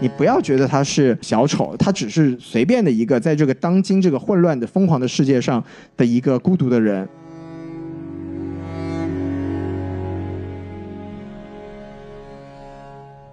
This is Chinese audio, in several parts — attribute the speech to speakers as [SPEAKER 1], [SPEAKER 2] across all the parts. [SPEAKER 1] 你不要觉得他是小丑，他只是随便的一个在这个当今这个混乱的疯狂的世界上的一个孤独的人。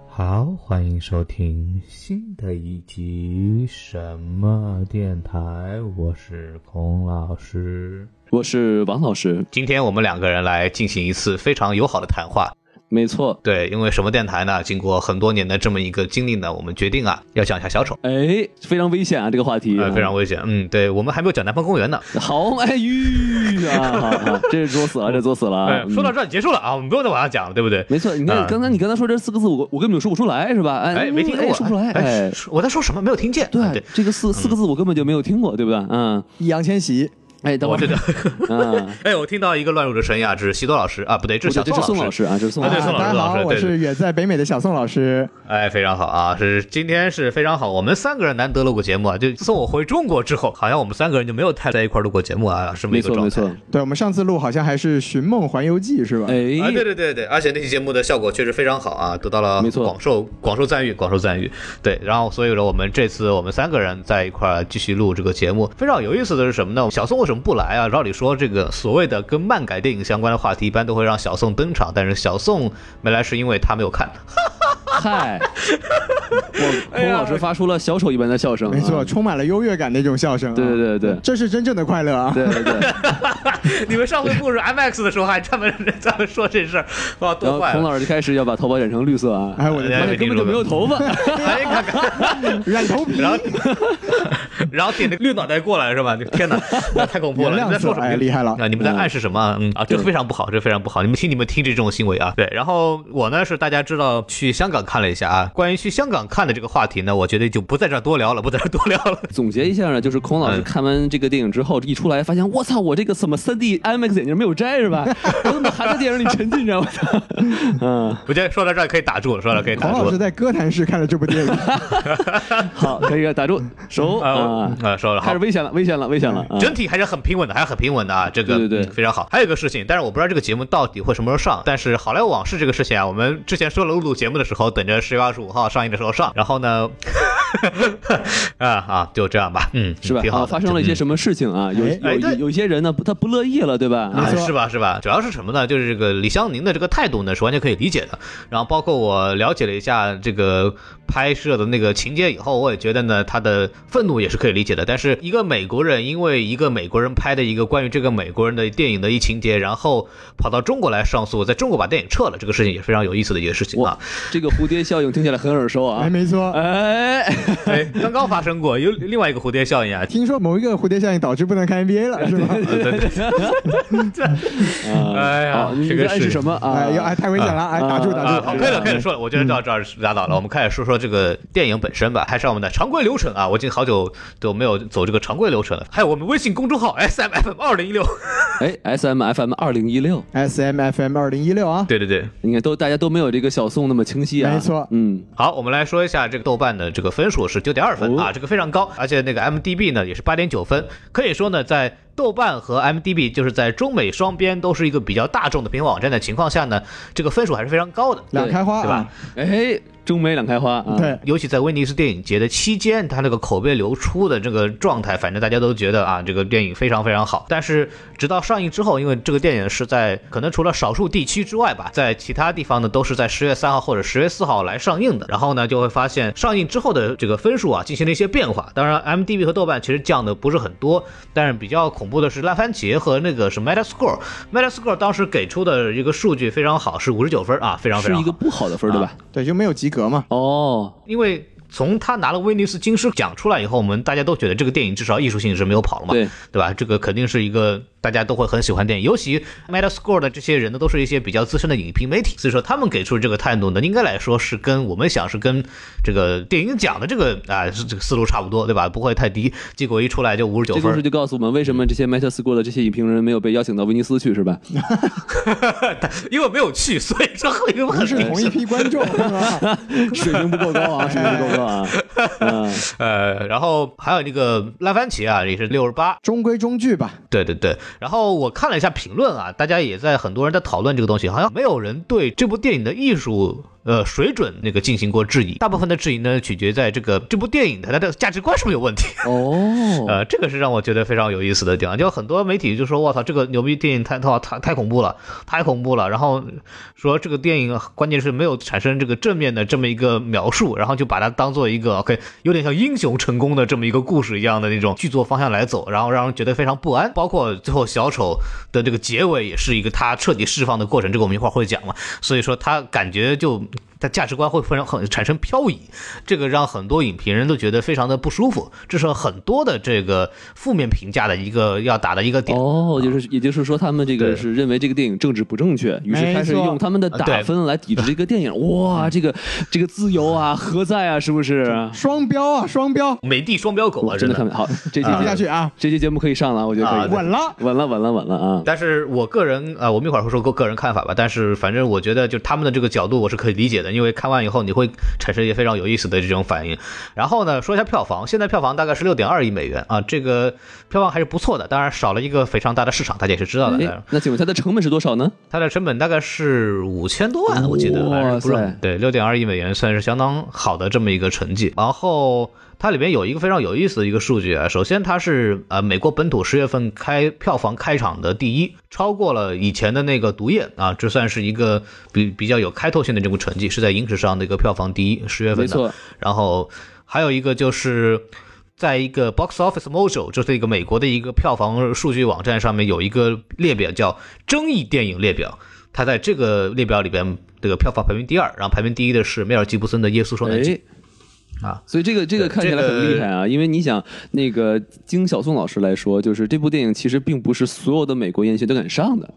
[SPEAKER 2] 好，欢迎收听新的一集什么电台，我是孔老师。
[SPEAKER 3] 我是王老师，
[SPEAKER 2] 今天我们两个人来进行一次非常友好的谈话。
[SPEAKER 3] 没错。
[SPEAKER 2] 对，因为什么电台呢？经过很多年的这么一个经历呢，我们决定啊，要讲一下小丑，
[SPEAKER 3] 哎，非常危险啊，这个话题、
[SPEAKER 2] 呃，非常危险。嗯，对，我们还没有讲南方公园呢。
[SPEAKER 3] 好哎吁啊， 好好这是作死了，这是作死了啊。
[SPEAKER 2] 哎，说到
[SPEAKER 3] 嗯
[SPEAKER 2] 这儿结束了啊，我们不用再往下讲了，对不对？
[SPEAKER 3] 没错，你看
[SPEAKER 2] 嗯
[SPEAKER 3] 刚才你刚才说这四个字，我我根本就说不出来是吧？
[SPEAKER 2] 哎，
[SPEAKER 3] 哎，
[SPEAKER 2] 没听
[SPEAKER 3] 嗯哎
[SPEAKER 2] 过，
[SPEAKER 3] 说不出来，哎，
[SPEAKER 2] 说我在说什么？没有听见。啊
[SPEAKER 3] 对
[SPEAKER 2] 对，，
[SPEAKER 3] 这个四四个字我根本就没有听过，对不对？嗯，
[SPEAKER 1] 易烊千玺，
[SPEAKER 3] 哎，等会
[SPEAKER 2] 我
[SPEAKER 3] 儿
[SPEAKER 2] 真的，
[SPEAKER 3] 嗯，
[SPEAKER 2] 哎，我听到一个乱入的声音啊，这是西多老师啊，不对，这
[SPEAKER 3] 不
[SPEAKER 2] 是
[SPEAKER 3] 对，
[SPEAKER 2] 小
[SPEAKER 3] 这是宋
[SPEAKER 2] 老
[SPEAKER 3] 老师啊，这是宋
[SPEAKER 2] 啊
[SPEAKER 3] 老
[SPEAKER 2] 对
[SPEAKER 3] 师
[SPEAKER 2] 宋老师
[SPEAKER 1] 大
[SPEAKER 2] 宋
[SPEAKER 1] 家
[SPEAKER 2] 老师
[SPEAKER 1] 好，我
[SPEAKER 2] 对对
[SPEAKER 1] 是远在北美的小宋老师。
[SPEAKER 2] 哎，非常好啊！是今天是非常好，啊我们三个人难得录过节目啊。就送我回中国之后，好像我们三个人就没有太在一块儿录过节目啊，这么一
[SPEAKER 3] 没
[SPEAKER 2] 个
[SPEAKER 3] 错
[SPEAKER 2] 状
[SPEAKER 3] 没
[SPEAKER 2] 态。
[SPEAKER 3] 错，
[SPEAKER 1] 对，我们上次录好像还是《寻梦环游记》是吧？
[SPEAKER 2] 啊，对
[SPEAKER 3] 哎，
[SPEAKER 2] 对对对，而且那期节目的效果确实非常好啊，得到了
[SPEAKER 3] 没错
[SPEAKER 2] 广受广受赞誉，广受赞誉。对，然后所以呢，我们这次我们三个人在一块儿继续录这个节目，非常有意思的是什么呢？小宋为什么不来啊？照理说，这个所谓的跟漫改电影相关的话题，一般都会让小宋登场，但是小宋没来是因为他没有看。
[SPEAKER 3] 嗨，
[SPEAKER 2] 哎
[SPEAKER 3] 我孔老师发出了小丑一般的笑声啊，
[SPEAKER 1] 没错，充满了优越感的一种笑声啊。
[SPEAKER 3] 对对对对
[SPEAKER 1] 这是真正的快乐啊！
[SPEAKER 3] 对对对。
[SPEAKER 2] 你们上回录是 IMAX 的时候还专门专门说 这事儿，哇，
[SPEAKER 3] 然
[SPEAKER 2] 多
[SPEAKER 3] 后
[SPEAKER 2] 坏
[SPEAKER 3] 孔
[SPEAKER 2] 啊！
[SPEAKER 3] 老师就开始要把头发染成绿色啊，
[SPEAKER 1] 哎，我的
[SPEAKER 2] 哎
[SPEAKER 1] 天，
[SPEAKER 3] 而且根本就没有头发，
[SPEAKER 2] 哎，看看，
[SPEAKER 1] 染头皮，
[SPEAKER 2] 然后 然后点那个绿脑袋过来是吧？天哪，那太恐怖了！
[SPEAKER 1] 原
[SPEAKER 2] 你们
[SPEAKER 1] 谅
[SPEAKER 2] 在
[SPEAKER 1] 色，
[SPEAKER 2] 说什么？
[SPEAKER 1] 哎，厉害了！
[SPEAKER 2] 啊！你们在暗示什么啊？嗯啊，这个非常不好，这个非常不好。你们请你们停止这种行为啊！对，然后我呢是大家知道去香港看了一下啊，关于去香港看的这个话题呢，我觉得就不在这儿多聊了，不在这儿多聊了。
[SPEAKER 3] 总结一下呢，就是孔老师
[SPEAKER 2] 嗯
[SPEAKER 3] 看完这个电影之后，一出来发现，我操，我这个什么3 D IMAX 眼镜没有摘是吧？ 我怎么还在电影里沉浸着？我操，嗯，
[SPEAKER 2] 我觉得说到这儿可以打住，哎说到这儿可以
[SPEAKER 1] 孔
[SPEAKER 2] 打
[SPEAKER 1] 老
[SPEAKER 2] 住
[SPEAKER 1] 师。在歌坛市看了这部电 影，
[SPEAKER 3] 好，可以了，打住，手
[SPEAKER 2] 啊
[SPEAKER 3] 啊，
[SPEAKER 2] 啊，说了
[SPEAKER 3] 开
[SPEAKER 2] 好嗯
[SPEAKER 3] 始。危险了，危险了，危险了啊！
[SPEAKER 2] 整体还是很平稳的，还是很平稳的啊，这个
[SPEAKER 3] 对对对
[SPEAKER 2] 嗯非常好。还有一个事情，但是我不知道这个节目到底会什么时候上。但是好莱坞往事这个事情啊，我们之前说了录录节目的时候，等着十月二十五号上映的时候上。然后呢， 啊啊，就这样吧，嗯，
[SPEAKER 3] 是吧
[SPEAKER 2] 挺？好
[SPEAKER 3] 啊，
[SPEAKER 2] 的、
[SPEAKER 3] 发生了一些
[SPEAKER 2] 嗯
[SPEAKER 3] 什么事情啊？有
[SPEAKER 1] 哎
[SPEAKER 2] 哎
[SPEAKER 3] 有有
[SPEAKER 2] 对
[SPEAKER 3] 有些人呢，不他不乐意了，对吧？
[SPEAKER 1] 没
[SPEAKER 2] 啊，
[SPEAKER 1] 错
[SPEAKER 2] 是吧？是吧？主要是什么呢？就是这个李湘宁的这个态度呢，是完全可以理解的。然后包括我了解了一下这个拍摄的那个情节以后，我也觉得呢，他的愤怒也是可以理解的。但是一个美国人因为一个美国人拍的一个关于这个美国人的电影的一情节，然后跑到中国来上诉，在中国把电影撤了，这个事情也是非常有意思的一个事情啊
[SPEAKER 3] 哇。，这个蝴蝶效应听起来很耳熟
[SPEAKER 1] 哎，
[SPEAKER 3] 啊！
[SPEAKER 1] 没错。
[SPEAKER 3] 哎，
[SPEAKER 2] 哎，刚刚发生过有另外一个蝴蝶效 应啊，
[SPEAKER 1] 听说某一个蝴蝶效应导致不能看 NBA 了，是吧？
[SPEAKER 2] 对对对，
[SPEAKER 3] 啊
[SPEAKER 2] 哎呀
[SPEAKER 3] 好你
[SPEAKER 2] 这
[SPEAKER 3] 你
[SPEAKER 2] 个
[SPEAKER 3] 在暗
[SPEAKER 2] 是
[SPEAKER 3] 示什么啊
[SPEAKER 1] 哎，？要哎，太危险了！哎，打住，打
[SPEAKER 2] 啊，嗯
[SPEAKER 1] 住！
[SPEAKER 2] 好，
[SPEAKER 1] 打
[SPEAKER 2] 可以了，
[SPEAKER 1] 住
[SPEAKER 2] 可以了，说了，我觉得到这儿拉倒了，我们开始说说这个电影本身吧，还是按我们的常规流程啊，我已经好久都没有走这个常规流程了。还有我们微信公众号 S M F M 二零一六，
[SPEAKER 3] 哎，S M F M 二零一六，
[SPEAKER 1] S M F M 二零一六啊，
[SPEAKER 2] 对对对，
[SPEAKER 3] 你看都大家都没有这个小宋那么清晰啊。
[SPEAKER 1] 没错
[SPEAKER 3] 嗯，
[SPEAKER 2] 好，我们来说一下这个豆瓣的这个分数是九点二分
[SPEAKER 3] 哦
[SPEAKER 2] 啊，这个非常高，而且那个 M D B 呢也是八点九分，可以说呢在。豆瓣和 M D B 就是在中美双边都是一个比较大众的评分网站的情况下呢，这个分数还是非常高的。
[SPEAKER 1] 两开花
[SPEAKER 2] 对吧
[SPEAKER 1] 啊，？
[SPEAKER 3] 哎，中美两开花啊！
[SPEAKER 1] 对，
[SPEAKER 2] 尤其在威尼斯电影节的期间，它那个口碑流出的这个状态，反正大家都觉得啊，这个电影非常非常好。但是直到上映之后，因为这个电影是在可能除了少数地区之外吧，在其他地方呢都是在十月三号或者十月四号来上映的。然后呢，就会发现上映之后的这个分数啊进行了一些变化。当然，M D B 和豆瓣其实降的不是很多，但是比较恐怖的是烂番茄和那个是 Metascore。Metascore 当时给出的一个数据非常好，是五十九分啊，非常非
[SPEAKER 3] 是
[SPEAKER 2] 常
[SPEAKER 3] 一
[SPEAKER 2] 好啊
[SPEAKER 3] 个。不好的分儿，对吧？
[SPEAKER 1] 对，就没有及格嘛。
[SPEAKER 3] 哦，
[SPEAKER 2] 因为从他拿了威尼斯金狮奖出来以后，我们大家都觉得这个电影至少艺术性是没有跑了嘛，
[SPEAKER 3] 对
[SPEAKER 2] 吧？这个肯定是一个大家都会很喜欢的电影，尤其 Metascore 的这些人呢，都是一些比较资深的影评媒体，所以说他们给出这个态度呢，应该来说是跟我们想是跟这个电影奖的这个啊、是这个思路差不多，对吧？不会太低，结果一出来就五十九
[SPEAKER 3] 这故事
[SPEAKER 2] 分，
[SPEAKER 3] 就告诉我们为什么这些 Metascore 的这些影评人没有被邀请到威尼斯去，是 吧？
[SPEAKER 2] 因为没有去，所以说会有
[SPEAKER 1] 不
[SPEAKER 2] 很
[SPEAKER 1] 是同一批观众，啊哎是吧？
[SPEAKER 3] 水平不够高啊，水平不够高 啊。嗯，
[SPEAKER 2] 呃，然后还有那个烂番茄啊，也是六十八，
[SPEAKER 1] 中规中矩吧。
[SPEAKER 2] 对对对，然后我看了一下评论啊，大家也在很多人在讨论这个东西，好像没有人对这部电影的艺术。呃，水准那个进行过质疑，大部分的质疑呢，取决在这个这部电影它的价值观是不是有问题。
[SPEAKER 3] 哦，
[SPEAKER 2] 呃，这个是让我觉得非常有意思的地方，就很多媒体就说：“我操，这个牛逼电影太太太太恐怖了，太恐怖了。”然后说这个电影关键是没有产生这个正面的这么一个描述，然后就把它当做一个 OK，有点像英雄成功的这么一个故事一样的那种剧作方向来走，然后让人觉得非常不安。包括最后小丑的这个结尾也是一个他彻底释放的过程，这个我们一会儿会讲嘛。所以说他感觉就他价值观会非常很产生漂移，这个让很多影评人都觉得非常的不舒服，这是很多的这个负面评价的一个要打的一个点。
[SPEAKER 3] 哦，就是也就是说，他们这个
[SPEAKER 2] 对
[SPEAKER 3] 是认为这个电影政治不正确，于是开始
[SPEAKER 1] 没错嗯
[SPEAKER 3] 用他们的打分来抵制这个 电影。哇，这个这个自由啊，何在啊？是不是？
[SPEAKER 1] 双标啊，双标，
[SPEAKER 2] 美的双标狗啊，
[SPEAKER 3] 真
[SPEAKER 2] 真
[SPEAKER 3] 的看
[SPEAKER 2] 的。
[SPEAKER 3] 不好，这期
[SPEAKER 1] 听不下
[SPEAKER 3] 节
[SPEAKER 1] 去啊，
[SPEAKER 3] 这期节目可以上了，我觉得可以
[SPEAKER 2] 啊
[SPEAKER 3] 的。
[SPEAKER 1] 稳了。
[SPEAKER 3] 稳了，稳了，稳了啊！
[SPEAKER 2] 但是我个人啊、呃我们一会儿会说个个人看法吧。但是反正我觉得，就他们的这个角度我是可以理解的，因为看完以后你会产生一些非常有意思的这种反应。然后呢，说一下票房，现在票房大概是六点二亿美元啊，这个票房还是不错的。当然少了一个非常大的市场，大家也是知道的。当然
[SPEAKER 3] 哎，那请问它的成本是多少呢？
[SPEAKER 2] 它的成本大概是五千多万，我记得，
[SPEAKER 3] 哇
[SPEAKER 2] 反正不是
[SPEAKER 3] 塞
[SPEAKER 2] 很对，六点二亿美元算是相当好的这么一个成绩。然后它里面有一个非常有意思的一个数据啊，首先它是呃美国本土十月份开票房开场的第一，超过了以前的那个《毒液》啊，这算是一个比比较有开拓性的这部成绩，是在影史上的一个票房第一，十月份
[SPEAKER 3] 没
[SPEAKER 2] 的。
[SPEAKER 3] 错，
[SPEAKER 2] 然后还有一个就是。在一个 Box Office Mojo，就是一个美国的一个票房数据网站上面有一个列表叫争议电影列表，它在这个列表里边这个票房排名第二，然后排名第一的是梅尔吉布森的《耶稣双面记》
[SPEAKER 3] 哎。
[SPEAKER 2] 啊，
[SPEAKER 3] 所以这个这个
[SPEAKER 2] 对
[SPEAKER 3] 看起来
[SPEAKER 2] 这个
[SPEAKER 3] 很厉害啊，因为你想，那个经小宋老师来说，就是这部电影其实并不是所有的美国院线都敢上的。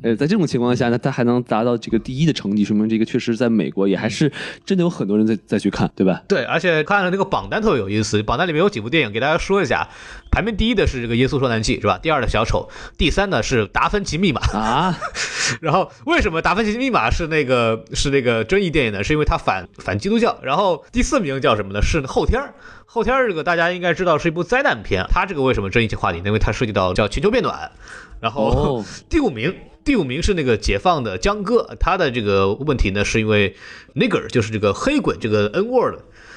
[SPEAKER 3] 呃，在这种情况下呢，它还能达到这个第一的成绩，说明这个确实在美国也还是真的有很多人在在去看，对吧？
[SPEAKER 2] 对，而且看了那个榜单特别有意思，榜单里面有几部电影，给大家说一下，排名第一的是这个《耶稣双面记》，是吧？第二的小丑，第三呢是《达芬奇密码》，
[SPEAKER 3] 啊，
[SPEAKER 2] 然后为什么《达芬奇密码》是那个是那个争议电影呢？是因为它反反基督教。然后第四名叫什么呢？是后天儿。后天儿这个大家应该知道是一部灾难片，它这个为什么争议性话题呢？因为它涉及到叫全球变暖。然后、
[SPEAKER 3] 哦
[SPEAKER 2] 第五名。第五名是那个解放的江歌，他的这个问题呢，是因为 nigger 就是这个黑滚这个 n word，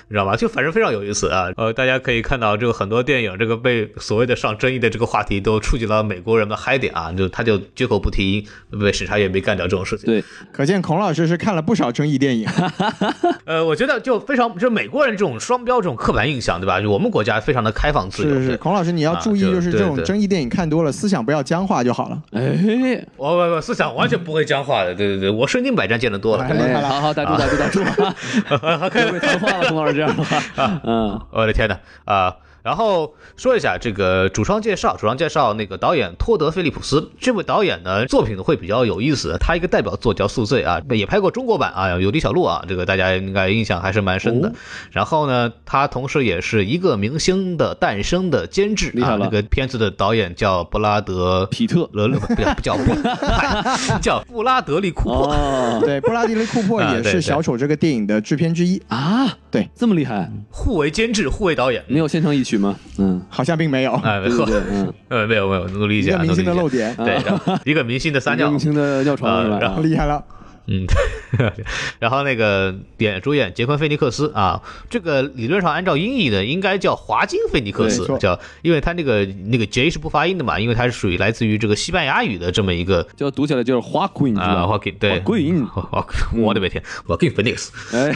[SPEAKER 2] 你知道吗？就反正非常有意思啊。呃，大家可以看到，这个很多电影这个被所谓的上争议的这个话题，都触及到美国人的嗨点啊，就他就绝口不提被审查员被干掉这种事情。
[SPEAKER 3] 对，
[SPEAKER 1] 可见孔老师是看了不少争议电影。
[SPEAKER 2] 呃，我觉得就非常，就美国人这种双标这种刻板印象，对吧？就我们国家非常的开放自由。
[SPEAKER 1] 是是是，
[SPEAKER 2] 对
[SPEAKER 1] 孔老师你要
[SPEAKER 2] 啊
[SPEAKER 1] 注意，
[SPEAKER 2] 就
[SPEAKER 1] 就是这
[SPEAKER 2] 对
[SPEAKER 1] 种
[SPEAKER 2] 对
[SPEAKER 1] 争议电影看多了，思想不要僵化就好 了。
[SPEAKER 3] 哎，
[SPEAKER 2] 我我我思想完全不会僵化的，对对对，我身经百战见得多了。
[SPEAKER 1] 太厉害了
[SPEAKER 3] 哎好好打住打住打住，
[SPEAKER 1] 哎
[SPEAKER 3] 别被谈话了，冯老师这样的话，嗯，
[SPEAKER 2] 我的天呐啊、然后说一下这个主创介绍，主创介绍那个导演托德·菲利普斯这位导演呢，作品会比较有意思。他一个代表作叫《宿醉》啊，也拍过中国版啊，有李小璐啊，这个大家应该印象还是蛮深的。
[SPEAKER 3] 哦
[SPEAKER 2] 然后呢，他同时也是一个明星的诞生的监制
[SPEAKER 3] 厉害
[SPEAKER 2] 啊，
[SPEAKER 3] 了
[SPEAKER 2] 那个片子的导演叫布拉 德
[SPEAKER 3] 皮特，
[SPEAKER 2] 勒勒，不叫不叫布，哎叫布拉德利库珀。
[SPEAKER 3] 哦
[SPEAKER 1] 对，布拉迪雷库珀
[SPEAKER 2] 啊
[SPEAKER 1] 也
[SPEAKER 2] 对
[SPEAKER 1] 是
[SPEAKER 2] 对
[SPEAKER 1] 《小丑》这个电影的制片之一，
[SPEAKER 3] 啊，
[SPEAKER 1] 对，
[SPEAKER 3] 这么厉害，
[SPEAKER 2] 互为监制，互为导演。
[SPEAKER 3] 没有现场一曲吗？嗯，
[SPEAKER 1] 好像并没有
[SPEAKER 2] 哎，
[SPEAKER 3] 对对对，嗯，
[SPEAKER 2] 呃，没有没有，努力一
[SPEAKER 1] 一
[SPEAKER 2] 下，
[SPEAKER 1] 个明星的
[SPEAKER 2] 努
[SPEAKER 1] 漏
[SPEAKER 2] 力一下
[SPEAKER 1] 点，
[SPEAKER 2] 对，然后一个明星的撒尿
[SPEAKER 3] 明，星的尿床是吧？
[SPEAKER 2] 呃然
[SPEAKER 3] 啊
[SPEAKER 1] 厉害了。
[SPEAKER 2] 嗯，然后那个演主演杰昆·菲尼克斯啊，这个理论上按照音译呢，应该叫华金·菲尼克
[SPEAKER 1] 对没
[SPEAKER 2] 斯
[SPEAKER 1] 错，
[SPEAKER 2] 叫，因为他那个那个 J 是不发音的嘛，因为它是属于来自于这个西班牙语的这么一个
[SPEAKER 3] 就读起来就是花 queen 是
[SPEAKER 2] 啊，
[SPEAKER 3] 吧？
[SPEAKER 2] 华金对，
[SPEAKER 3] 华 金
[SPEAKER 2] 华我的每天，华金·菲尼克斯，
[SPEAKER 3] 哎，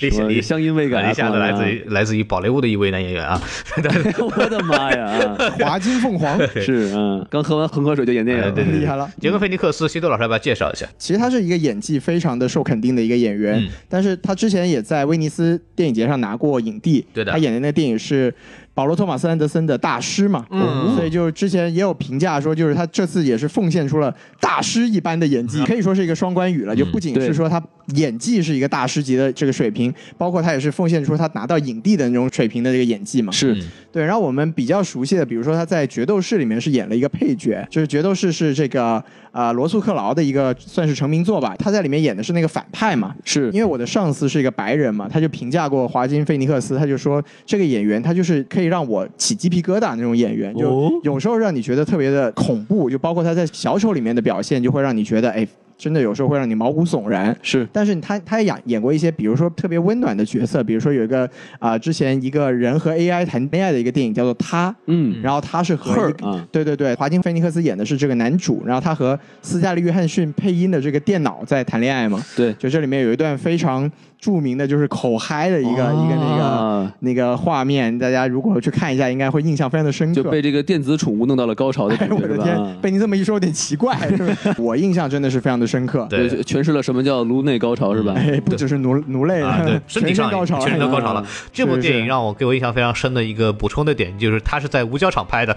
[SPEAKER 2] 理解
[SPEAKER 3] 我
[SPEAKER 2] 理解
[SPEAKER 3] 乡音未改啊
[SPEAKER 2] 一下子
[SPEAKER 3] 孔老
[SPEAKER 2] 来
[SPEAKER 3] 师
[SPEAKER 2] 自于来自于宝莱坞的一位男演员啊，
[SPEAKER 3] 我的妈呀！啊
[SPEAKER 1] 华金凤凰
[SPEAKER 3] 是，嗯，刚喝完恒河水就演电
[SPEAKER 2] 哎
[SPEAKER 3] 影，
[SPEAKER 2] 对对
[SPEAKER 1] 厉害了。
[SPEAKER 2] 杰昆·菲尼克斯，西多老师要不要介绍一下？
[SPEAKER 1] 其实他是一个演技非常的受肯定的一个演员，
[SPEAKER 2] 嗯
[SPEAKER 1] 但是他之前也在威尼斯电影节上拿过影帝。
[SPEAKER 2] 对的
[SPEAKER 1] 他演的那电影是保罗·托马斯·安德森的《大师》嘛，
[SPEAKER 2] 嗯
[SPEAKER 1] 所以就是之前也有评价说，
[SPEAKER 2] 嗯
[SPEAKER 1] 就是他这次也是奉献出了大师一般的演技，可以说是一个双关语了，就不仅
[SPEAKER 3] 对
[SPEAKER 1] 是说他。演技是一个大师级的这个水平，包括他也是奉献出他拿到影帝的那种水平的这个演技嘛。
[SPEAKER 3] 是
[SPEAKER 2] 嗯
[SPEAKER 1] 对，然后我们比较熟悉的，比如说他在《决斗士》里面是演了一个配角，就是《决斗士》是这个呃罗素克劳的一个算是成名作吧，他在里面演的是那个反派嘛。
[SPEAKER 3] 是
[SPEAKER 1] 因为我的上司是一个白人嘛，他就评价过华金·菲尼克斯，他就说这个演员他就是可以让我起鸡皮疙瘩那种演员，
[SPEAKER 3] 哦
[SPEAKER 1] 就有时候让你觉得特别的恐怖，就包括他在《小丑》里面的表现，就会让你觉得哎，真的有时候会让你毛骨悚然。
[SPEAKER 3] 是
[SPEAKER 1] 但是他他也演演过一些，比如说特别温暖的角色，比如说有一个啊、之前一个人和 AI 谈恋爱的一个电影叫做《他》，
[SPEAKER 3] 嗯
[SPEAKER 1] 然后他是和一
[SPEAKER 3] Her，
[SPEAKER 1] 个
[SPEAKER 3] 啊
[SPEAKER 2] 嗯
[SPEAKER 1] 对对对，华金·菲尼克斯演的是这个男主，然后他和斯嘉丽·约翰逊配音的这个电脑在谈恋爱嘛，
[SPEAKER 3] 对
[SPEAKER 1] 就这里面有一段非常著名的就是口嗨的一个、
[SPEAKER 2] 哦
[SPEAKER 1] 一个那个。
[SPEAKER 3] 啊
[SPEAKER 1] 那个画面，大家如果去看一下，应该会印象非常的深刻。
[SPEAKER 3] 就 被这个电子宠物弄到了高潮
[SPEAKER 1] 嗯
[SPEAKER 3] 的
[SPEAKER 1] 哎
[SPEAKER 3] 感，觉，
[SPEAKER 1] 我的
[SPEAKER 3] 是吧
[SPEAKER 2] 啊
[SPEAKER 3] 啊
[SPEAKER 1] 天，被你这么一说有点奇怪。是 吧我印象真的是非常的深刻。
[SPEAKER 2] 对嗯
[SPEAKER 3] 就诠释了什么叫颅内高潮是吧？
[SPEAKER 1] 哎，不只是奴奴 类
[SPEAKER 2] 啊，对，身体
[SPEAKER 1] 全身
[SPEAKER 2] 上
[SPEAKER 1] 高潮，哎
[SPEAKER 2] 全身都高潮了。这部
[SPEAKER 1] 是
[SPEAKER 2] 电影
[SPEAKER 1] 是
[SPEAKER 2] 让我给我印象非常深的一个补充的点，就是它是在五角场拍的，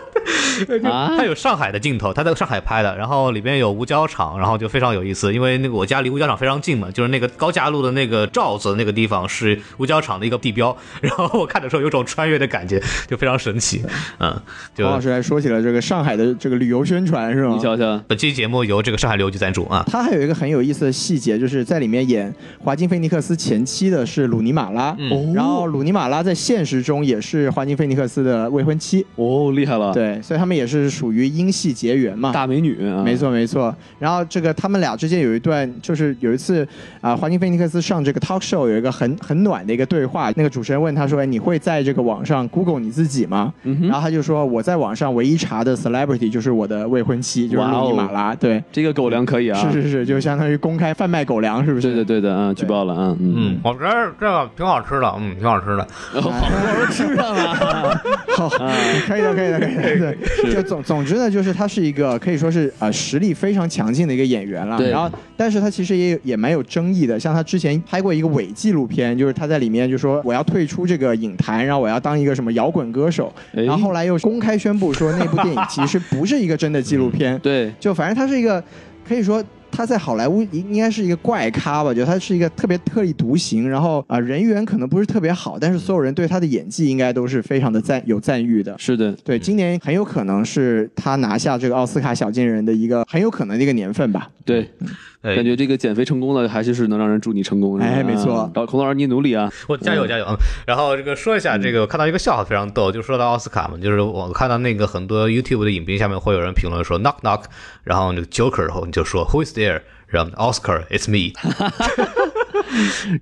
[SPEAKER 3] 啊
[SPEAKER 2] 它有上海的镜头，它在上海拍的，然后里边有五角场，然后就非常有意思，因为那个我家离五角场非常近嘛，就是那个高架路的那个罩子那个地方是五角场的一个地标，然后我看的时候有种穿越的感觉，就非常神奇，嗯，就
[SPEAKER 1] 黄老师还说起了这个上海的这个旅游宣传是吗
[SPEAKER 3] 你？瞧瞧，
[SPEAKER 2] 本期节目由这个上海旅游局赞助啊，
[SPEAKER 1] 他还有一个很有意思的细节，就是在里面演华金·菲尼克斯前妻的是鲁尼·马拉，
[SPEAKER 2] 嗯
[SPEAKER 1] 然后鲁尼·马拉在现实中也是华金·菲尼克斯的未婚妻，
[SPEAKER 3] 哦，厉害
[SPEAKER 2] 啊
[SPEAKER 3] 了，
[SPEAKER 1] 对，所以他们也是属于因戏结缘嘛。
[SPEAKER 3] 大美女啊，
[SPEAKER 1] 没，错没错，然后这个他们俩之间有一段，就是有一次啊，华金·菲尼克斯上这个 talk show 有一个很很暖的一个对话，那个主持人问他说：“哎，你会在这个网上 Google 你自己吗？”
[SPEAKER 3] 嗯
[SPEAKER 1] 然后他就说：“我在网上唯一查的 celebrity 就是我的未婚妻，就是
[SPEAKER 3] 哇哦
[SPEAKER 1] 鲁尼·马拉。”对，
[SPEAKER 3] 这个狗粮可以啊，
[SPEAKER 1] 是是是，就相当于公开贩卖狗粮，是不是？
[SPEAKER 3] 对的对的啊，举报了啊，嗯
[SPEAKER 2] 嗯，我觉得这个挺好吃的，嗯，挺好吃的，
[SPEAKER 3] 嗯，我都吃啊上了，
[SPEAKER 1] 好，可以的，可以的，可以的。对，就总总之呢，就是他是一个可以说是呃实力非常强劲的一个演员了。
[SPEAKER 3] 对
[SPEAKER 1] 然后，但是他其实也也蛮有争议的。像他之前拍过一个伪纪录片，就是他在里面就说我要退出这个影坛，然后我要当一个什么摇滚歌手。
[SPEAKER 3] 哎
[SPEAKER 1] 然后后来又公开宣布说那部电影其实不是一个真的纪录片。
[SPEAKER 3] 对，
[SPEAKER 1] 就反正他是一个，可以说他在好莱坞应应该是一个怪咖吧，就他是一个特别特立独行，然后啊、呃人缘可能不是特别好，但是所有人对他的演技应该都是非常的赞有赞誉的。嗯
[SPEAKER 3] 是的，
[SPEAKER 1] 对，今年很有可能是他拿下这个奥斯卡小金人的一个很有可能的一个年份吧。
[SPEAKER 3] 对，
[SPEAKER 2] 哎
[SPEAKER 3] 感觉这个减肥成功了，还是是能让人祝你成功，是吧
[SPEAKER 1] 哎没错
[SPEAKER 3] 啊然后孔老师你努力啊，
[SPEAKER 2] 我加油加油嗯！然后这个说一下这
[SPEAKER 1] 嗯
[SPEAKER 2] 个，我看到一个笑话非常逗，就说到奥斯卡嘛，就是我看到那个很多 YouTube 的影评下面会有人评论说 knock knock，然后那个 Joker 后你就说 Who is there？然后 Oscar it's me，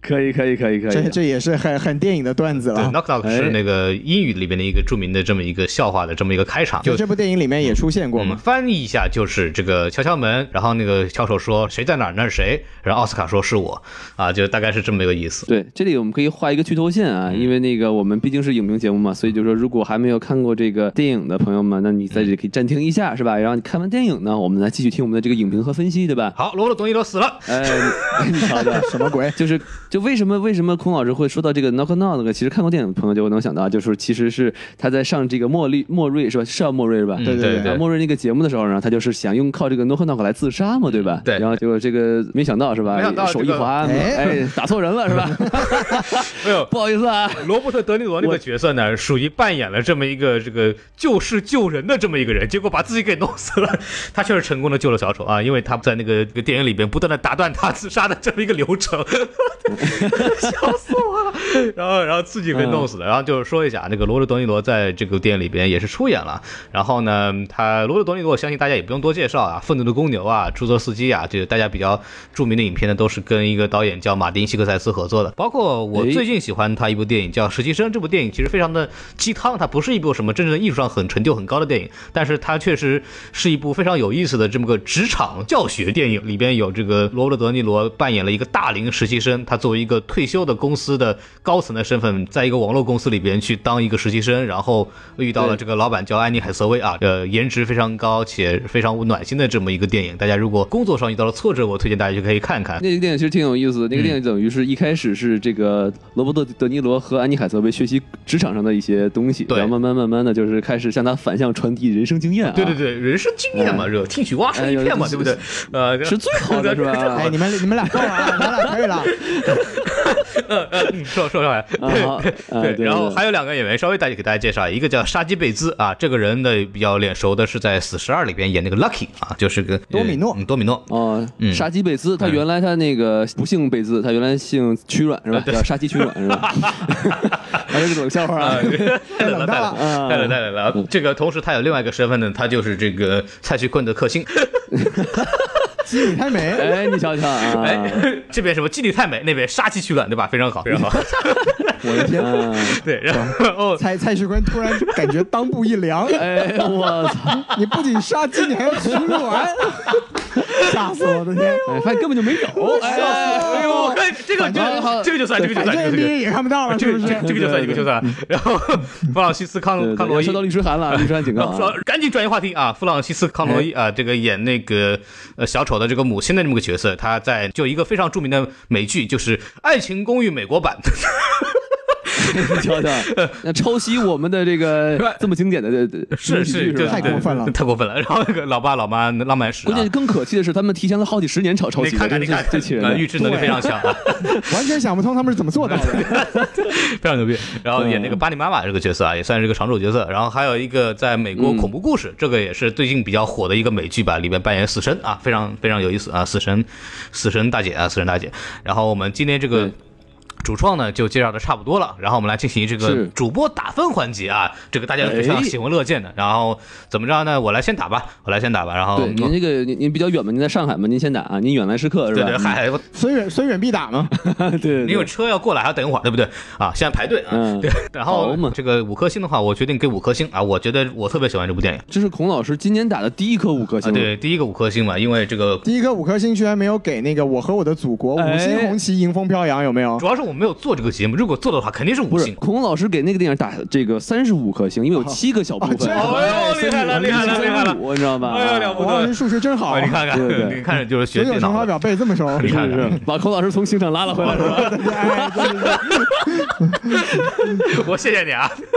[SPEAKER 3] 可以可以可以可
[SPEAKER 1] 这
[SPEAKER 3] 以，
[SPEAKER 1] 这也是很很电影的段子
[SPEAKER 2] 对
[SPEAKER 1] 了。
[SPEAKER 2] knock knock
[SPEAKER 3] 哎
[SPEAKER 2] 是那个英语里面的一个著名的这么一个笑话的这么一个开场，
[SPEAKER 1] 就
[SPEAKER 2] 就
[SPEAKER 1] 这部电影里面也出现过
[SPEAKER 2] 我们
[SPEAKER 1] 嘛？
[SPEAKER 2] 翻译一下就是这个敲敲门，然后那个敲手说谁在哪儿那是谁，然后奥斯卡说是我啊，就大概是这么一个意思。
[SPEAKER 3] 对，这里我们可以画一个剧透线啊，因为那个我们毕竟是影评节目嘛，所以就说如果还没有看过这个电影的朋友们，那你在这里可以暂停一下，是吧？然后你看完电影呢，我们来继续听我们的这个影评和分析，对吧？
[SPEAKER 2] 好，罗伯特·东尼罗死了，
[SPEAKER 3] 哎，
[SPEAKER 1] 嗯
[SPEAKER 3] 你你瞧瞧，
[SPEAKER 1] 什么鬼？
[SPEAKER 3] 就是就为什么为什么孔老师会说到这个 knock knock 呢？其实看过电影的朋友就能想到，就是其实是他在上这个莫莉莫瑞是吧？是叫啊莫瑞是吧？
[SPEAKER 2] 嗯
[SPEAKER 1] 对对
[SPEAKER 2] 对
[SPEAKER 1] 对
[SPEAKER 3] 然后莫瑞那个节目的时候呢，他就是想用靠这个 knock knock 来自杀嘛，对吧？
[SPEAKER 2] 嗯对
[SPEAKER 3] 然后结果这个没想到是吧？
[SPEAKER 2] 没想到
[SPEAKER 3] 手一
[SPEAKER 2] 这个
[SPEAKER 3] 滑，
[SPEAKER 1] 哎
[SPEAKER 3] 哎，打错人了是 吧？
[SPEAKER 2] 哎呦，
[SPEAKER 3] 不好意思啊。
[SPEAKER 2] 罗伯特·德尼罗那个角色呢，属于扮演了这么一个这个救世救人的这么一个人，结果把自己给弄死了。 他确实成功的救了小丑啊，因为他在那个这个电影里边不断的打断他自杀的这么一个流程， 笑死我了。然后，然后自己被弄死了。然后就是说一下，那个罗伯特·德尼罗在这个电影里边也是出演了。然后呢，他罗伯特·德尼罗，我相信大家也不用多介绍啊，《愤怒的公牛》啊，《出租司机》啊，这个大家比较著名的影片呢，都是跟一个导演叫马丁·希克塞斯合作的。包括我
[SPEAKER 3] 哎
[SPEAKER 2] 最近喜欢他一部电影叫《实习生》，这部电影其实非常的鸡汤，它不是一部什么真正的艺术上很成就很高的电影，但是它确实是一部非常有意思的这么个职场教学电影。里边有这个罗伯特·德尼罗扮演了一个大龄实习习生，他作为一个退休的公司的高层的身份，在一个网络公司里边去当一个实习生，然后遇到了
[SPEAKER 3] 对
[SPEAKER 2] 这个老板叫安妮海瑟薇啊，呃，颜值非常高且非常暖心的这么一个电影。大家如果工作上遇到了挫折，我推荐大家去可以看看。
[SPEAKER 3] 那个电影其实挺有意思的。那个电影等于是一开始是这个罗伯特·德尼罗和安妮·海瑟薇学习职场上的一些东西，
[SPEAKER 2] 对
[SPEAKER 3] 然后慢慢慢慢的就是开始向他反向传递人生经验啊。
[SPEAKER 2] 对对对，人生经验嘛，这听取蛙声一片嘛，
[SPEAKER 3] 哎
[SPEAKER 2] 对不对？呃，
[SPEAKER 3] 是最好的是吧
[SPEAKER 1] 哎，你们你们俩够了啊，你们俩可 以了。
[SPEAKER 2] 呃呃，嗯 说说上来，
[SPEAKER 3] 啊好啊对
[SPEAKER 2] 对，然后
[SPEAKER 3] 对
[SPEAKER 2] 还有两个演员，稍微大家给大家介绍，一个叫沙基贝兹啊，这个人呢比较脸熟的是在《死侍二》里边演那个 Lucky 啊，就是个
[SPEAKER 1] 多米诺
[SPEAKER 2] 嗯多米诺。
[SPEAKER 3] 哦
[SPEAKER 2] 嗯，
[SPEAKER 3] 杀鸡贝兹，他原来他那个不姓贝兹，他原来姓曲软是吧？叫杀鸡曲软是 吧？ 还是个冷笑话啊。
[SPEAKER 2] 太冷
[SPEAKER 1] 冷淡
[SPEAKER 2] 了，
[SPEAKER 3] 了
[SPEAKER 2] 太冷太冷了。啊这个同时他有另外一个身份呢，他就是这个蔡徐坤的克星。
[SPEAKER 1] 基里泰梅，
[SPEAKER 3] 哎，你瞧瞧啊，
[SPEAKER 2] 哎， 这边什么基里太美，那边杀气取暖，对吧？非常好，非常好。
[SPEAKER 1] 我的
[SPEAKER 2] 哎
[SPEAKER 1] 天，
[SPEAKER 3] 啊，
[SPEAKER 2] 对，然后哦
[SPEAKER 1] 蔡蔡徐坤突然感觉裆部一凉，
[SPEAKER 3] 哎，我操，
[SPEAKER 1] 你不仅杀鸡，你还要取卵，吓死我的天！
[SPEAKER 3] 哎，发现根本就没 有，哎
[SPEAKER 2] 哎呦，我看这个
[SPEAKER 1] 反
[SPEAKER 2] 这
[SPEAKER 1] 正
[SPEAKER 2] 个这个就算，这个就
[SPEAKER 1] 反
[SPEAKER 2] 算，
[SPEAKER 1] 正
[SPEAKER 2] 这个就算
[SPEAKER 1] NBA 也看不到了，
[SPEAKER 2] 啊这
[SPEAKER 1] 是
[SPEAKER 2] 个
[SPEAKER 1] 不
[SPEAKER 2] 这
[SPEAKER 1] 是？
[SPEAKER 2] 个这个就算一个就算。然后弗朗西斯康
[SPEAKER 3] 对
[SPEAKER 2] 康
[SPEAKER 3] 对
[SPEAKER 2] 罗
[SPEAKER 3] 对，
[SPEAKER 2] 伊
[SPEAKER 3] 收到律师函了，律师函警告
[SPEAKER 2] 然后
[SPEAKER 3] 啊
[SPEAKER 2] 说。赶紧转移话题啊！弗朗西斯·康罗伊啊，这个演那个呃小丑的这个母亲的这么个角色，他在就一个非常著名的美剧，就是《爱情公寓》美国版，
[SPEAKER 3] 你瞧 瞧，那抄袭我们的这个这么经典的这这
[SPEAKER 2] 是
[SPEAKER 3] 喜剧
[SPEAKER 2] 是，
[SPEAKER 3] 是
[SPEAKER 2] 对
[SPEAKER 3] 吧？
[SPEAKER 1] 太过分了
[SPEAKER 2] 太过分了。然后那个老爸老妈浪漫史
[SPEAKER 3] 关
[SPEAKER 2] 啊
[SPEAKER 3] 键，更可气的是，他们提前了好几十年抄抄
[SPEAKER 2] 你
[SPEAKER 3] 袭
[SPEAKER 2] 看
[SPEAKER 3] 的，
[SPEAKER 2] 看
[SPEAKER 3] 这
[SPEAKER 2] 你
[SPEAKER 3] 是
[SPEAKER 2] 看
[SPEAKER 3] 最气
[SPEAKER 2] 看，
[SPEAKER 3] 人
[SPEAKER 2] 呃
[SPEAKER 3] 的。
[SPEAKER 2] 预知能力非常强啊，
[SPEAKER 1] 完全想不通他们是怎么做到的。
[SPEAKER 2] 非常牛逼。然后演那
[SPEAKER 3] 嗯
[SPEAKER 2] 个巴尼妈妈这个角色啊，也算是个常驻角色。然后还有一个在美
[SPEAKER 3] 嗯
[SPEAKER 2] 国恐怖故事，这个也是最近比较火的一个美剧吧，里面扮演死神啊，非常非常有意思啊，死神，死神大姐啊，死神大姐。然后我们今天这个
[SPEAKER 3] 对。
[SPEAKER 2] 主创呢就介绍的差不多了，然后我们来进行这个
[SPEAKER 3] 是
[SPEAKER 2] 主播打分环节啊，这个大家都非常
[SPEAKER 3] 哎
[SPEAKER 2] 喜闻乐见的。然后怎么着呢？我来先打吧，我来先打吧。然后
[SPEAKER 3] 对，您这个您您比较远嘛，您在上海嘛，您先打啊，您远来时刻是
[SPEAKER 2] 对对，
[SPEAKER 3] 吧？
[SPEAKER 2] 嗨，我
[SPEAKER 1] 虽远虽远必打嘛，
[SPEAKER 3] 对对，
[SPEAKER 2] 因为车要过来还要等一会儿，对不对啊？现在排队啊。
[SPEAKER 3] 嗯
[SPEAKER 2] 对， 然后
[SPEAKER 3] 好嘛
[SPEAKER 2] 这个五颗星的话，我决定给五颗星啊，我觉得我特别喜欢这部电影。
[SPEAKER 3] 这是孔老师今年打的第一颗五颗
[SPEAKER 2] 啊，
[SPEAKER 3] 星，
[SPEAKER 2] 对，第一个五颗星嘛，因为这个
[SPEAKER 1] 第一颗五颗星居然没有给那个《我和我的祖国》
[SPEAKER 3] 哎
[SPEAKER 1] 五星红旗迎风飘扬，有没有
[SPEAKER 2] 主？要是我没有做这个节目，如果做的话，肯定是五
[SPEAKER 3] 不是
[SPEAKER 2] 星。
[SPEAKER 3] 孔老师给那个电影打这个三十五颗星，因为有七啊个小部
[SPEAKER 1] 哦这
[SPEAKER 3] 分，
[SPEAKER 1] 样
[SPEAKER 2] 哎呦厉害了厉害了厉害了
[SPEAKER 3] 35你知道吧？
[SPEAKER 2] 哎呦了不
[SPEAKER 1] 王老师数学真好
[SPEAKER 2] 啊，，你看看，
[SPEAKER 3] 对对对
[SPEAKER 2] 你看就是学
[SPEAKER 1] 九九
[SPEAKER 2] 电
[SPEAKER 1] 乘
[SPEAKER 2] 脑
[SPEAKER 1] 法
[SPEAKER 2] 的。
[SPEAKER 1] 表背这么熟，
[SPEAKER 2] 你
[SPEAKER 3] 啊
[SPEAKER 2] 看看，
[SPEAKER 3] 把孔老师从刑场拉了回来是吧？
[SPEAKER 1] 哎对对对
[SPEAKER 2] 我谢谢你啊。
[SPEAKER 3] 嗯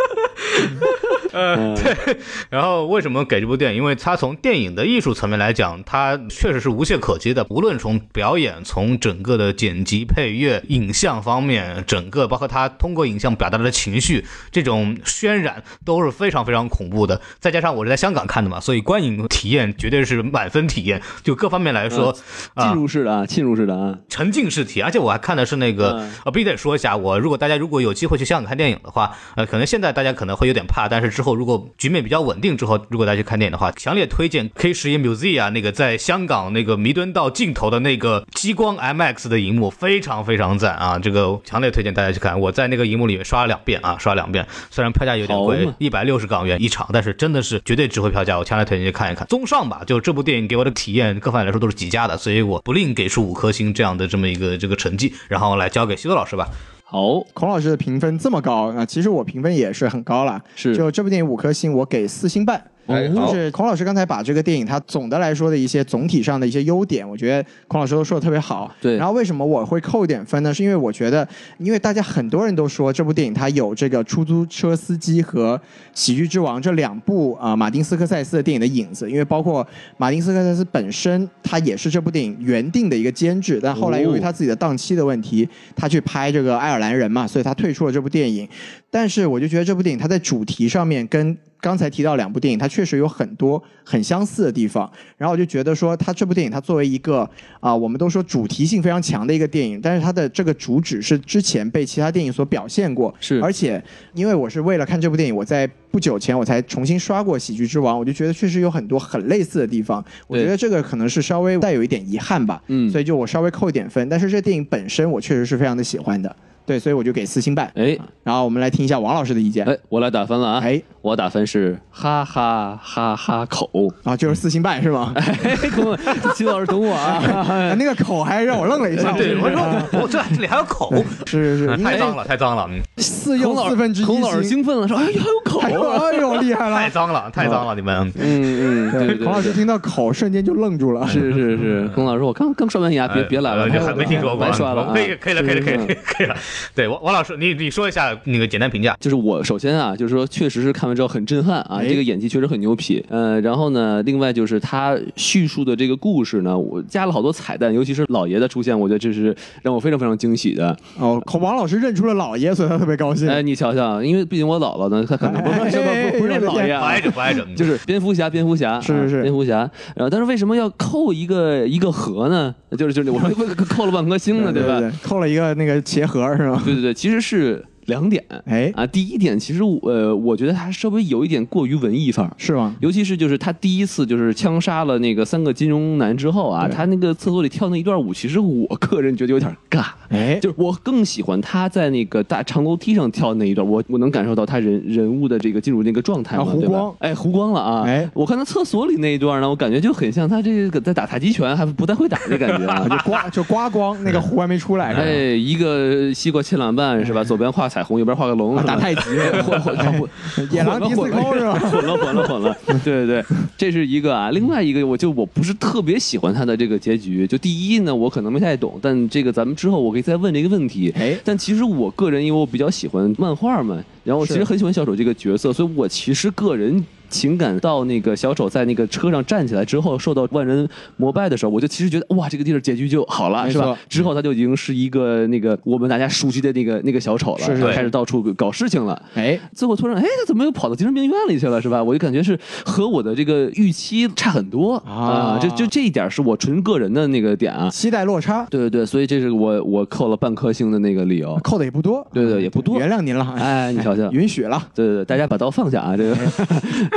[SPEAKER 2] 呃， 对， 然后为什么给这部电影？因为它从电影的艺术层面来讲，它确实是无懈可击的。无论从表演、从整个的剪辑、配乐、影像方面，整个包括它通过影像表达的情绪，这种渲染都是非常非常恐怖的。再加上我是在香港看的嘛，所以观影体验绝对是满分体验，就各方面来说，啊
[SPEAKER 3] 进入式的啊，进入式的啊，
[SPEAKER 2] 沉浸式体验，而且我还看的是那个，
[SPEAKER 3] 嗯
[SPEAKER 2] 呃，必须得说一下，我如果大家如果有机会去香港看电影的话，呃，可能现在大家可能会有点怕，但是之后如果局面比较稳定之后，如果大家去看电影的话，强烈推荐 K 十一 Musea 那个在香港那个弥敦道尽头的那个激光 MX 的荧幕，非常非常赞啊！这个强烈推荐大家去看，我在那个荧幕里面刷了两遍啊，刷了两遍，虽然票价有点
[SPEAKER 3] 好
[SPEAKER 2] 贵
[SPEAKER 3] 嘛，
[SPEAKER 2] 一百六十港元一场，但是真的是绝对值回票价，我强烈推荐去看一看。综上吧，就这部电影给我的体验各方面来说都是极佳的，所以我不吝给出五颗星这样的这么一个这个成绩，然后来交给西多老师吧。
[SPEAKER 3] 好，
[SPEAKER 1] 孔老师的评分这么高啊，其实我评分也是很高了，
[SPEAKER 2] 嗯
[SPEAKER 3] 是
[SPEAKER 1] 就这部电影五颗星，我给四星半。
[SPEAKER 3] 哎
[SPEAKER 1] 就
[SPEAKER 3] 好
[SPEAKER 1] 是孔老师刚才把这个电影它总的来说的一些总体上的一些优点，我觉得孔老师都说的特别好。
[SPEAKER 3] 对
[SPEAKER 1] 然后为什么我会扣一点分呢？是因为我觉得，因为大家很多人都说这部电影它有这个出租车司机和喜剧之王这两部啊、呃马丁斯科塞斯的电影的影子，因为包括马丁斯科塞斯本身他也是这部电影原定的一个监制，但后来由于
[SPEAKER 3] 哦
[SPEAKER 1] 他。他自己的档期的问题，他去拍这个爱尔兰人嘛，所以他退出了这部电影。但是我就觉得这部电影它在主题上面跟刚才提到两部电影，它确实有很多很相似的地方。然后我就觉得说，它这部电影它作为一个啊、我们都说主题性非常强的一个电影，但是它的这个主旨是之前被其他电影所表现过，
[SPEAKER 3] 是
[SPEAKER 1] 而且因为我是为了看这部电影，我在不久前我才重新刷过《喜剧之王》，我就觉得确实有很多很类似的地方。我
[SPEAKER 3] 对
[SPEAKER 1] 觉得这个可能是稍微带有一点遗憾吧，
[SPEAKER 3] 嗯
[SPEAKER 1] 所以就我稍微扣一点分，但是这电影本身我确实是非常的喜欢的。对，所以我就给四星半。
[SPEAKER 3] 哎
[SPEAKER 1] 然后我们来听一下王老师的意见。
[SPEAKER 3] 哎，我来打分了啊！
[SPEAKER 1] 哎，
[SPEAKER 3] 我打分是哈哈哈哈口。
[SPEAKER 1] 啊，就是四星半是吗？
[SPEAKER 3] 哎，等我，齐老师等我 啊！
[SPEAKER 1] 啊那个口还让我愣了一
[SPEAKER 3] 哎
[SPEAKER 1] 下。
[SPEAKER 2] 对，
[SPEAKER 1] 我哦
[SPEAKER 2] 我说我这这里还有口，
[SPEAKER 1] 是是是，应
[SPEAKER 2] 太
[SPEAKER 1] 该
[SPEAKER 2] 脏了，太脏了，嗯，
[SPEAKER 1] 四又
[SPEAKER 3] 孔老
[SPEAKER 1] 四分之一
[SPEAKER 3] 孔老师
[SPEAKER 1] 星，
[SPEAKER 3] 兴奋了，说：“哎呦，还有口
[SPEAKER 1] 哎呦哎呦厉害
[SPEAKER 2] 太
[SPEAKER 1] 了！
[SPEAKER 2] 脏了，太脏了，你们！”嗯
[SPEAKER 3] 嗯嗯，对对
[SPEAKER 1] 孔老
[SPEAKER 3] 对
[SPEAKER 1] 师听到口瞬间就愣住了。
[SPEAKER 3] 是是是，孔老师，我刚刚刷完牙，啊别
[SPEAKER 2] 哎
[SPEAKER 3] 别来了，
[SPEAKER 2] 呃还没听说过，
[SPEAKER 3] 白刷了啊。
[SPEAKER 2] 可以，可以了，可以了，可以了，
[SPEAKER 3] 嗯
[SPEAKER 2] 可以了。对，王王老师，你你说一下那个简单 评价。
[SPEAKER 3] 就是我首先啊，就是说确实是看完之后很震撼啊，
[SPEAKER 1] 哎
[SPEAKER 3] 这个演技确实很牛皮。呃，然后呢，另外就是他叙述的这个故事呢，我加了好多彩蛋，尤其是老爷的出现，我觉得这是让我非常非常惊喜的。
[SPEAKER 1] 哦，孔王老师认出了老爷，所以他特别高兴。
[SPEAKER 3] 哎，你瞧瞧，因为毕竟我姥姥呢，她可能 不是不是不是不是这老爷
[SPEAKER 2] 不
[SPEAKER 3] 啊
[SPEAKER 2] 挨。着，不挨着，嗯
[SPEAKER 3] 就是蝙蝠侠，蝙蝠侠
[SPEAKER 1] 是
[SPEAKER 3] 啊
[SPEAKER 1] 是是
[SPEAKER 3] 蝙蝠侠。然后，但是为什么要扣一个一个核呢？就是就是，我说扣了半颗星呢，
[SPEAKER 1] 对
[SPEAKER 3] 嗯吧？
[SPEAKER 1] 对，扣了一个那个鞋盒是吗？
[SPEAKER 3] 对对对，其实是两点。
[SPEAKER 1] 哎，
[SPEAKER 3] 啊，第一点，其实我呃，我觉得他稍微有一点过于文艺范儿。
[SPEAKER 1] 是吗？
[SPEAKER 3] 尤其是就是他第一次就是枪杀了那个三个金融男之后啊，
[SPEAKER 1] 对
[SPEAKER 3] 他那个厕所里跳那一段舞，其实我个人觉得有点尬。
[SPEAKER 1] 哎，
[SPEAKER 3] 就是我更喜欢他在那个大长楼梯上跳那一段，我我能感受到他人人物的这个进入那个状态嘛，
[SPEAKER 1] 啊湖
[SPEAKER 3] 对吧
[SPEAKER 1] 光
[SPEAKER 3] 哎，湖光了啊！
[SPEAKER 1] 哎
[SPEAKER 3] 我看他厕所里那一段呢，我感觉就很像他这个在打太极拳，还不太会打的感觉 啊，就
[SPEAKER 1] 刮就刮光那个壶还没出来，
[SPEAKER 3] 哎，
[SPEAKER 1] 是吧
[SPEAKER 3] 一个西瓜千两半是吧？左边画彩虹，右边画个龙，是吧
[SPEAKER 1] 啊打太极，
[SPEAKER 3] 混混混混
[SPEAKER 1] 野狼迪斯科是 吧？
[SPEAKER 3] 混了混了混了，对对对，这是一个啊。另外一个，我就我不是特别喜欢他的这个结局。就第一呢，我可能没太懂，但这个咱们之后我可以再问这个问题。
[SPEAKER 1] 哎
[SPEAKER 3] 但其实我个人因为我比较喜欢漫画嘛，然后我其实
[SPEAKER 1] 是
[SPEAKER 3] 很喜欢小丑这个角色，所以我其实个人。情感到那个小丑在那个车上站起来之后，受到万人膜拜的时候，我就其实觉得哇，这个地儿结局就好了，
[SPEAKER 1] 没
[SPEAKER 3] 是吧
[SPEAKER 1] 错？
[SPEAKER 3] 之后他就已经是一个那个我们大家熟悉的那个那个小丑了，
[SPEAKER 1] 是是
[SPEAKER 2] 对
[SPEAKER 3] 开始到处搞事情了。
[SPEAKER 1] 哎，
[SPEAKER 3] 最后突然，哎，他怎么又跑到精神病院里去了，是吧？我就感觉是和我的这个预期差很多
[SPEAKER 1] 啊
[SPEAKER 3] 啊这就这一点是我纯个人的那个点啊。
[SPEAKER 1] 期待落差
[SPEAKER 3] 对对对，所以这是我我扣了半颗星的那个理由。
[SPEAKER 1] 扣的也不多，
[SPEAKER 3] 对对也不多
[SPEAKER 1] 原谅您了，
[SPEAKER 3] 哎，你瞧瞧，对
[SPEAKER 1] 允许了。
[SPEAKER 3] 对对，大家把刀放下啊， 这个，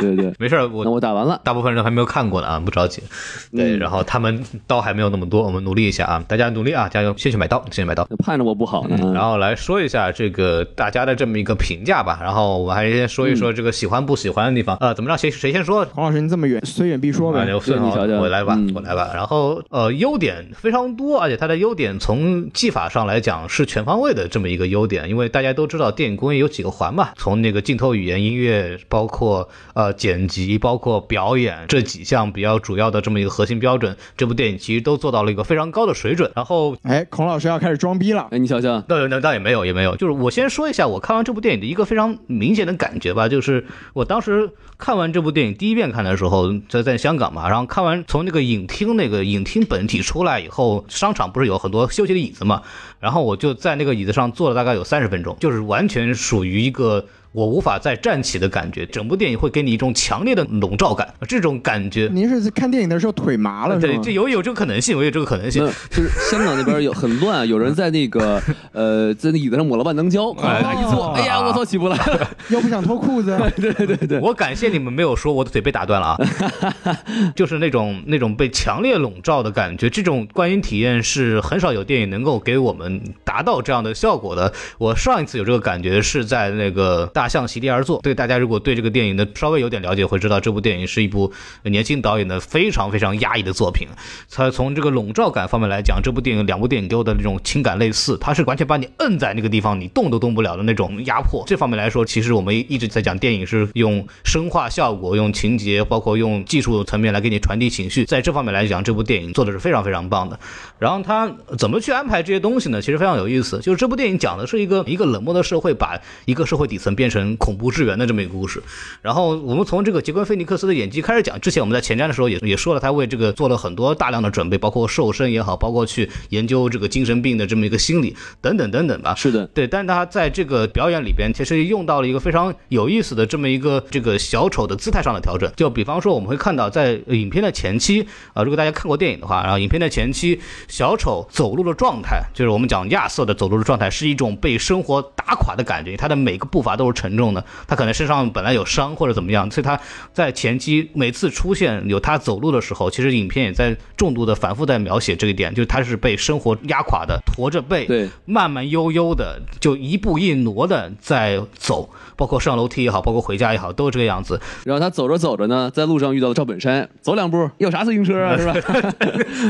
[SPEAKER 3] 对对对。
[SPEAKER 2] 没事儿，
[SPEAKER 3] 那
[SPEAKER 2] 我
[SPEAKER 3] 我打完了，
[SPEAKER 2] 大部分人还没有看过呢啊，不着急。对，
[SPEAKER 3] 嗯
[SPEAKER 2] 然后他们刀还没有那么多，我们努力一下啊，大家努力啊，加油，先去买刀，先去买刀。
[SPEAKER 3] 盼着我不好呢。
[SPEAKER 2] 嗯
[SPEAKER 3] 嗯
[SPEAKER 2] 然后来说一下这个大家的这么一个评价吧，然后我们还是先说一说这个喜欢不喜欢的地方。呃，怎么着，谁谁先说？
[SPEAKER 1] 黄老师，您这么远，虽远必说
[SPEAKER 2] 啊，
[SPEAKER 1] 呗。
[SPEAKER 2] 刘顺
[SPEAKER 3] 对你
[SPEAKER 2] 啊
[SPEAKER 3] 瞧瞧
[SPEAKER 2] 我来吧
[SPEAKER 3] 嗯，
[SPEAKER 2] 我来吧。然后呃，优点非常多，而且它的优点从技法上来讲是全方位的这么一个优点，因为大家都知道电影工业有几个环嘛，从那个镜头语言、音乐，包括呃剪辑，包括表演这几项比较主要的这么一个核心标准，这部电影其实都做到了一个非常高的水准。然后
[SPEAKER 1] 哎，孔老师要开始装逼了。
[SPEAKER 3] 哎，你瞧瞧，
[SPEAKER 2] 那那倒也没有，也没有。就是我先说一下我看完这部电影的一个非常明显的感觉吧，就是我当时看完这部电影第一遍看的时候，在在香港嘛，然后看完从那个影厅那个影厅本体出来以后，商场不是有很多休息的椅子嘛，然后我就在那个椅子上坐了大概有三十分钟，就是完全属于一个。我无法再站起的感觉，整部电影会给你一种强烈的笼罩感，这种感觉，
[SPEAKER 1] 您是看电影的时候腿麻嗯了是
[SPEAKER 2] 对，
[SPEAKER 1] 吗
[SPEAKER 2] 这？有有这个可能性，我有这个可能性
[SPEAKER 3] 没有，。就是香港那边有很乱，有人在那个 呃，在那椅子上抹了万能胶，
[SPEAKER 2] 哎
[SPEAKER 3] 哐哐一坐，哎呀，我操，起 不来了。
[SPEAKER 1] 又不想脱裤子，
[SPEAKER 2] 我感谢你们没有说我的腿被打断了啊，就是那种那种被强烈笼罩的感觉，这种观影体验是很少有电影能够给我们达到这样的效果的。我上一次有这个感觉是在那个《大象席地而坐》，对大家如果对这个电影的稍微有点了解，会知道这部电影是一部呃年轻导演的非常非常压抑的作品。啊它从这个笼罩感方面来讲，这部电影两部电影给我的那种情感类似，它是完全把你摁在那个地方，你动都动不了的那种压迫。这方面来说，其实我们一直在讲电影是用生化效果、用情节，包括用技术层面来给你传递情绪。在这方面来讲，这部电影做的是非常非常棒的。然后他怎么去安排这些东西呢？其实非常有意思。就是这部电影讲的是一个一个冷漠的社会把一个社会底层变成恐怖之源的这么一个故事。然后我们从这个杰昆·菲尼克斯的演技开始讲，之前我们在前瞻的时候也也说了，他为这个做了很多大量的准备，包括瘦身也好，包括去研究这个精神病的这么一个心理等等等等吧。
[SPEAKER 3] 是的，
[SPEAKER 2] 对，但是他在这个表演里边，其实用到了一个非常有意思的这么一个这个小丑的姿态上的调整。就比方说，我们会看到在呃影片的前期啊、呃如果大家看过电影的话，然后影片的前期，小丑走路的状态，就是我们讲亚瑟的走路的状态，是一种被生活打垮的感觉，他的每个步伐都是沉重的，他可能身上本来有伤或者怎么样，所以他在前期每次出现有他走路的时候，其实影片也在重度的反复在描写这一点，就是他是被生活压垮的，驼着背，
[SPEAKER 3] 对，
[SPEAKER 2] 慢慢悠悠的就一步一挪的在走，包括上楼梯也好，包括回家也好，都是这个样子。
[SPEAKER 3] 然后他走着走着呢，在路上遇到了赵本山，走两步有啥自行车啊，是 吧？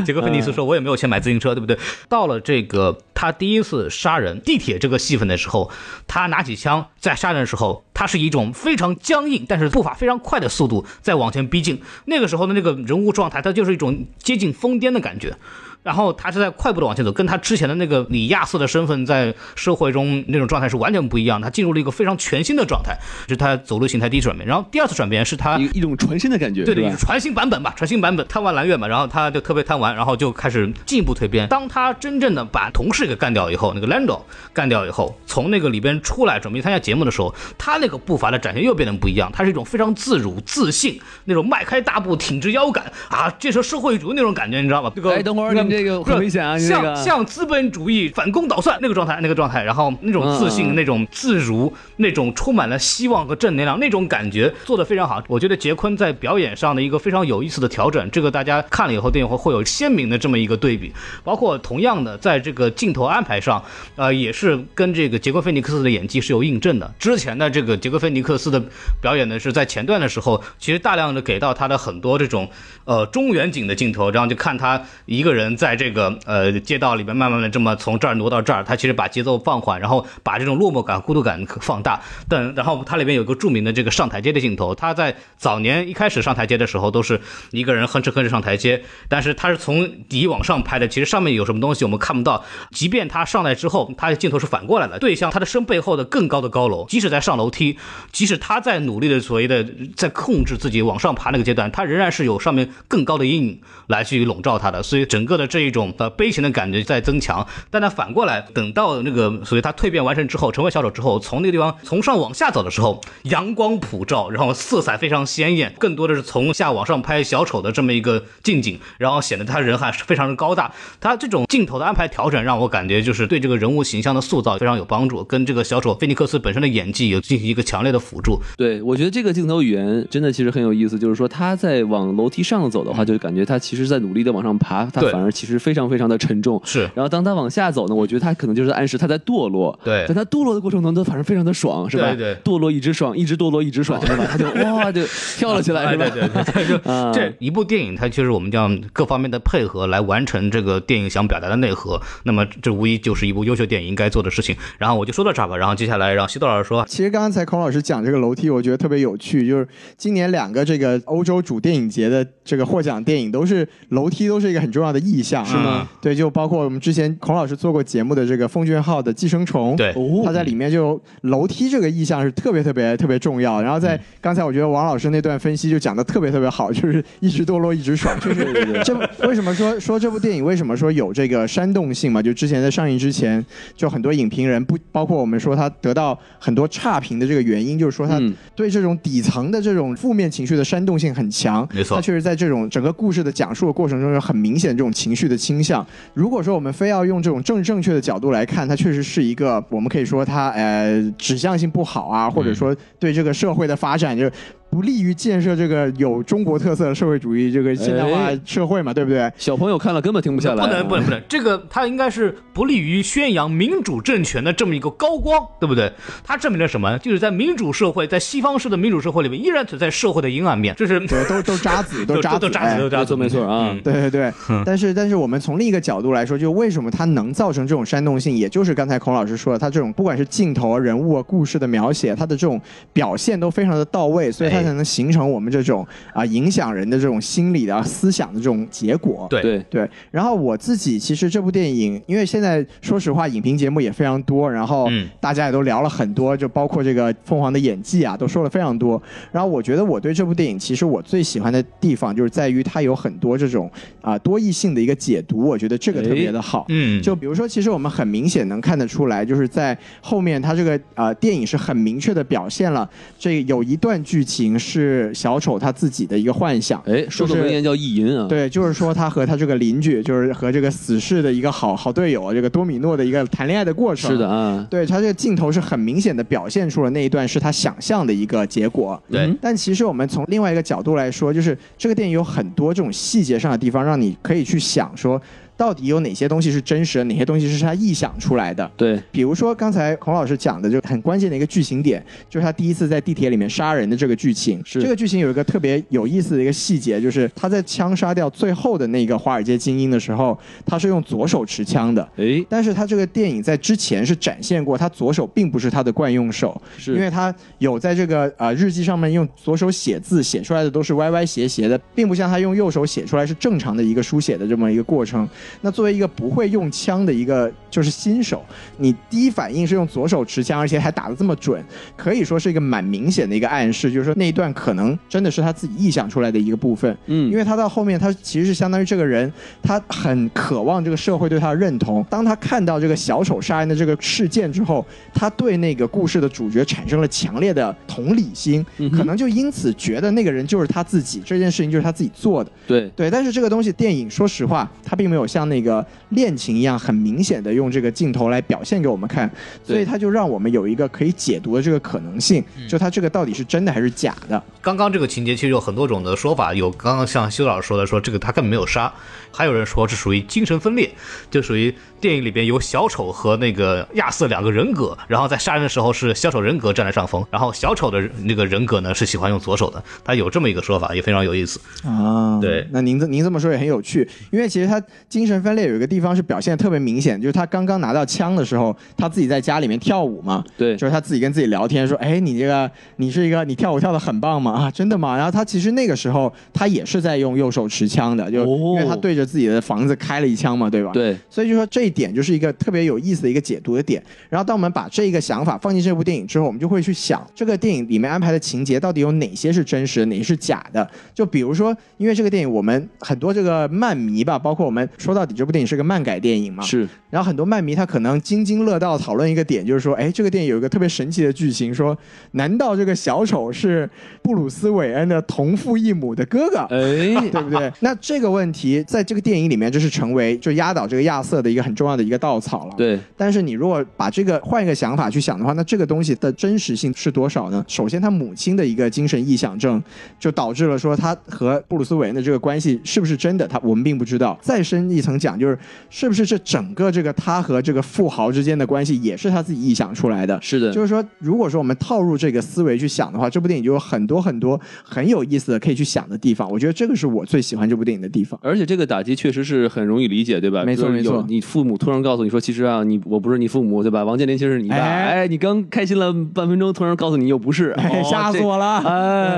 [SPEAKER 2] 结果芬尼斯说：“我也没有钱买自行车，对不对？”到了这个他第一次杀人地铁这个戏份的时候，他拿起枪在杀人的时候，他是以一种非常僵硬，但是步伐非常快的速度在往前逼近。那个时候的那个人物状态，他就是一种接近疯癫的感觉。然后他是在快步的往前走，跟他之前的那个李亚瑟的身份在社会中那种状态是完全不一样的。他进入了一个非常全新的状态，就是他走路形态第一次转变。然后第二次转变是他
[SPEAKER 3] 一一种传新的感觉，
[SPEAKER 2] 对
[SPEAKER 3] 是
[SPEAKER 2] 对，
[SPEAKER 3] 吧？
[SPEAKER 2] 传新版本吧，传新版本贪玩蓝月嘛，然后他就特别贪玩，然后就开始进一步蜕变。当他真正的把同事给干掉以后，那个 Lando 干掉以后，从那个里边出来准备参加节目的时候，他那个步伐的展现又变得不一样，他是一种非常自如、自信那种迈开大步、挺直腰杆啊，这是社会主义那种感觉，你知道吗？这个
[SPEAKER 3] 哎等会儿你们这个很危险啊你这
[SPEAKER 2] 像
[SPEAKER 3] 个
[SPEAKER 2] 像资本主义反攻倒算那个状态，那个状态，然后那种自
[SPEAKER 3] 嗯
[SPEAKER 2] 信、那种自如、那种充满了希望和正能量那种感觉做得非常好。我觉得杰昆在表演上的一个非常有意思的调整，这个大家看了以后电影会会有鲜明的这么一个对比。包括同样的，在这个镜头安排上，呃，也是跟这个杰昆菲尼克斯的演技是有印证的。之前的这个杰昆菲尼克斯的表演呢，是在前段的时候，其实大量的给到他的很多这种呃中远景的镜头，然后就看他一个人在这个呃街道里面慢慢的这么从这儿挪到这儿，他其实把节奏放缓，然后把这种落寞感、孤独感放大。但然后它里面有一个著名的这个上台阶的镜头，他在早年一开始上台阶的时候都是一个人哼哧哼哧上台阶，但是他是从底往上拍的，其实上面有什么东西我们看不到。即便他上来之后，他的镜头是反过来的，对向他的身背后的更高的高楼。即使在上楼梯，即使他在努力的所谓的在控制自己往上爬那个阶段，他仍然是有上面更高的阴影来去笼罩他的，所以整个的这一种呃悲情的感觉在增强。但他反过来，等到那个所谓他蜕变完成之后，成为小丑之后，从那个地方从上往下走的时候，阳光普照，然后色彩非常鲜艳，更多的是从下往上拍小丑的这么一个近景，然后显得他人还是非常的高大。他这种镜头的安排调整，让我感觉就是对这个人物形象的塑造非常有帮助，跟这个小丑菲尼克斯本身的演技有进行一个强烈的辅助。
[SPEAKER 3] 对，我觉得这个镜头语言真的其实很有意思，就是说他在往楼梯上走的话，就感觉他其实在努力的往上爬，他
[SPEAKER 2] 嗯对
[SPEAKER 3] 反而其实非常非常的沉重。
[SPEAKER 2] 是
[SPEAKER 3] 然后当他往下走呢，我觉得他可能就是在暗示他在堕落。
[SPEAKER 2] 对
[SPEAKER 3] 但他堕落的过程当中，反正非常的爽，是吧？
[SPEAKER 2] 对对
[SPEAKER 3] 堕落一直爽，一直堕落一直爽，是吧？他就哇就跳了起来，
[SPEAKER 2] 哎
[SPEAKER 3] 是吧？
[SPEAKER 2] 对对对对，就
[SPEAKER 3] 啊
[SPEAKER 2] 这一部电影，它就是我们将各方面的配合来完成这个电影想表达的内核。那么这无疑就是一部优秀电影应该做的事情。然后我就说到这儿吧，然后接下来让西多老师说。
[SPEAKER 1] 其实刚才孔老师讲这个楼梯，我觉得特别有趣，就是今年两个这个欧洲主电影节的这个获奖电影都是楼梯，都是一个很重要的意象，
[SPEAKER 2] 是吗？
[SPEAKER 1] 对，就包括我们之前孔老师做过节目的这个奉俊昊的《寄生虫》，
[SPEAKER 2] 对
[SPEAKER 3] 哦
[SPEAKER 1] 他在里面就楼梯这个意象是特别特别特别重要。然后在
[SPEAKER 3] 嗯
[SPEAKER 1] 刚才我觉得王老师那段分析就讲的特别特别好，就是一直堕落一直 爽，就是
[SPEAKER 3] 对对对
[SPEAKER 1] 这为什么说说这部电影为什么说有这个煽动性嘛？就之前在上映之前，就很多影评人不包括我们说他得到很多差评的这个原因，就是说他
[SPEAKER 3] 嗯
[SPEAKER 1] 对这种底层的这种负面情绪的煽动性很强。
[SPEAKER 2] 没错
[SPEAKER 1] 他确实在这种整个故事的讲述的过程中有很明显的这种情绪的倾向。如果说我们非要用这种政治正确的角度来看，它确实是一个我们可以说它呃指向性不好啊，或者说对这个社会的发展就。不利于建设这个有中国特色的社会主义这个现代化
[SPEAKER 3] 哎
[SPEAKER 1] 社会嘛，对不对？
[SPEAKER 3] 小朋友看了根本停不下来，嗯
[SPEAKER 2] 不能不能不能，这个它应该是不利于宣扬民主政权的这么一个高光，对不对？它证明了什么？就是在民主社会，在西方式的民主社会里面，依然存在社会的阴暗面，这是
[SPEAKER 1] 对，都都渣子，都渣
[SPEAKER 2] 都
[SPEAKER 1] 子，
[SPEAKER 2] 渣
[SPEAKER 1] 哎
[SPEAKER 2] 子，都渣
[SPEAKER 3] 没
[SPEAKER 2] 子，
[SPEAKER 3] 错没错啊
[SPEAKER 2] 嗯
[SPEAKER 1] 对对对，但是但是我们从另一个角度来说，就为什么它能造成这种煽动性，也就是刚才孔老师说的，它这种不管是镜头啊、人物啊、故事的描写，它的这种表现都非常的到位，所以它
[SPEAKER 2] 哎
[SPEAKER 1] 才能形成我们这种啊、影响人的这种心理的、啊、思想的这种结果。
[SPEAKER 2] 对
[SPEAKER 3] 对，
[SPEAKER 1] 对，然后我自己其实这部电影，因为现在说实话，影评节目也非常多，然后
[SPEAKER 2] 嗯
[SPEAKER 1] 大家也都聊了很多，就包括这个凤凰的演技啊，都说了非常多。然后我觉得我对这部电影，其实我最喜欢的地方就是在于它有很多这种啊、多义性的一个解读，我觉得这个特别的好。
[SPEAKER 2] 嗯，
[SPEAKER 1] 就比如说，其实我们很明显能看得出来，啊就是在后面它这个呃电影是很明确的表现了，这有一段剧情情是小丑他自己的一个幻想。
[SPEAKER 3] 哎，说的
[SPEAKER 1] 就是
[SPEAKER 3] 文言叫意淫啊，
[SPEAKER 1] 对，就是说他和他这个邻居，就是和这个死侍的一个好好队友，这个多米诺的一个谈恋爱的过程。
[SPEAKER 3] 是的，啊，
[SPEAKER 1] 对他这个镜头是很明显的表现出了那一段是他想象的一个结果。
[SPEAKER 3] 嗯
[SPEAKER 2] 对，
[SPEAKER 1] 但其实我们从另外一个角度来说，就是这个电影有很多这种细节上的地方，让你可以去想说，到底有哪些东西是真实的，哪些东西是他臆想出来的。
[SPEAKER 3] 对，
[SPEAKER 1] 比如说刚才孔老师讲的，就很关键的一个剧情点，就是他第一次在地铁里面杀人的这个剧情。
[SPEAKER 3] 是
[SPEAKER 1] 这个剧情有一个特别有意思的一个细节，就是他在枪杀掉最后的那个华尔街精英的时候，他是用左手持枪的。
[SPEAKER 3] 哎，
[SPEAKER 1] 但是他这个电影在之前是展现过，他左手并不是他的惯用手，
[SPEAKER 3] 是
[SPEAKER 1] 因为他有在这个呃日记上面用左手写字，写出来的都是歪歪斜斜的，并不像他用右手写出来是正常的一个书写的这么一个过程。那作为一个不会用枪的一个就是新手，你第一反应是用左手持枪，而且还打得这么准，可以说是一个蛮明显的一个暗示，就是说那一段可能真的是他自己臆想出来的一个部分。
[SPEAKER 3] 嗯，
[SPEAKER 1] 因为他到后面，他其实是相当于这个人，他很渴望这个社会对他的认同。当他看到这个小丑杀人的这个事件之后，他对那个故事的主角产生了强烈的同理心，
[SPEAKER 3] 嗯哼
[SPEAKER 1] 可能就因此觉得那个人就是他自己，这件事情就是他自己做的。
[SPEAKER 3] 对，
[SPEAKER 1] 对，但是这个东西电影，说实话，它并没有像那个恋情一样很明显的用这个镜头来表现给我们看，所以
[SPEAKER 3] 对嗯
[SPEAKER 1] 它就让我们有一个可以解读的这个可能性，就它这个到底是真的还是假的。
[SPEAKER 2] 刚刚这个情节其实有很多种的说法，有刚刚像修老师说的，说这个他根本没有杀，还有人说是属于精神分裂，就属于电影里边有小丑和那个亚瑟两个人格，然后在杀人的时候是小丑人格占了上风，然后小丑的那个人格呢是喜欢用左手的，他有这么一个说法，也非常有意思。
[SPEAKER 1] 啊，
[SPEAKER 2] 对
[SPEAKER 1] 那您这您这么说也很有趣，因为其实他精神分裂有一个地方是表现得特别明显，就是他刚刚拿到枪的时候，他自己在家里面跳舞嘛，
[SPEAKER 3] 对，
[SPEAKER 1] 就是他自己跟自己聊天说，哎，你这个你是一个你跳舞跳的很棒嘛啊，真的吗？然后他其实那个时候他也是在用右手持枪的，就、
[SPEAKER 3] 哦
[SPEAKER 1] 因为他对着自己的房子开了一枪嘛，对吧？。
[SPEAKER 3] 对，
[SPEAKER 1] 所以就说这一点就是一个特别有意思的一个解读的点。然后当我们把这一个想法放进这部电影之后，我们就会去想这个电影里面安排的情节到底有哪些是真实的，哪些是假的。就比如说，因为这个电影我们很多这个漫迷吧，包括我们说到底这部电影是个漫改电影嘛，
[SPEAKER 3] 是，
[SPEAKER 1] 然后很多漫迷他可能津津乐道讨论一个点，就是说，哎，这个电影有一个特别神奇的剧情，说难道这个小丑是布鲁斯韦恩的同父异母的哥哥？
[SPEAKER 3] 哎，
[SPEAKER 1] 对不对？那这个问题在这个电影里面，就是成为就压倒这个亚瑟的一个很重要的一个稻草了。。
[SPEAKER 3] 对，
[SPEAKER 1] 但是你如果把这个换一个想法去想的话，那这个东西的真实性是多少呢？首先，他母亲的一个精神臆想症，就导致了说他和布鲁斯韦恩的这个关系是不是真的，他我们并不知道。再深一层讲，就是是不是这整个这个他和这个富豪之间的关系也是他自己臆想出来的？
[SPEAKER 3] 是的，
[SPEAKER 1] 就是说，如果说我们套入这个思维去想的话，这部电影就有很多很多很有意思的可以去想的地方。我觉得这个是我最喜欢这部电影的地方。
[SPEAKER 3] 而且这个打击确实是很容易理解，对吧？
[SPEAKER 1] 没错
[SPEAKER 3] 就是有
[SPEAKER 1] 没错
[SPEAKER 3] 你父母突然告诉你说，其实啊，你我不是你父母，对吧？王健林其实是你爸。
[SPEAKER 1] 哎
[SPEAKER 3] 哎，你刚开心了半分钟，突然告诉你又不是，
[SPEAKER 1] 哎
[SPEAKER 3] 哦
[SPEAKER 1] 吓死
[SPEAKER 3] 这
[SPEAKER 1] 我了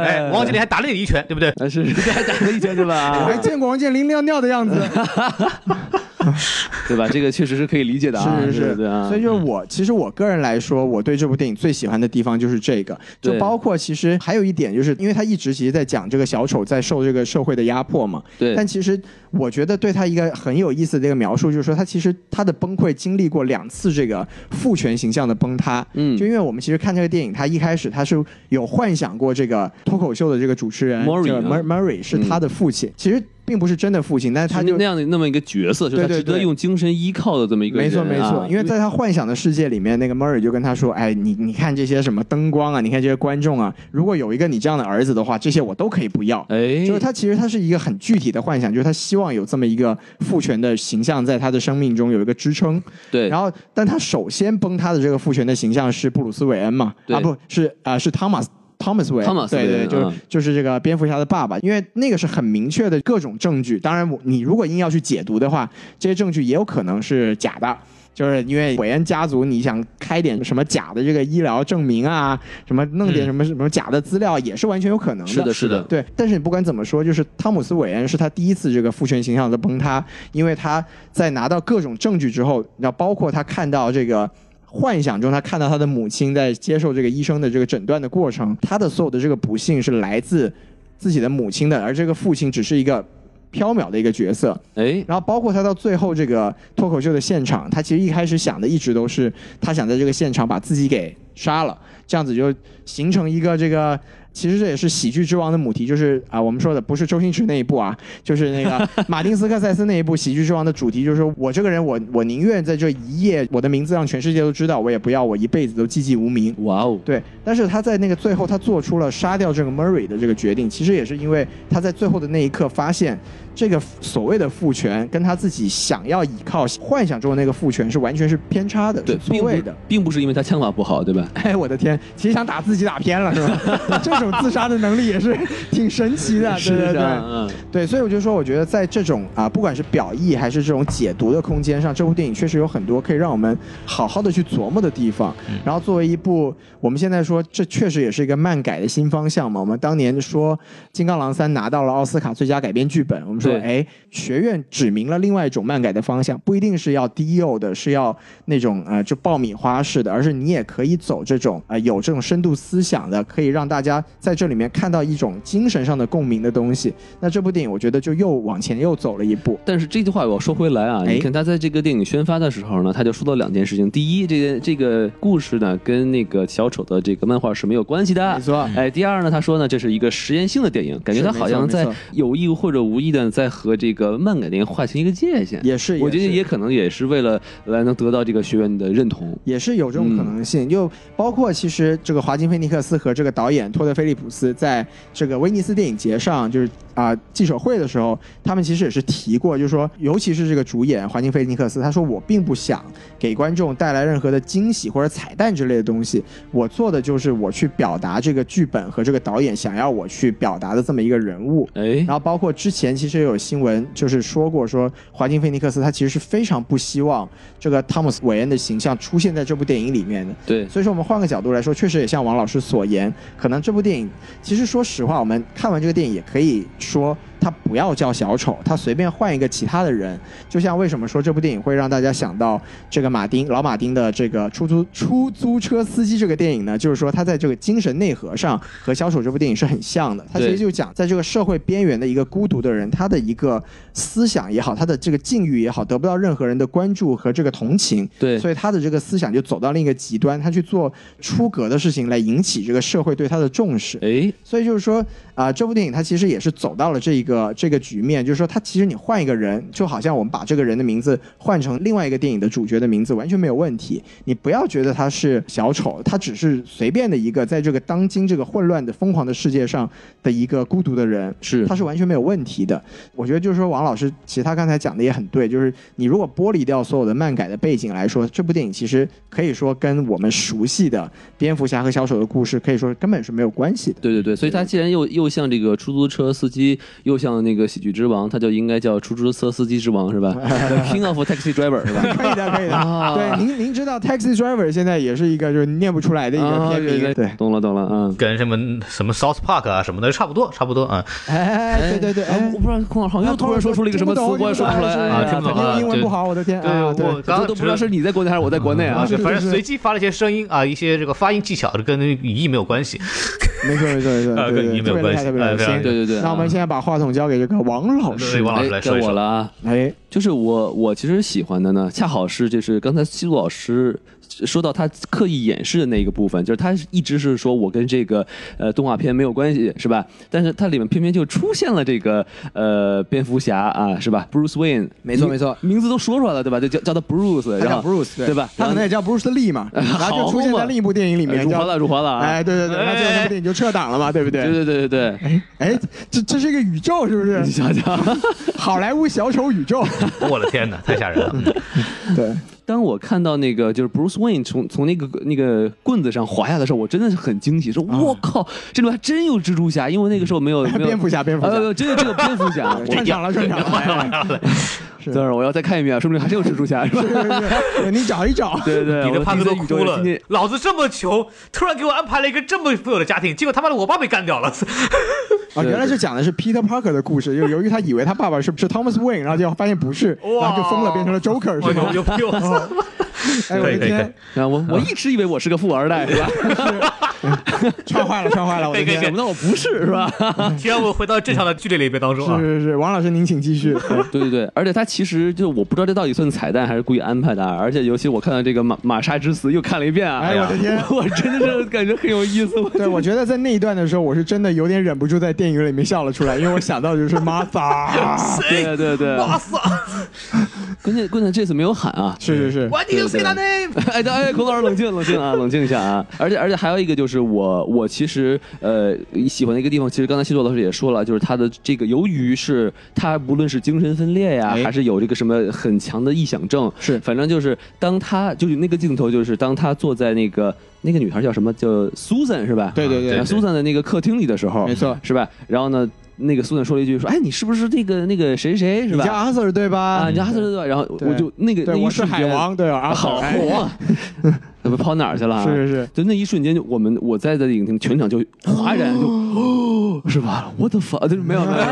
[SPEAKER 3] 哎，
[SPEAKER 2] 哎，王健林还打了你一拳，对不对？
[SPEAKER 3] 啊是还打了一拳，对
[SPEAKER 1] 我
[SPEAKER 3] 吧
[SPEAKER 1] 还？哎见过王健林尿尿的样 子，
[SPEAKER 3] 对吧？这个确实是可以理解的啊，
[SPEAKER 1] 是
[SPEAKER 3] 对
[SPEAKER 1] 是
[SPEAKER 3] 对啊。
[SPEAKER 1] 所以就是我，其实我个人来说，我对这部电影最喜欢的地方就是这个，就
[SPEAKER 3] 对
[SPEAKER 1] 包括其实还有一点，就是因为他一直其实在讲这个小丑在受这个社会的压迫嘛，
[SPEAKER 3] 对
[SPEAKER 1] 但其实我觉得对他一个很有意思的一个描述，就是说他其实他的崩溃经历过两次这个父权形象的崩塌。
[SPEAKER 3] 嗯
[SPEAKER 1] 就因为我们其实看这个电影，他一开始他是有幻想过这个脱口秀的这个主持人
[SPEAKER 3] Murray
[SPEAKER 1] 这个
[SPEAKER 3] 啊
[SPEAKER 1] Mur- Murray 是他的父亲，其实并不是真的父亲，但是他
[SPEAKER 3] 是
[SPEAKER 1] 就
[SPEAKER 3] 那样的那么一个角色，就是他
[SPEAKER 1] 对对
[SPEAKER 3] 值得
[SPEAKER 1] 对
[SPEAKER 3] 用精神依靠的这么一个
[SPEAKER 1] 没
[SPEAKER 3] 人
[SPEAKER 1] 错
[SPEAKER 3] 啊。
[SPEAKER 1] 没错，因为在他幻想的世界里面，那个 Murray 就跟他说：“哎，你你看这些什么灯光啊，你看这些观众啊，如果有一个你这样的儿子的话，这些我都可以不要。”
[SPEAKER 3] 哎，
[SPEAKER 1] 就是他其实他是一个很具体的幻想，就是他希望有这么一个父权的形象在他的生命中有一个支撑。
[SPEAKER 3] 对，
[SPEAKER 1] 然后，但他首先崩塌的这个父权的形象是布鲁斯韦恩嘛？
[SPEAKER 3] 对
[SPEAKER 1] 啊，不是啊、是汤马斯。汤姆斯韦恩，
[SPEAKER 3] Thomas
[SPEAKER 1] 对
[SPEAKER 3] 韦
[SPEAKER 1] 对，
[SPEAKER 3] 恩
[SPEAKER 1] 就是
[SPEAKER 3] 嗯
[SPEAKER 1] 就是这个蝙蝠侠的爸爸，因为那个是很明确的各种证据。当然我，你如果硬要去解读的话，这些证据也有可能是假的，就是因为韦恩家族你想开点什么假的这个医疗证明啊，什么弄点
[SPEAKER 2] 嗯
[SPEAKER 1] 什么什么假的资料，也是完全有可能
[SPEAKER 3] 是的，是的，
[SPEAKER 1] 对，但是你不管怎么说，就是汤姆斯·韦恩是他第一次这个父权形象的崩塌，因为他在拿到各种证据之后，然后包括他看到这个。幻想中，他看到他的母亲在接受这个医生的这个诊断的过程，他的所有的这个不幸是来自自己的母亲的，而这个父亲只是一个缥缈的一个角色。
[SPEAKER 3] 哎，
[SPEAKER 1] 然后包括他到最后这个脱口秀的现场，他其实一开始想的一直都是他想在这个现场把自己给杀了，这样子就形成一个这个。其实这也是喜剧之王的母题，就是啊、我们说的不是周星驰那一部啊，就是那个马丁斯科塞斯那一部《喜剧之王》的主题，就是说我这个人我，我宁愿在这一夜，我的名字让全世界都知道，我也不要我一辈子都寂寂无名。
[SPEAKER 3] 哇哦，
[SPEAKER 1] 对，但是他在那个最后，他做出了杀掉这个 Murray 的这个决定，其实也是因为他在最后的那一刻发现，这个所谓的父权跟他自己想要依靠、幻想中的那个父权是完全是偏差的，
[SPEAKER 3] 对
[SPEAKER 1] 是，错
[SPEAKER 3] 并不
[SPEAKER 1] 位的。
[SPEAKER 3] 并不是因为他枪法不好，对吧？
[SPEAKER 1] 哎，我的天，其实想打自己打偏了是吧？ 这种自杀的能力也是挺神奇的，对对
[SPEAKER 3] 是
[SPEAKER 1] 对。
[SPEAKER 3] 啊，嗯，
[SPEAKER 1] 对，所以我就说，我觉得在这种啊，不管是表意还是这种解读的空间上，这部电影确实有很多可以让我们好好的去琢磨的地方。然后作为一部，我们现在说这确实也是一个漫改的新方向嘛。我们当年说《金刚狼三》拿到了奥斯卡最佳改编剧本，我们说，
[SPEAKER 3] 对
[SPEAKER 1] 哎，学院指明了另外一种漫改的方向，不一定是要低幼的，是要那种呃就爆米花式的，而是你也可以走这种呃有这种深度思想的，可以让大家在这里面看到一种精神上的共鸣的东西。那这部电影我觉得就又往前又走了一步。
[SPEAKER 3] 但是这句话我说回来啊，
[SPEAKER 1] 哎
[SPEAKER 3] 你看他在这个电影宣发的时候呢，他就说到两件事情。第一，这个这个故事呢跟那个小丑的这个漫画是没有关系的
[SPEAKER 1] 没。错，
[SPEAKER 3] 哎，第二呢，他说呢，这是一个实验性的电影，感觉
[SPEAKER 1] 是
[SPEAKER 3] 他
[SPEAKER 1] 没
[SPEAKER 3] 好
[SPEAKER 1] 错
[SPEAKER 3] 像
[SPEAKER 1] 没
[SPEAKER 3] 在
[SPEAKER 1] 错
[SPEAKER 3] 有意或者无意的在和这个漫改电影划清一个界限。
[SPEAKER 1] 也是，
[SPEAKER 3] 我觉得
[SPEAKER 1] 是
[SPEAKER 3] 也可能也是为了来能得到这个学员的认同。
[SPEAKER 1] 也是有这种可能
[SPEAKER 3] 嗯
[SPEAKER 1] 性，就包括其实这个华金菲尼克斯和这个导演托德菲利普斯在这个威尼斯电影节上，就是啊、记者会的时候，他们其实也是提过，就是说，尤其是这个主演华金菲尼克斯，他说我并不想给观众带来任何的惊喜或者彩蛋之类的东西，我做的就是我去表达这个剧本和这个导演想要我去表达的这么一个人物。
[SPEAKER 3] 哎
[SPEAKER 1] 然，后包括之前其实有新闻就是说过，说华金菲尼克斯他其实是非常不希望这个汤姆斯韦恩的形象出现在这部电影里面的。
[SPEAKER 3] 对，
[SPEAKER 1] 所以说我们换个角度来说，确实也像王老师所言，可能这部电影其实说实话，我们看完这个电影也可以说他不要叫小丑，他随便换一个其他的人。就像为什么说这部电影会让大家想到这个马丁老马丁的这个出租 出租车司机这个电影呢？就是说他在这个精神内核上和小丑这部电影是很像的。他其
[SPEAKER 3] 对
[SPEAKER 1] 实就讲在这个社会边缘的一个孤独的人，他的一个思想也好，他的这个境遇也好，得不到任何人的关注和这个同情，
[SPEAKER 3] 对
[SPEAKER 1] 所以他的这个思想就走到另一个极端，他去做出格的事情来引起这个社会对他的重视。
[SPEAKER 3] 哎，
[SPEAKER 1] 所以就是说，啊、这部电影它其实也是走到了这一个这个局面，就是说，它其实你换一个人，就好像我们把这个人的名字换成另外一个电影的主角的名字，完全没有问题。你不要觉得他是小丑，他只是随便的一个在这个当今这个混乱的疯狂的世界上的一个孤独的人，
[SPEAKER 3] 是
[SPEAKER 1] 他是完全没有问题的。我觉得就是说，王老师其实他刚才讲的也很对，就是你如果剥离掉所有的漫改的背景来说，这部电影其实可以说跟我们熟悉的蝙蝠侠和小丑的故事可以说根本是没有关系的。
[SPEAKER 3] 对对对，所以他既然又又像这个出租车司机，又像那个喜剧之王，他就应该叫出租车司机之王是吧？King of Taxi Driver 是吧？
[SPEAKER 1] 可以的，可以
[SPEAKER 3] 啊
[SPEAKER 1] 的。对，您您知道 Taxi Driver 现在也是一个就是念不出来的一个片
[SPEAKER 3] 对
[SPEAKER 1] 名，对，
[SPEAKER 3] 懂了懂了，嗯。
[SPEAKER 2] 跟什么什么 South Park 啊什么的差不多，差不多啊。
[SPEAKER 1] 哎，对对对，
[SPEAKER 3] 啊
[SPEAKER 1] 哎
[SPEAKER 3] 我，不知道孔老师好像又突然说出了一个什么词，我也说不出来
[SPEAKER 2] 啊
[SPEAKER 3] 哎
[SPEAKER 2] 听不懂啊
[SPEAKER 1] 肯定英文不好，我的天，
[SPEAKER 2] 对
[SPEAKER 1] 啊
[SPEAKER 2] 我
[SPEAKER 1] 对，
[SPEAKER 2] 刚
[SPEAKER 3] 都
[SPEAKER 2] 刚
[SPEAKER 3] 都不知道是你在国内还是我在国内啊
[SPEAKER 1] 啊？是
[SPEAKER 2] 反
[SPEAKER 1] 是
[SPEAKER 2] 正
[SPEAKER 1] 是
[SPEAKER 2] 随机发了一些声音啊，一些这个发音技巧，跟语义没有关系。
[SPEAKER 1] 没错没错没错，
[SPEAKER 2] 啊
[SPEAKER 1] 对
[SPEAKER 2] 跟
[SPEAKER 1] 对
[SPEAKER 2] 你
[SPEAKER 1] 对，
[SPEAKER 2] 没有
[SPEAKER 1] 特别厉
[SPEAKER 2] 关
[SPEAKER 1] 害，
[SPEAKER 2] 系
[SPEAKER 1] 特别厉
[SPEAKER 2] 哎
[SPEAKER 1] 害。
[SPEAKER 2] 非常
[SPEAKER 1] 行
[SPEAKER 3] 对对对
[SPEAKER 1] 那我们现在把话筒交给这个王老
[SPEAKER 2] 对
[SPEAKER 1] 师，
[SPEAKER 2] 王老师来
[SPEAKER 3] 哎
[SPEAKER 2] 说一
[SPEAKER 3] 该
[SPEAKER 2] 说
[SPEAKER 3] 我了啊！
[SPEAKER 1] 哎，
[SPEAKER 3] 就是我，我其实喜欢的呢，恰好是就是刚才西路老师说到他刻意掩饰的那一个部分，就是他一直是说我跟这个呃动画片没有关系，是吧？但是它里面偏偏就出现了这个呃蝙蝠侠啊，是吧？Bruce Wayne，
[SPEAKER 1] 没错
[SPEAKER 3] 名
[SPEAKER 1] 没错
[SPEAKER 3] 名字都说出来了，对吧？就叫叫他 Bruce，
[SPEAKER 1] 他
[SPEAKER 3] 然
[SPEAKER 1] 叫
[SPEAKER 3] 后
[SPEAKER 1] Bruce
[SPEAKER 3] 对吧？
[SPEAKER 1] 他可能
[SPEAKER 3] 然
[SPEAKER 1] 也叫 Bruce Lee 嘛，然后就出现在另一部电影里
[SPEAKER 3] 后
[SPEAKER 1] 面
[SPEAKER 3] 辱华
[SPEAKER 1] 叫
[SPEAKER 3] 了，。辱华了啊！
[SPEAKER 1] 哎，对对对，他这部电影就撤档了嘛，对不
[SPEAKER 3] 对
[SPEAKER 1] 对？
[SPEAKER 3] 对对对对。
[SPEAKER 1] 哎哎，这这是一个宇宙是不是
[SPEAKER 3] 你？想想，
[SPEAKER 1] 好莱坞小丑宇宙，
[SPEAKER 2] 我的天哪，太吓人了！嗯
[SPEAKER 1] 对，
[SPEAKER 3] 当我看到那个就是 Bruce Wayne 从从那个那个棍子上滑下来的时候，我真的是很惊喜，说我靠，这里面还真有蜘蛛侠，因为那个时候没 有没有
[SPEAKER 1] 嗯蝙蝠侠，蝙蝠侠，
[SPEAKER 3] 呃，真的这个蝙蝠 侠，
[SPEAKER 1] 啊
[SPEAKER 3] 我
[SPEAKER 1] 串场了，哎串场 了，是
[SPEAKER 3] 等会儿我要再看一遍，说不定还真有蜘蛛侠，是吧？
[SPEAKER 1] 是是，你找一找。
[SPEAKER 3] 对对对，
[SPEAKER 2] 彼得
[SPEAKER 3] 我
[SPEAKER 2] 帕
[SPEAKER 3] 第
[SPEAKER 2] 克
[SPEAKER 3] 一次
[SPEAKER 2] 都
[SPEAKER 3] 宇宙
[SPEAKER 2] 哭了
[SPEAKER 3] 今天，
[SPEAKER 2] 老子这么穷，突然给我安排了一个这么富有的家庭，结果他妈的我爸被干掉了。
[SPEAKER 1] 啊，原来是讲的是 Peter Parker 的故事，就由于他以为他爸爸是是 Thomas Wayne，然后结果发现不是，然后就疯了，变成了 Joker，
[SPEAKER 2] 我
[SPEAKER 1] 是吗
[SPEAKER 2] 牛？逼！我操
[SPEAKER 1] 哎，我
[SPEAKER 2] 可
[SPEAKER 1] 的
[SPEAKER 2] 以可以可以
[SPEAKER 1] 天！
[SPEAKER 3] 啊 然后我我一直以为我是个富二代，是吧？
[SPEAKER 1] 串坏了，串坏了，我的
[SPEAKER 2] 对
[SPEAKER 1] 天
[SPEAKER 2] 对
[SPEAKER 3] 想！不到我不是是吧？
[SPEAKER 2] 既啊然我回到正常的剧烈里边当中啊
[SPEAKER 1] 是，是是，王老师您请继续。哎对
[SPEAKER 3] 对对对，而且他其实就我不知道这到底算彩蛋还是故意安排的啊，而且尤其我看到这个玛玛莎之死又看了一遍啊，
[SPEAKER 1] 哎，我的天！
[SPEAKER 3] 我真的是感觉很有意思，我
[SPEAKER 1] 对，我觉得在那一段的时候，我是真的有点忍不住在电影里面笑了出来，因为我想到就是 Martha，
[SPEAKER 3] 对对对，
[SPEAKER 2] 哇塞
[SPEAKER 3] 关键关键这次没有喊啊。
[SPEAKER 1] 是是是，
[SPEAKER 2] ，Why did you say that name？
[SPEAKER 3] 哎对哎，孔老师冷静冷静啊，冷静一下啊！而且而且还有一个就是我我其实呃喜欢的一个地方，其实刚才西多老师也说了，就是他的这个由于是他无论是精神分裂呀、
[SPEAKER 1] 哎
[SPEAKER 3] 还是有这个什么很强的臆想症，
[SPEAKER 1] 是
[SPEAKER 3] 反正就是当他就是那个镜头就是当他坐在那个那个女孩叫什么叫 Susan 是吧？
[SPEAKER 1] 对对对
[SPEAKER 3] 啊，Susan 的那个客厅里的时候，
[SPEAKER 1] 没错
[SPEAKER 3] 是吧？然后呢，那个 Susan 说了一句说，哎，你是不是那个那个谁谁是
[SPEAKER 1] 你
[SPEAKER 3] 吧？
[SPEAKER 1] 叫 Arthur 对吧
[SPEAKER 3] 啊，你？知道他对对对，然后
[SPEAKER 1] 对
[SPEAKER 3] 我就那个
[SPEAKER 1] 对，
[SPEAKER 3] 那一
[SPEAKER 1] 我是
[SPEAKER 3] 瞬
[SPEAKER 1] 海
[SPEAKER 3] 间，
[SPEAKER 1] 王，对
[SPEAKER 3] 啊，
[SPEAKER 1] ，Arthur，
[SPEAKER 3] 好
[SPEAKER 1] 哎
[SPEAKER 3] 火 啊，怎么跑哪儿去了啊？
[SPEAKER 1] 是是是，
[SPEAKER 3] 就那一瞬间，就我们我在的影厅全场就哗然就，哦是吧？我的妈，就是没有没 有，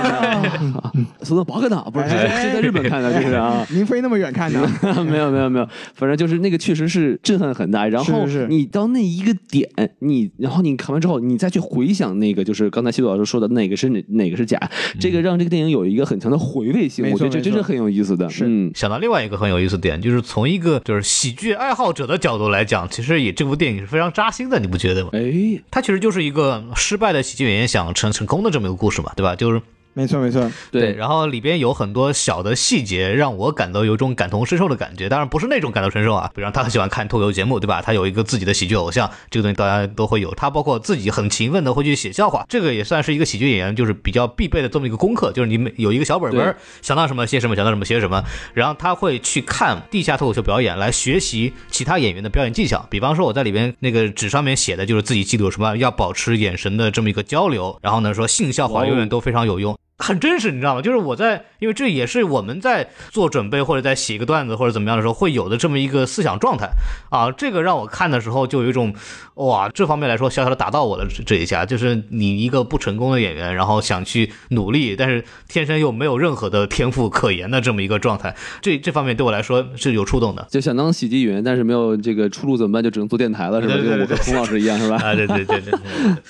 [SPEAKER 3] 啊索诺巴格纳不是，这是
[SPEAKER 1] 哎
[SPEAKER 3] 这在日本看的，这是啊。
[SPEAKER 1] 您飞那么远看呢？
[SPEAKER 3] 没有没有没有，反正就是那个确实是震撼很大。然后
[SPEAKER 1] 是是
[SPEAKER 3] 你到那一个点，你然后你看完之后，你再去回想那个，就是刚才西渡老师说的哪个是哪个是假，这个让这个电影有一个很强的回味性，
[SPEAKER 1] 没
[SPEAKER 3] 我
[SPEAKER 1] 错
[SPEAKER 3] 觉得这
[SPEAKER 1] 没
[SPEAKER 3] 真
[SPEAKER 1] 错
[SPEAKER 3] 是很有意思的。
[SPEAKER 1] 是
[SPEAKER 3] 嗯，
[SPEAKER 2] 想到另外一个很有意思的点，就是从一个就是喜剧爱好者的角度来讲，其实也这部电影是非常扎心的，你不觉得吗？
[SPEAKER 3] 哎，
[SPEAKER 2] 它其实就是一个失败的喜剧演员想成成功的这么一个故事嘛，对吧？就是
[SPEAKER 1] 没错没错，
[SPEAKER 3] 对，
[SPEAKER 2] 然后里边有很多小的细节让我感到有一种感同身受的感觉，当然不是那种感同身受啊，比如他很喜欢看脱口秀节目，对吧？他有一个自己的喜剧偶像，这个东西大家都会有。他包括自己很勤奋的会去写笑话，这个也算是一个喜剧演员就是比较必备的这么一个功课，就是你每有一个小本本
[SPEAKER 3] 对
[SPEAKER 2] 儿，想到什么写什么，想到什么写什么，然后他会去看地下脱口秀表演来学习其他演员的表演技巧。比方说我在里边那个纸上面写的就是自己记住什么要保持眼神的这么一个交流，然后呢说性笑
[SPEAKER 3] 哇哦
[SPEAKER 2] 话永远都非常有用。很真实，你知道吗？就是我在，因为这也是我们在做准备或者在写一个段子或者怎么样的时候会有的这么一个思想状态啊。这个让我看的时候就有一种，哇，这方面来说小小的打到我了这这一下，就是你一个不成功的演员，然后想去努力，但是天生又没有任何的天赋可言的这么一个状态，这这方面对我来说是有触动的。
[SPEAKER 3] 就想当喜剧演员，但是没有这个出路怎么办？就只能做电台了，是吧？
[SPEAKER 2] 对对
[SPEAKER 3] 就
[SPEAKER 2] 对
[SPEAKER 3] 我跟
[SPEAKER 2] 对
[SPEAKER 3] 孔老师一样，是吧？
[SPEAKER 2] 啊，对对对 对，对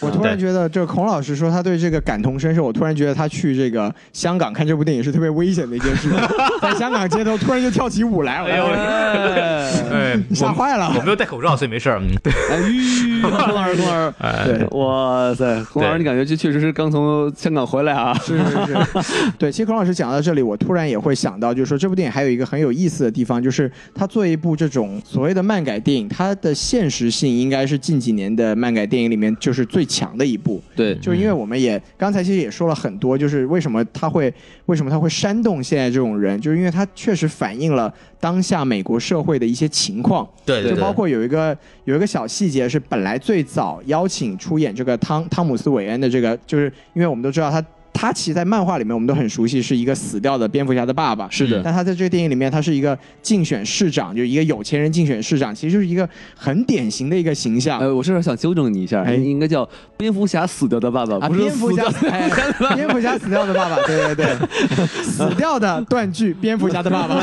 [SPEAKER 1] 我突然
[SPEAKER 2] 嗯对
[SPEAKER 1] 觉得，这孔老师说他对这个感同身受，我突然觉得他去这个香港看这部电影是特别危险的一件 事情，在香港街头突然就跳起舞来，我
[SPEAKER 2] 哎呦，哎，
[SPEAKER 1] 你吓坏
[SPEAKER 2] 我
[SPEAKER 1] 了。
[SPEAKER 2] 没有戴口罩，所以没事儿。嗯，对，
[SPEAKER 3] 哎，吁孔老师，孔老师，
[SPEAKER 1] 对，
[SPEAKER 3] 哇塞，孔老师，
[SPEAKER 2] 对
[SPEAKER 3] 你感觉这确实是刚从香港回来啊？
[SPEAKER 1] 是是是， 对。其实孔老师讲到这里，我突然也会想到，就是说这部电影还有一个很有意思的地方，就是他做一部这种所谓的漫改电影，它的现实性应该是近几年的漫改电影里面就是最强的一部。
[SPEAKER 3] 对，
[SPEAKER 1] 就是因为我们也刚才其实也说了很多，就是为什么他会为什么他会煽动现在这种人，就是因为他确实反映了当下美国社会的一些情况，
[SPEAKER 2] 对对
[SPEAKER 1] 就
[SPEAKER 2] 对，
[SPEAKER 1] 包括有一个有一个小细节是本来最早邀请出演这个汤汤姆斯韦恩的这个，就是因为我们都知道他。他其实，在漫画里面我们都很熟悉，是一个死掉的蝙蝠侠的爸爸。
[SPEAKER 3] 是的
[SPEAKER 1] 但他在这个电影里面，他是一个竞选市长，就是一个有钱人竞选市长，其实就是一个很典型的一个形象。
[SPEAKER 3] 呃，我这是想纠正你一下，
[SPEAKER 1] 啊哎
[SPEAKER 3] 应该叫蝙蝠侠死掉的爸爸，
[SPEAKER 1] 啊，
[SPEAKER 3] 不是
[SPEAKER 1] 蝙蝠
[SPEAKER 3] 死
[SPEAKER 1] 侠
[SPEAKER 3] 掉，
[SPEAKER 1] 哎，蝙蝠侠死掉的爸爸，对对对，死掉的断句，蝙蝠侠的爸 爸，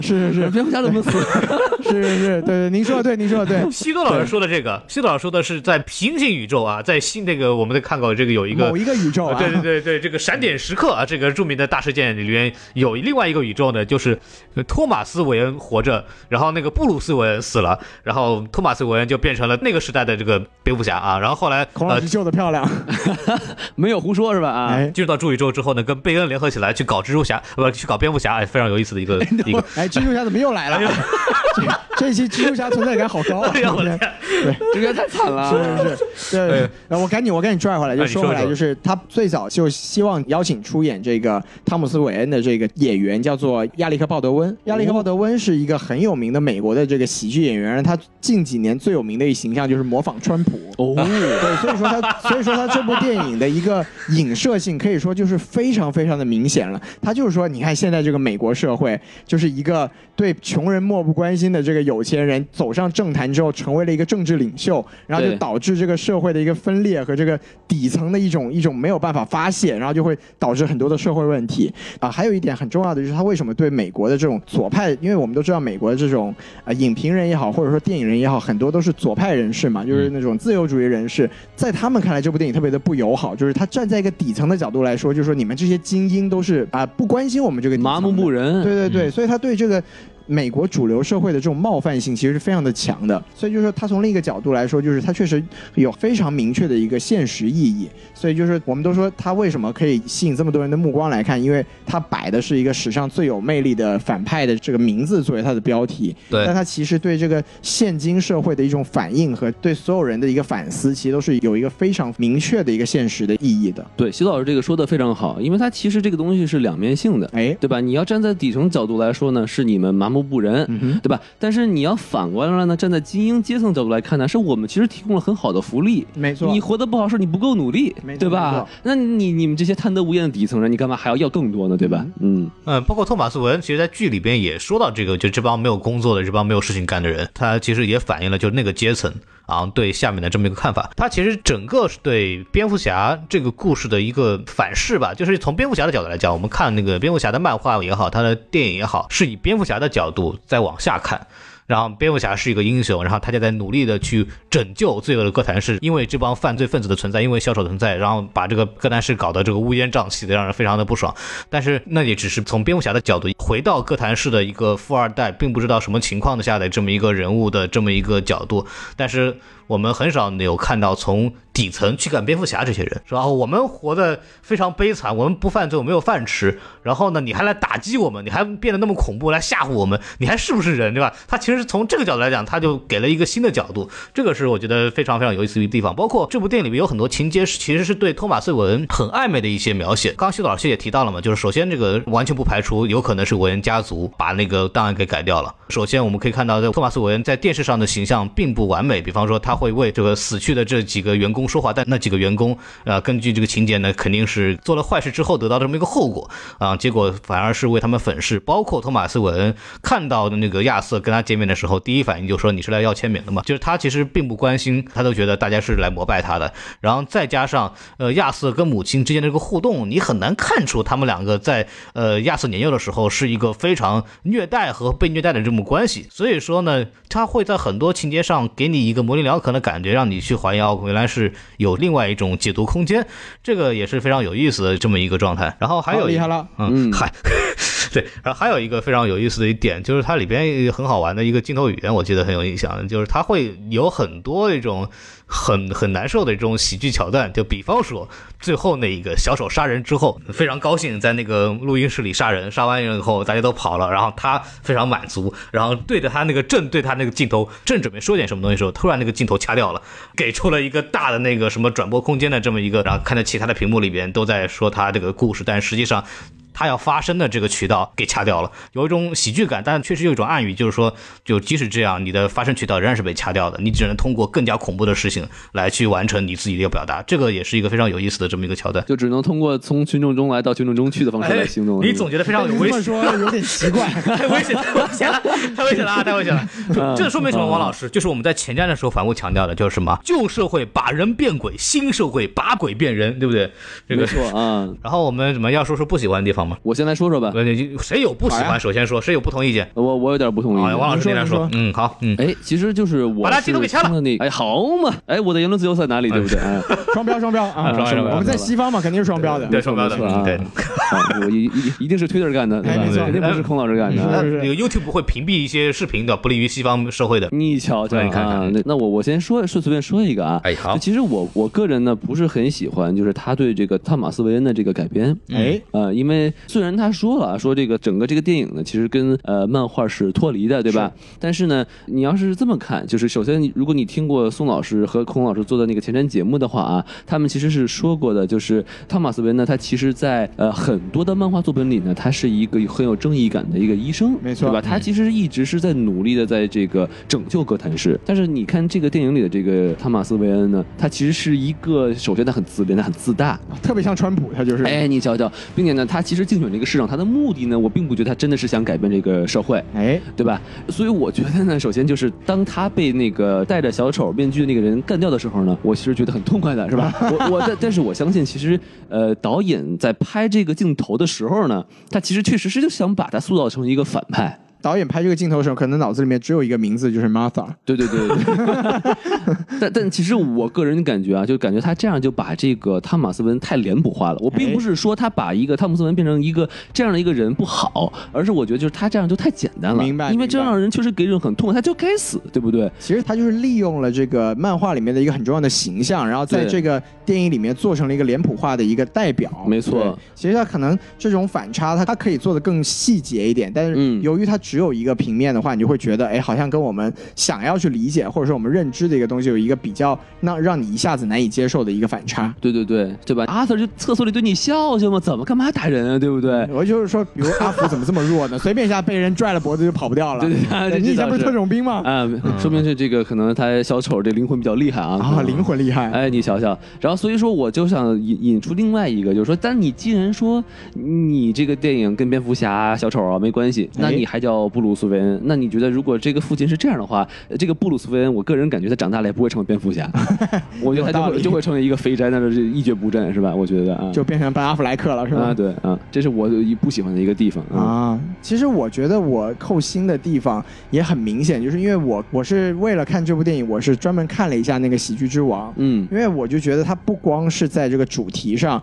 [SPEAKER 1] 是是是
[SPEAKER 3] 蝙蝠侠怎么死？
[SPEAKER 1] 是是是，对对，您说的对，您说的对。
[SPEAKER 2] 西多老师说的这个，西多老师说的是在平行宇宙啊，在新这个我们的看过这个有一个
[SPEAKER 1] 某。一个宇宙
[SPEAKER 2] 呃
[SPEAKER 1] 啊，
[SPEAKER 2] 对对对对，这个闪点时刻啊，这个著名的大事件里面有另外一个宇宙呢，就是呃托马斯·韦恩活着，然后那个布鲁斯·韦恩死了，然后托马斯·韦恩就变成了那个时代的这个蝙蝠侠啊，然后后来
[SPEAKER 1] 孔老
[SPEAKER 2] 呃
[SPEAKER 1] 师救的漂亮，
[SPEAKER 3] 没有胡说是吧？啊，
[SPEAKER 1] 哎
[SPEAKER 2] 进入到主宇宙之后呢，跟贝恩联合起来去搞蜘蛛侠，呃不去搞蝙蝠 侠，哎，非常有意思的一个一个，
[SPEAKER 1] 哎，蜘蛛侠怎么又来了？ 这这一期蜘蛛侠存在感好高啊！
[SPEAKER 2] 哎呀我的天，
[SPEAKER 3] 这个太惨了啊。
[SPEAKER 1] 是是是，对对。然后我赶紧我赶紧拽回来，就
[SPEAKER 2] 哎你说
[SPEAKER 1] 说回来，
[SPEAKER 2] 说
[SPEAKER 1] 就是他最早就希望邀请出演这个汤姆斯·韦恩的这个演员叫做亚历克·鲍德温。亚历克·鲍德温是一个很有名的美国的这个喜剧演员，他近几年最有名的一形象就是模仿川普。
[SPEAKER 3] 哦，
[SPEAKER 1] 对，所以说他，所以说他这部电影的一个影射性，可以说就是非常非常的明显了。他就是说，你看现在这个美国社会，就是一个对穷人漠不关心的这个有钱人走上政坛之后，成为了一个政治领袖，然后就
[SPEAKER 3] 对
[SPEAKER 1] 导致这个社会的一个分裂和这个底层的一种一种没有办法发泄，然后就会导致很多的社会问题啊、还有一点很重要的就是他为什么对美国的这种左派，因为我们都知道美国的这种啊、呃影评人也好，或者说电影人也好，很多都是左派人士嘛，就是
[SPEAKER 3] 嗯
[SPEAKER 1] 那种自由主义人士，在他们看来这部电影特别的不友好，就是他站在一个底层的角度来说，就是说你们这些精英都是啊、不关心我们这个底层
[SPEAKER 3] 麻
[SPEAKER 1] 的
[SPEAKER 3] 木不 仁。
[SPEAKER 1] 对对对，
[SPEAKER 2] 嗯
[SPEAKER 1] 所以他对这个美国主流社会的这种冒犯性其实是非常的强的。所以就是说，他从另一个角度来说，就是他确实有非常明确的一个现实意义。所以就是我们都说他为什么可以吸引这么多人的目光来看，因为他摆的是一个史上最有魅力的反派的这个名字作为他的标题。
[SPEAKER 2] 对
[SPEAKER 1] 但他其实对这个现今社会的一种反应和对所有人的一个反思，其实都是有一个非常明确的一个现实的意义的。
[SPEAKER 3] 对，徐老师这个说的非常好，因为它其实这个东西是两面性的，
[SPEAKER 1] 哎，
[SPEAKER 3] 对吧？你要站在底层角度来说呢，是你们麻木不仁，
[SPEAKER 1] 嗯
[SPEAKER 3] 对吧？但是你要反过来呢，站在精英阶层角度来看呢，是我们其实提供了很好的福利。
[SPEAKER 1] 没错，
[SPEAKER 3] 你活得不好是你不够努力
[SPEAKER 1] 没，错
[SPEAKER 3] 对
[SPEAKER 1] 没
[SPEAKER 3] 吧
[SPEAKER 1] 错？
[SPEAKER 3] 那你你们这些贪得无厌的底层人，你干嘛还要要更多呢？对吧？嗯，
[SPEAKER 2] 嗯，包括托马斯·文，其实，在剧里边也说到这个，就这帮没有工作的、这帮没有事情干的人，他其实也反映了就是那个阶层啊对下面的这么一个看法。他其实整个是对蝙蝠侠这个故事的一个反噬吧，就是从蝙蝠侠的角度来讲，我们看那个蝙蝠侠的漫画也好，他的电影也好，是以蝙蝠侠的角度再往下看。然后蝙蝠侠是一个英雄，然后他就在努力的去拯救罪恶的哥谭市，因为这帮犯罪分子的存在，因为小丑的存在，然后把这个哥谭市搞得这个乌烟瘴气的，让人非常的不爽。但是那也只是从蝙蝠侠的角度回到哥谭市的一个富二代，并不知道什么情况的下的这么一个人物的这么一个角度，但是我们很少有看到从底层去干蝙蝠侠这些人，然后我们活得非常悲惨，我们不犯罪，我们没有饭吃，然后呢，你还来打击我们，你还变得那么恐怖来吓唬我们，你还是不是人，对吧？他其实从这个角度来讲，他就给了一个新的角度，这个是我觉得非常非常有意思的地方。包括这部电影里面有很多情节是其实是对托马斯·韦恩很暧昧的一些描写。刚刚徐老师也提到了嘛，就是首先这个完全不排除有可能是韦恩家族把那个档案给改掉了。首先我们可以看到，这托马斯·韦恩在电视上的形象并不完美，比方说他会为这个死去的这几个员工说话，但那几个员工呃，根据这个情节呢，肯定是做了坏事之后得到这么一个后果啊、结果反而是为他们粉饰。包括托马斯·韦恩看到的那个亚瑟跟他见面的时候，第一反应就说你是来要签名的嘛，就是他其实并不关心，他都觉得大家是来膜拜他的。然后再加上呃亚瑟跟母亲之间的这个互动，你很难看出他们两个在呃亚瑟年幼的时候是一个非常虐待和被虐待的这么关系。所以说呢，他会在很多情节上给你一个模棱两可的感觉，让你去怀疑哦，原来是有另外一种解读空间，这个也是非常有意思的这么一个状态。然后还有
[SPEAKER 1] 好
[SPEAKER 2] 一
[SPEAKER 1] 厉害了，
[SPEAKER 2] 嗯，嗨， 对，然后还有一个非常有意思的一点，就是它里边有很好玩的一个镜头语言，我记得很有印象，就是它会有很多一种很很难受的这种喜剧桥段，就比方说最后那一个小丑杀人之后，非常高兴在那个录音室里杀人，杀完人以后大家都跑了，然后他非常满足，然后对着他那个正对他那个镜头，正准备说点什么东西的时候，突然那个镜头掐掉了，给出了一个大的那个什么转播空间的这么一个，然后看到其他的屏幕里边都在说他这个故事，但实际上它要发生的这个渠道给掐掉了，有一种喜剧感，但确实有一种暗语，就是说，就即使这样，你的发生渠道仍然是被掐掉的，你只能通过更加恐怖的事情来去完成你自己的表达，这个也是一个非常有意思的这么一个桥段。
[SPEAKER 3] 就只能通过从群众中来到群众中去的方式来行动。
[SPEAKER 2] 哎你总觉得非常有
[SPEAKER 1] 哎你
[SPEAKER 2] 危
[SPEAKER 1] 这么
[SPEAKER 2] 险，
[SPEAKER 1] 说有点奇怪。
[SPEAKER 2] 太危险，太危险了，太危险了，啊太危险了！
[SPEAKER 3] 嗯
[SPEAKER 2] 就这说明什么？王老师，就是我们在前瞻的时候反复强调的，就是什么旧社会把人变鬼，新社会把鬼变人，对不对？这
[SPEAKER 3] 没
[SPEAKER 2] 个。
[SPEAKER 3] 错啊。
[SPEAKER 2] 然后我们怎么要说说不喜欢的地方吗？
[SPEAKER 3] 我先来说说吧，
[SPEAKER 2] 呃，谁有不喜
[SPEAKER 1] 好呀
[SPEAKER 2] 欢，首先说，谁有不同意见？
[SPEAKER 3] 我我有点不同意。
[SPEAKER 2] 好，王老师
[SPEAKER 1] 您说
[SPEAKER 2] 您来说
[SPEAKER 1] 您，
[SPEAKER 2] 嗯，好，嗯，
[SPEAKER 3] 哎，其实就是我
[SPEAKER 2] 把垃圾都给掐了
[SPEAKER 3] 是听那个哎，好嘛，哎，我的言论自由在哪里，对不对？哎，
[SPEAKER 1] 双标，双标
[SPEAKER 2] 啊
[SPEAKER 1] 啊！
[SPEAKER 2] 双标双标
[SPEAKER 1] 我们在西方嘛，肯定是双标的。
[SPEAKER 2] 对，双标的，
[SPEAKER 3] 没错啊
[SPEAKER 2] 嗯对，
[SPEAKER 3] 好我一一一定是 Twitter 干的，对吧
[SPEAKER 1] 哎没错
[SPEAKER 3] 肯定不是孔老师干的。
[SPEAKER 1] 嗯
[SPEAKER 2] 那
[SPEAKER 3] 啊
[SPEAKER 1] 是
[SPEAKER 2] 那个 YouTube 会屏蔽一些视频的，不利于西方社会的。
[SPEAKER 3] 你瞧瞧
[SPEAKER 2] 哎你看看
[SPEAKER 3] 啊，那那我我先说，顺随便说一个啊。
[SPEAKER 2] 哎好
[SPEAKER 3] 就其实我我个人呢不是很喜欢，就是他对这个汤马斯·韦恩的这个改编。
[SPEAKER 2] 嗯
[SPEAKER 1] 哎，
[SPEAKER 3] 呃，因为虽然他说了啊说这个整个这个电影呢，其实跟呃漫画是脱离的，对吧？但是呢，你要是这么看，就是首先你如果你听过宋老师和孔老师做的那个前瞻节目的话啊，他们其实是说过的，就是汤马斯·韦恩呢，他其实在呃很多的漫画作品里呢，他是一个很有正义感的一个医生，
[SPEAKER 1] 没错嗯
[SPEAKER 3] 对吧？他其实一直是在努力的在这个拯救哥谭市，但是你看这个电影里的这个汤马斯·韦恩呢，他其实是一个首先他很自恋，他很自大，
[SPEAKER 1] 特别像川普，他就是。
[SPEAKER 3] 哎哎，你瞧瞧，并且呢，他其实竞选这个市长，他的目的呢，我并不觉得他真的是想改变这个社会，
[SPEAKER 1] 哎，
[SPEAKER 3] 对吧？所以我觉得呢，首先就是当他被那个戴着小丑面具的那个人干掉的时候呢，我其实觉得很痛快的，是吧？我我但但是我相信，其实呃，导演在拍这个镜头的时候呢，他其实确实是就想把他塑造成一个反派。
[SPEAKER 1] 导演拍这个镜头的时候，可能脑子里面只有一个名字，就是 Martha。
[SPEAKER 3] 对对对 对但但其实我个人感觉啊，就感觉他这样就把这个汤马斯文太脸谱化了。我
[SPEAKER 1] 哎
[SPEAKER 3] 并不是说他把一个汤姆斯文变成一个这样的一个人不好，而是我觉得就是他这样就太简单了。
[SPEAKER 1] 明白
[SPEAKER 3] 因为这
[SPEAKER 1] 明白
[SPEAKER 3] 样的人确实给人很痛苦，他就该死，对不对？
[SPEAKER 1] 其实他就是利用了这个漫画里面的一个很重要的形象，然后在
[SPEAKER 3] 对
[SPEAKER 1] 这个电影里面做成了一个脸谱化的一个代表。
[SPEAKER 3] 没错
[SPEAKER 1] 对，其实他可能这种反差，他他可以做的更细节一点，但是
[SPEAKER 3] 嗯
[SPEAKER 1] 由于它只有一个平面的话，你就会觉得，哎，好像跟我们想要去理解或者说我们认知的一个东西有一个比较让让你一下子难以接受的一个反差。
[SPEAKER 3] 对对对，对吧？阿 Sir 就厕所里对你笑笑嘛，怎么干嘛打人啊，对不对？
[SPEAKER 1] 我就是说，比如阿福怎么这么 弱呢？随便一下被人拽了脖子就跑不掉了。
[SPEAKER 3] 对对对
[SPEAKER 1] 你以前不是
[SPEAKER 3] 这倒
[SPEAKER 1] 特
[SPEAKER 3] 是
[SPEAKER 1] 种兵吗？
[SPEAKER 3] 啊，说明是这个可能他小丑这灵魂比较厉害啊
[SPEAKER 1] 啊，灵。魂厉害。
[SPEAKER 3] 哎，你想想，然后所以说我就想引引出另外一个，就是说，但你既然说你这个电影跟蝙蝠侠、小丑啊没关系，那
[SPEAKER 1] 哎
[SPEAKER 3] 你还叫布鲁斯韦恩？那你觉得如果这个父亲是这样的话，呃这个布鲁斯韦恩，我个人感觉他长大了也不会成为蝙 蝠侠，我觉得他就
[SPEAKER 1] 有道
[SPEAKER 3] 会
[SPEAKER 1] 理
[SPEAKER 3] 就会成为一个肥宅，那就是一蹶不振，是吧？我觉得啊，
[SPEAKER 1] 就变成班阿弗莱克了，是吧？
[SPEAKER 3] 啊对啊，这是我一不喜欢的一个地方啊。
[SPEAKER 1] 啊，其实我觉得我扣星的地方也很明显，就是因为我我是为了看这部电影，我是专门看了一下那个《喜剧之王》，
[SPEAKER 3] 嗯，
[SPEAKER 1] 因为我就觉得它不光是在这个主题上。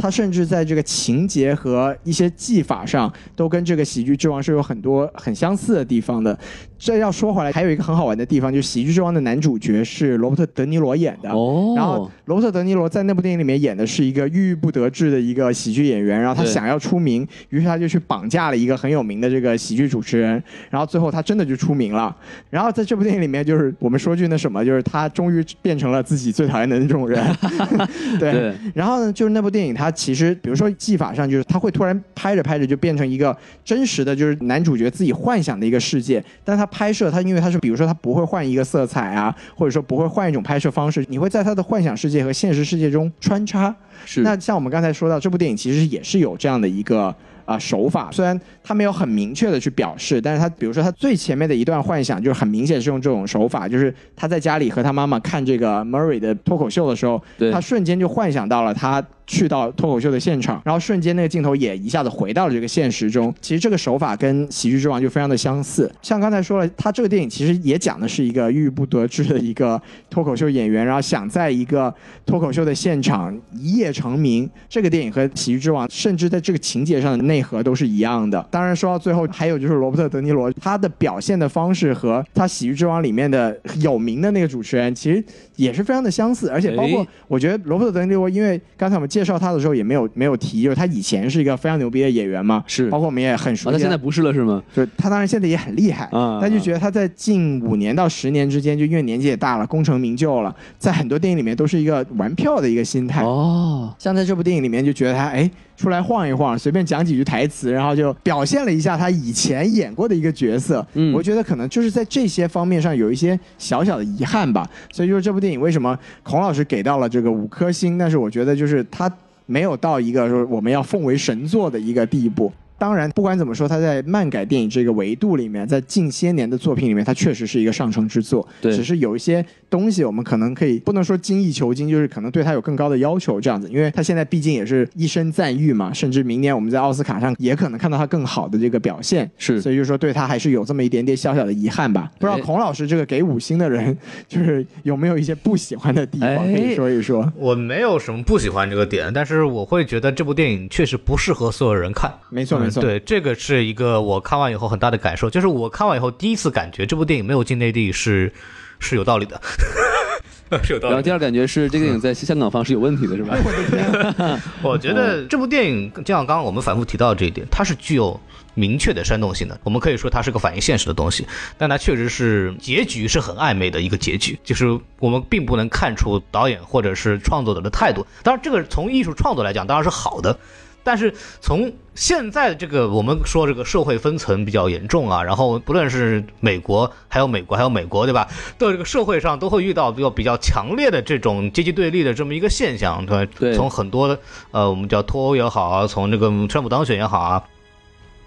[SPEAKER 1] 它甚至在这个情节和一些技法上，都跟这个《喜剧之王》是有很多很相似的地方的。这要说回来，还有一个很好玩的地方，就是《喜剧之王》的男主角是罗伯特·德尼罗演的。
[SPEAKER 3] 哦，
[SPEAKER 1] 然后罗伯特·德尼罗在那部电影里面演的是一个郁郁不得志的一个喜剧演员，然后他
[SPEAKER 3] 对
[SPEAKER 1] 想要出名，于是他就去绑架了一个很有名的这个喜剧主持人，然后最后他真的就出名了。然后在这部电影里面，就是我们说句那什么，就是他终于变成了自己最讨厌的那种人。对。
[SPEAKER 3] 对
[SPEAKER 1] 然后呢，就是那部电影，它其实比如说技法上，就是它会突然拍着拍着就变成一个真实的，就是男主角自己幻想的一个世界。但他拍摄，他因为他是比如说他不会换一个色彩啊，或者说不会换一种拍摄方式，你会在他的幻想世界和现实世界中穿插。
[SPEAKER 3] 是
[SPEAKER 1] 那像我们刚才说到，这部电影其实也是有这样的一个。啊、手法虽然他没有很明确的去表示，但是他比如说他最前面的一段幻想，就是很明显是用这种手法，就是他在家里和他妈妈看这个 Murray 的脱口秀的时候，
[SPEAKER 3] 对
[SPEAKER 1] 他瞬间就幻想到了他去到脱口秀的现场，然后瞬间那个镜头也一下子回到了这个现实中。其实这个手法跟《喜剧之王》就非常的相似。像刚才说了，他这个电影其实也讲的是一个郁郁不得志的一个脱口秀演员，然后想在一个脱口秀的现场一夜成名。这个电影和《喜剧之王》甚至在这个情节上的内核都是一样的。当然，说到最后，还有就是罗伯特·德尼罗他的表现的方式和他《喜剧之王》里面的呃有名的那个主持人，其实也是非常的相似，而且包括
[SPEAKER 3] 哎
[SPEAKER 1] 我觉得罗伯特·德尼罗，因为刚才我们介绍他的时候也没有没有提，就是他以前是一个非常牛逼的演员嘛，
[SPEAKER 3] 是
[SPEAKER 1] 包括我们也很熟
[SPEAKER 3] 啊，
[SPEAKER 1] 悉他。
[SPEAKER 3] 他现在不是了是吗？
[SPEAKER 1] 就是他当然现在也很厉害，
[SPEAKER 3] 啊
[SPEAKER 1] 但就觉得他在近五年到十年之间，就因为年纪也大了，功成名就了，在很多电影里面都是一个玩票的一个心态。
[SPEAKER 3] 哦，
[SPEAKER 1] 像在这部电影里面，就觉得他哎出来晃一晃，随便讲几句台词，然后就表现了一下他以前演过的一个角色。
[SPEAKER 3] 嗯
[SPEAKER 1] 我觉得可能就是在这些方面上有一些小小的遗憾吧。所以就是这部电影为什么孔老师给到了这个五颗星，但是我觉得就是他没有到一个说我们要奉为神作的一个地步。当然，不管怎么说，他在漫改电影这个维度里面，在近些年的作品里面，他确实是一个上乘之作。
[SPEAKER 3] 对
[SPEAKER 1] 只是有一些东西我们可能可以不能说精益求精，就是可能对他有更高的要求这样子，因为他现在毕竟也是一身赞誉嘛，甚至明年我们在奥斯卡上也可能看到他更好的这个表现。
[SPEAKER 3] 是
[SPEAKER 1] 所以就说对他还是有这么一点点小小的遗憾吧。不知道
[SPEAKER 3] 哎
[SPEAKER 1] 孔老师这个给五星的人，就是有没有一些不喜欢的地方
[SPEAKER 3] 哎
[SPEAKER 1] 可以说一说？
[SPEAKER 2] 我没有什么不喜欢这个点，但是我会觉得这部电影确实不适合所有人看。
[SPEAKER 1] 没错
[SPEAKER 2] 嗯
[SPEAKER 1] 没错，
[SPEAKER 2] 对，这个是一个我看完以后很大的感受，就是我看完以后第一次感觉这部电影没有进内地是是有道理的， 是有道
[SPEAKER 3] 然
[SPEAKER 2] 理
[SPEAKER 3] 后
[SPEAKER 2] 的。
[SPEAKER 3] 第二感觉是这个电影在香港方是有问题的是 吧？
[SPEAKER 2] 我觉得这部电影，就像刚刚我们反复提到这一点，它是具有明确的煽动性的。我们可以说它是个反映现实的东西，但它确实是结局是很暧昧的一个结局，就是我们并不能看出导演或者是创作者的态度。当然，这个从艺术创作来讲，当然是好的。但是从现在的这个我们说这个社会分层比较严重啊，然后不论是美国，还有美国，还有美国，对吧？到这个社会上都会遇到比较比较强烈的这种阶级对立的这么一个现象，对吧？
[SPEAKER 3] 对
[SPEAKER 2] 从很多的呃，我们叫脱欧也好啊，从这个川普当选也好啊。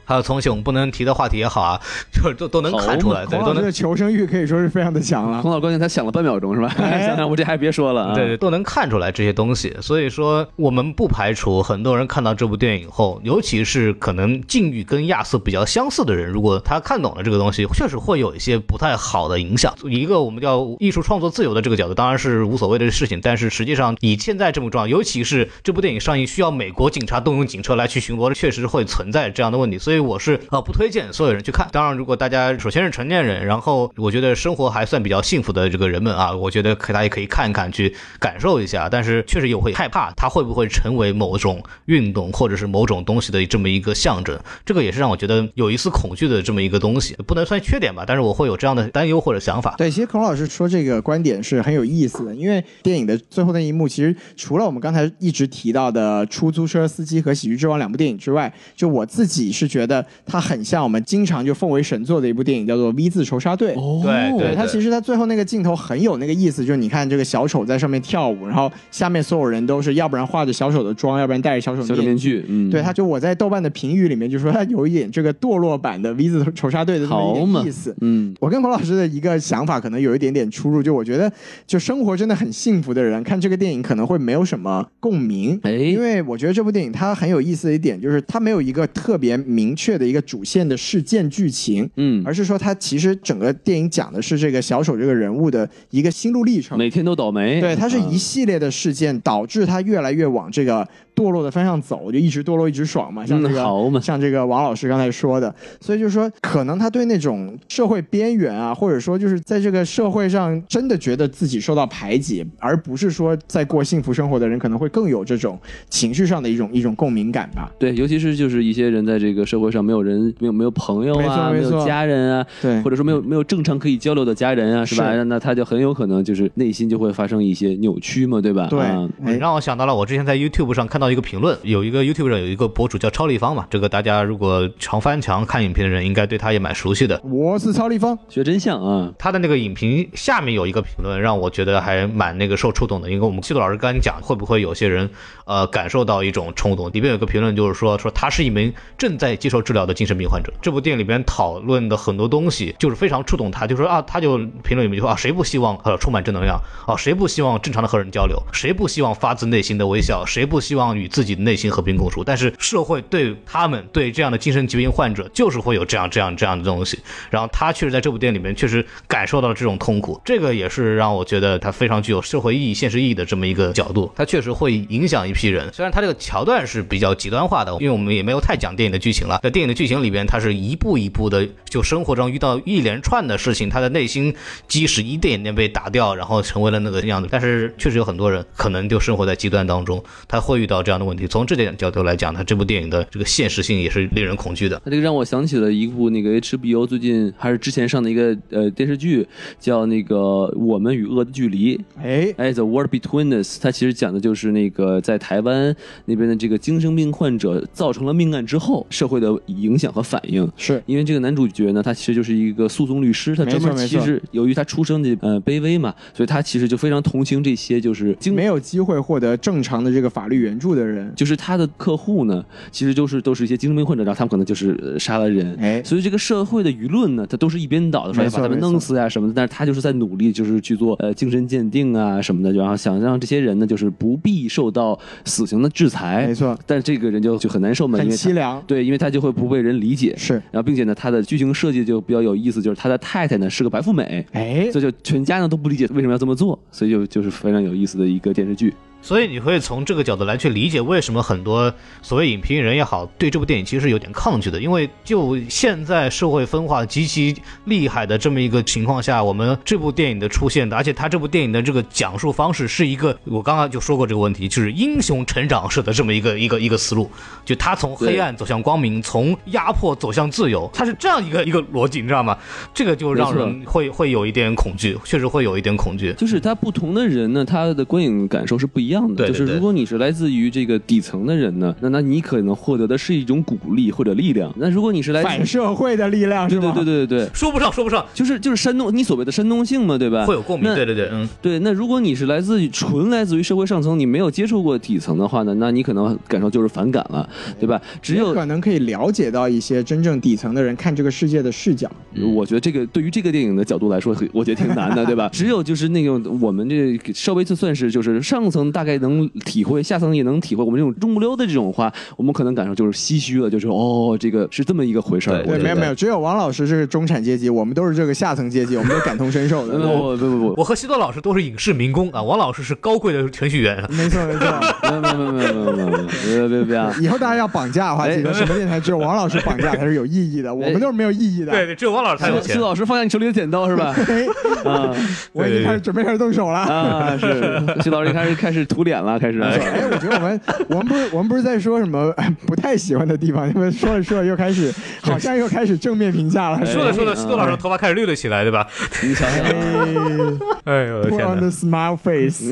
[SPEAKER 2] 还有从一些我们不能提的话题也好啊，就是都都能看出来，对，
[SPEAKER 1] 孔
[SPEAKER 2] 都
[SPEAKER 1] 老师
[SPEAKER 2] 能
[SPEAKER 1] 的求生欲可以说是非常的强了。
[SPEAKER 3] 孔老关键他想了半秒钟是吧？
[SPEAKER 1] 哎
[SPEAKER 3] 想想我这还别说了啊，
[SPEAKER 2] 对对，都能看出来这些东西。所以说，我们不排除很多人看到这部电影后，尤其是可能境遇跟亚瑟比较相似的人，如果他看懂了这个东西，确实会有一些不太好的影响。一个我们叫艺术创作自由的这个角度，当然是无所谓的事情，但是实际上以现在这么状况，尤其是这部电影上映需要美国警察动用警车来去巡逻，确实会存在这样的问题。所以我是呃不推荐所有人去看。当然，如果大家首先是成年人，然后我觉得生活还算比较幸福的这个人们啊，我觉得可大家也可以看一看，去感受一下。但是确实也会害怕它会不会成为某种运动或者是某种东西的这么一个象征，这个也是让我觉得有一丝恐惧的这么一个东西，不能算缺点吧，但是我会有这样的担忧或者想法。
[SPEAKER 1] 对，其实孔老师说这个观点是很有意思的，因为电影的最后那一幕，其实除了我们刚才一直提到的《出租车司机》和《喜剧之王》两部电影之外，就我自己是觉得它很像我们经常就奉为神作的一部电影，叫做《V 字仇杀队》。
[SPEAKER 3] 哦
[SPEAKER 2] 对对
[SPEAKER 1] 它其实它最后那个镜头很有那个意思，就是你看这个小丑在上面跳舞，然后下面所有人都是要不然化着小丑的妆，要不然戴着小丑
[SPEAKER 3] 小丑面具，嗯，
[SPEAKER 1] 对，他就我在豆瓣的评语里面就说 他有一点这个堕落版的 V 字仇杀队的这么
[SPEAKER 3] 好
[SPEAKER 1] 一
[SPEAKER 3] 嘛
[SPEAKER 1] 点意思。
[SPEAKER 3] 嗯，
[SPEAKER 1] 我跟孔老师的一个想法可能有一点点出入，就我觉得，就生活真的很幸福的人看这个电影可能会没有什么共鸣，
[SPEAKER 3] 哎
[SPEAKER 1] 因为我觉得这部电影它很有意思的一点就是它没有一个特别明确的一个主线的事件剧情，
[SPEAKER 3] 嗯，
[SPEAKER 1] 而是说它其实整个电影讲的是这个小丑这个人物的一个心路历程，
[SPEAKER 3] 每天都倒霉，
[SPEAKER 1] 对，它是一
[SPEAKER 3] 啊
[SPEAKER 1] 系列的事件导致他越来越往这个堕落的方向走，就一直堕落一直爽嘛，像这
[SPEAKER 3] 嗯
[SPEAKER 1] 个、
[SPEAKER 3] 好嘛
[SPEAKER 1] 像这个王老师刚才说的，所以就是说，可能他对那种社会边缘啊，或者说就是在这个社会上真的觉得自己受到排挤，而不是说在过幸福生活的人，可能会更有这种情绪上的一种一种共鸣感吧。
[SPEAKER 3] 对，尤其是就是一些人在这个社会上没有人没有没有朋友
[SPEAKER 1] 没
[SPEAKER 3] 啊，
[SPEAKER 1] 错没
[SPEAKER 3] 没有
[SPEAKER 1] 错
[SPEAKER 3] 家人啊，
[SPEAKER 1] 对
[SPEAKER 3] 或者说没有没有正常可以交流的家人啊，是吧？
[SPEAKER 1] 是
[SPEAKER 3] 那他就很有可能就是内心就会发生一些扭曲嘛，对吧？
[SPEAKER 1] 对，
[SPEAKER 3] 啊
[SPEAKER 2] 你
[SPEAKER 1] 哎，
[SPEAKER 2] 让我想到了，我之前在 YouTube 上看到一个评论，有一个 YouTube 上有一个博主叫超立方嘛，这个大家如果常翻墙看影评的人，应该对他也蛮熟悉的。
[SPEAKER 1] 我是超立方，
[SPEAKER 3] 学真相啊，
[SPEAKER 2] 他的那个影评下面有一个评论，让我觉得还蛮那个受触动的。因为我们季度老师刚才讲，会不会有些人呃感受到一种冲动？里边有个评论就是说，说他是一名正在接受治疗的精神病患者。这部电影里边讨论的很多东西，就是非常触动他，就说啊，他就评论里面就说啊，谁不希望呃充满正能量啊，谁不希望正常的和人交流，谁不希望发自内心的微笑，谁不希望与自己的内心和平共处？但是社会对他们对这样的精神疾病患者，就是会有这样这样这样的东西。然后他确实在这部电影里面确实感受到了这种痛苦，这个也是让我觉得他非常具有社会意义、现实意义的这么一个角度，他确实会影响一批人。虽然他这个桥段是比较极端化的，因为我们也没有太讲电影的剧情了，在电影的剧情里边，他是一步一步的就生活中遇到一连串的事情，他的内心基石一点一点被打掉，然后成为了那个样子。但是确实有很多人可能就生活在极端当中，他会遇到这样的问题。从这点角度来讲，他这部电影的这个现实性也是令人恐惧的。
[SPEAKER 3] 那这个让我想起了一部那个 HBO 最近还是之前上的一个呃电视剧，叫那个《我们与恶的距离》。
[SPEAKER 1] 哎，
[SPEAKER 3] 哎，《The World Between Us》，它其实讲的就是那个在台湾那边的这个精神病患者造成了命案之后社会的影响和反应。
[SPEAKER 1] 是
[SPEAKER 3] 因为这个男主角呢，他其实就是一个诉讼律师，他
[SPEAKER 1] 没错
[SPEAKER 3] 专门
[SPEAKER 1] 没
[SPEAKER 3] 其
[SPEAKER 1] 错
[SPEAKER 3] 实由于他出生的呃卑微嘛，所以他其实就非常同情这些就是经
[SPEAKER 1] 没有机会获得正常的这个法律援助的人，
[SPEAKER 3] 就是他的客户呢，其实就是都是一些精神病患者，然后他们可能就是呃杀了人，
[SPEAKER 1] 哎
[SPEAKER 3] 所以这个社会的舆论呢，它都是一边倒的，说
[SPEAKER 1] 没
[SPEAKER 3] 要
[SPEAKER 1] 错
[SPEAKER 3] 把他们弄死呀、什么的，但是他就是在努力，就是去做呃精神鉴定啊什么的，然后想让这些人呢，就是不必受到死刑的制裁，
[SPEAKER 1] 没错，
[SPEAKER 3] 但是这个人就就很难受嘛，因
[SPEAKER 1] 很
[SPEAKER 3] 为
[SPEAKER 1] 凄
[SPEAKER 3] 他
[SPEAKER 1] 凉。
[SPEAKER 3] 对，因为他就会不被人理解，
[SPEAKER 1] 是，
[SPEAKER 3] 然后并且呢，他的剧情设计就比较有意思，就是他的太太呢是个白富美。
[SPEAKER 1] 哎，
[SPEAKER 3] 所以就全家呢都不理解为什么要这么做，所以就就是非常有意思的一个电视剧。
[SPEAKER 2] 所以你会从这个角度来去理解为什么很多所谓影评人也好，对这部电影其实是有点抗拒的，因为就现在社会分化极其厉害的这么一个情况下，我们这部电影的出现的，而且它这部电影的这个讲述方式是一个，我刚刚就说过这个问题，就是英雄成长式的这么一个一个一个思路，就他从黑暗走向光明，从压迫走向自由，它是这样一个一个逻辑，你知道吗？这个就让
[SPEAKER 3] 没错
[SPEAKER 2] 人会会有一点恐惧，确实会有一点恐惧。
[SPEAKER 3] 就是他不同的人呢，他的观影感受是不一样的。
[SPEAKER 2] 对对
[SPEAKER 3] 就是
[SPEAKER 2] 对
[SPEAKER 3] 如果你是来自于这个底层的人呢，那那你可能获得的是一种鼓励或者力量。那如果你是来
[SPEAKER 1] 反
[SPEAKER 3] 自
[SPEAKER 1] 社会的力量是
[SPEAKER 3] 对
[SPEAKER 1] 吗
[SPEAKER 3] 对？对对对对，
[SPEAKER 2] 说不上，说不上，
[SPEAKER 3] 就是就是煽动你所谓的煽动性嘛，对吧？
[SPEAKER 2] 会有共鸣。
[SPEAKER 3] 那
[SPEAKER 2] 对对对，嗯，
[SPEAKER 3] 对，那如果你是来自于纯来自于社会上层，你没有接触过底层的话呢，那你可能感受就是反感了，对吧？只有
[SPEAKER 1] 可能可以了解到一些真正底层的人看这个世界的视角。
[SPEAKER 3] 我觉得这个对于这个电影的角度来说，很我觉得挺难的，对吧？ 只有就是那种我们这个稍微就算是就是上层大概能体会，下层也能体会，我们这种中不溜的这种话，我们可能感受就是唏嘘了，就是哦，这个是这么一个回事儿。
[SPEAKER 2] 对
[SPEAKER 1] 对，
[SPEAKER 3] 我觉
[SPEAKER 1] 没有
[SPEAKER 3] 得
[SPEAKER 1] 没有，只有王老师是中产阶级，我们都是这个下层阶级，我们都感同身受的。
[SPEAKER 3] 呃
[SPEAKER 1] 对
[SPEAKER 3] 我不不不。
[SPEAKER 2] 我和西多老师都是影视民工啊，王老师是高贵的程序员。啊
[SPEAKER 1] 没错没错，
[SPEAKER 3] 没有没有没有没有没有没有没有没有没有没有，
[SPEAKER 1] 以后大家要绑架的话，
[SPEAKER 3] 哎
[SPEAKER 1] 记得什么电台只有王老师绑架才是有意义的，我们都是没有意义的。
[SPEAKER 2] 对对，只有王老师才有
[SPEAKER 3] 苏
[SPEAKER 2] 钱
[SPEAKER 3] 苏。老师放下你手里的剪刀是吧？
[SPEAKER 1] 嘿，
[SPEAKER 3] 啊
[SPEAKER 1] 我已经开始准备开始动手了。
[SPEAKER 3] 啊是，徐老师开始开始涂脸了，开始。
[SPEAKER 1] 哎，我觉得我们我们不是我们不是在说什么 哎不太喜欢的地方，你们说着说着又开始，好像又开始正面评价了。
[SPEAKER 3] 哎
[SPEAKER 2] 说着说着，
[SPEAKER 3] 嗯
[SPEAKER 2] 西多老师头发开始绿了起来，对吧？
[SPEAKER 3] 你想想啊，
[SPEAKER 2] 哎呦，我的
[SPEAKER 1] Put
[SPEAKER 2] 天
[SPEAKER 1] on
[SPEAKER 2] 哪
[SPEAKER 1] the！smile face，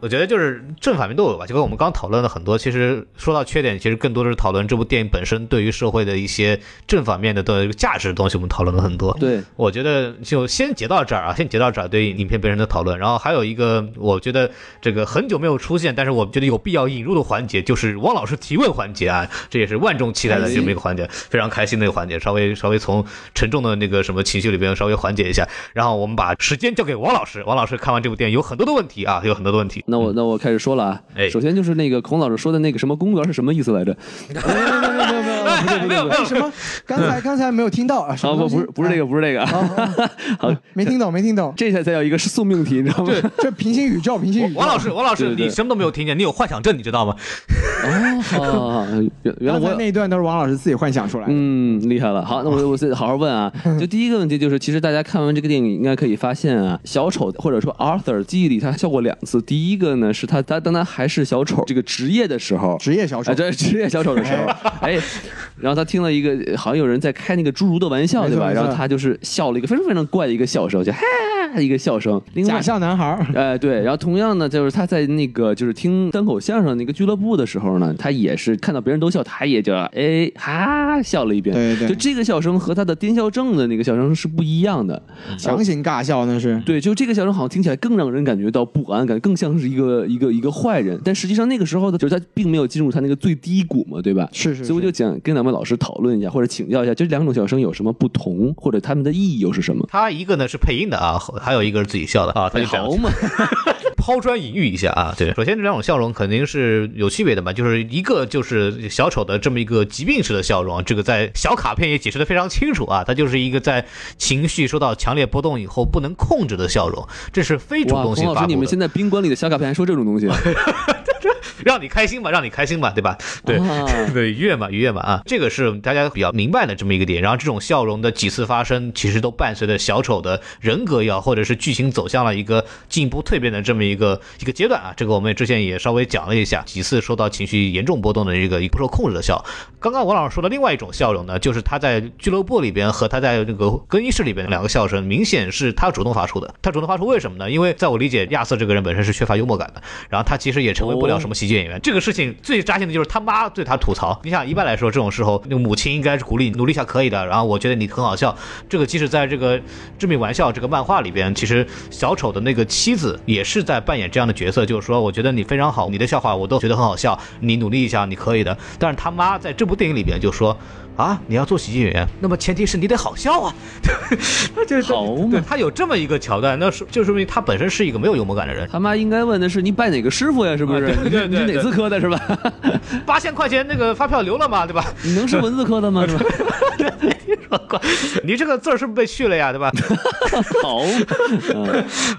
[SPEAKER 2] 我觉得就是正反面都有吧，就跟我们刚讨论了很多。其实说到缺点，其实更多的是讨论这部电影本身对于社会的一些正反面的的价值的东西，我们讨论了很多。
[SPEAKER 3] 对，
[SPEAKER 2] 我觉得就先截到这儿啊，先截到这儿对影片本身的讨论。然后还有一个，我觉得这个很久没有出现，但是我觉得有必要引入的环节，就是汪老师提问环节啊，这也是万众期待的这么一个环节，非常开心的一个环节，稍微稍微从沉重的那个什么情绪里边稍微缓解一下。然后我们把时间交给王老师，王老师看完这部电影有很多的问题啊，有很多的问题。
[SPEAKER 3] 那我那我开始说了啊
[SPEAKER 2] 哎，
[SPEAKER 3] 首先就是那个孔老师说的那个什么公园是什么意思来着？
[SPEAKER 2] 没有没有
[SPEAKER 1] 哎什么？刚才刚才没有听到啊？什
[SPEAKER 3] 啊
[SPEAKER 1] 么东
[SPEAKER 3] 不
[SPEAKER 1] 西哦
[SPEAKER 3] 不是不是这个不是这个，好，
[SPEAKER 1] 没听懂没听懂，
[SPEAKER 3] 这才才有一个宿命题，你知道 吗？
[SPEAKER 1] 这平行宇宙平行宇宙。
[SPEAKER 2] 王老师，王老师，
[SPEAKER 3] 对嗯对
[SPEAKER 2] 你什么都没有听见，你有幻想症，你知道吗？
[SPEAKER 3] 哦，好好好，原原来
[SPEAKER 1] 刚
[SPEAKER 3] 我
[SPEAKER 1] 才那一段都是王老师自己幻想出来的。
[SPEAKER 3] 嗯，厉害了。好， 那我我再好好问啊。就第一个问题就是，其实大家看完这个电影，应该可以发现啊，小丑或者说 Arthur 记忆里他笑过两次。第一个呢，是他他当他还是小丑这个职业的时候，
[SPEAKER 1] 职业小
[SPEAKER 3] 啊，
[SPEAKER 1] 丑，
[SPEAKER 3] 这是职业小丑的时候，哎，然后他听了一个好像有人在开那个侏儒的玩笑，
[SPEAKER 1] 没错
[SPEAKER 3] 对吧？
[SPEAKER 1] 没错
[SPEAKER 3] 然后他就是笑了一个非常非常怪的一个笑声，就哈一个笑声。另外
[SPEAKER 1] 假，笑男孩儿。
[SPEAKER 3] 哎，对，然后同样呢，就是他在那个就是听单口相声那个俱乐部的时候呢，他也是看到别人都笑，他也就哎哈笑了一遍。
[SPEAKER 1] 对对
[SPEAKER 3] 就这个笑声和他的癫痫症的那个笑声是不一样的。
[SPEAKER 1] 强行尬笑那是。
[SPEAKER 3] 对，就这个笑声好像听起来更让人感觉到不安感，更像是一个一个一个坏人。但实际上那个时候呢，就是他并没有进入他那个最低谷嘛，对吧？
[SPEAKER 1] 是是
[SPEAKER 3] 所以我
[SPEAKER 1] 是
[SPEAKER 3] 就想跟两位老师讨论一下，或者请教一下，这两种小声有什么不同，或者他们的意义又是什么？
[SPEAKER 2] 他一个呢是配音的啊，还有一个是自己笑的啊，他就这样
[SPEAKER 3] 哎好嘛，
[SPEAKER 2] 抛砖引玉一下啊，对，首先这两种笑容肯定是有区别的嘛，就是一个就是小丑的这么一个疾病式的笑容，这个在小卡片也解释的非常清楚啊，它就是一个在情绪受到强烈波动以后不能控制的笑容，这是非主
[SPEAKER 3] 哇，
[SPEAKER 2] 动
[SPEAKER 3] 孔
[SPEAKER 2] 性
[SPEAKER 3] 老
[SPEAKER 2] 发
[SPEAKER 3] 师，你
[SPEAKER 2] 布
[SPEAKER 3] 们
[SPEAKER 2] 的，
[SPEAKER 3] 现在宾馆里的小卡片还说这种东西？
[SPEAKER 2] 让你开心吧，让你开心吧，对吧？对。
[SPEAKER 3] 啊
[SPEAKER 2] 对，愉悦嘛，愉悦嘛啊，这个是大家比较明白的这么一个点。然后这种笑容的几次发生，其实都伴随着小丑的人格也好，或者是剧情走向了一个进一步蜕变的这么一个一个阶段啊。这个我们之前也稍微讲了一下，几次受到情绪严重波动的一个不受控制的笑。刚刚王老师说的另外一种笑容呢，就是他在俱乐部里边和他在那个更衣室里边两个笑声，明显是他主动发出的。他主动发出为什么呢？因为在我理解，亚瑟这个人本身是缺乏幽默感的，然后他其实也成为不了什么喜剧演员。这个事情最扎心的就是他妈对他吐槽。你想，一般来说这种时候，那个母亲应该是鼓励努力一下可以的。然后我觉得你很好笑。这个即使在这个致命玩笑这个漫画里边，其实小丑的那个妻子也是在扮演这样的角色，就是说，我觉得你非常好，你的笑话我都觉得很好笑，你努力一下，你可以的。但是他妈在这部电影里边就说。啊，你要做喜剧演员，那么前提是你得好笑啊！ 他就是
[SPEAKER 3] 好嘛
[SPEAKER 2] 对他有这么一个桥段，那是就说明他本身是一个没有幽默感的人。
[SPEAKER 3] 他妈应该问的是你拜哪个师傅呀？是不是？
[SPEAKER 2] 啊对对对
[SPEAKER 3] 你是你是哪字科的是 吧？
[SPEAKER 2] 八千块钱那个发票留了吗？对吧？
[SPEAKER 3] 你能是文字科的吗？是吧？
[SPEAKER 2] 你这个字儿是不是被去了呀？对吧？
[SPEAKER 3] 好，嗯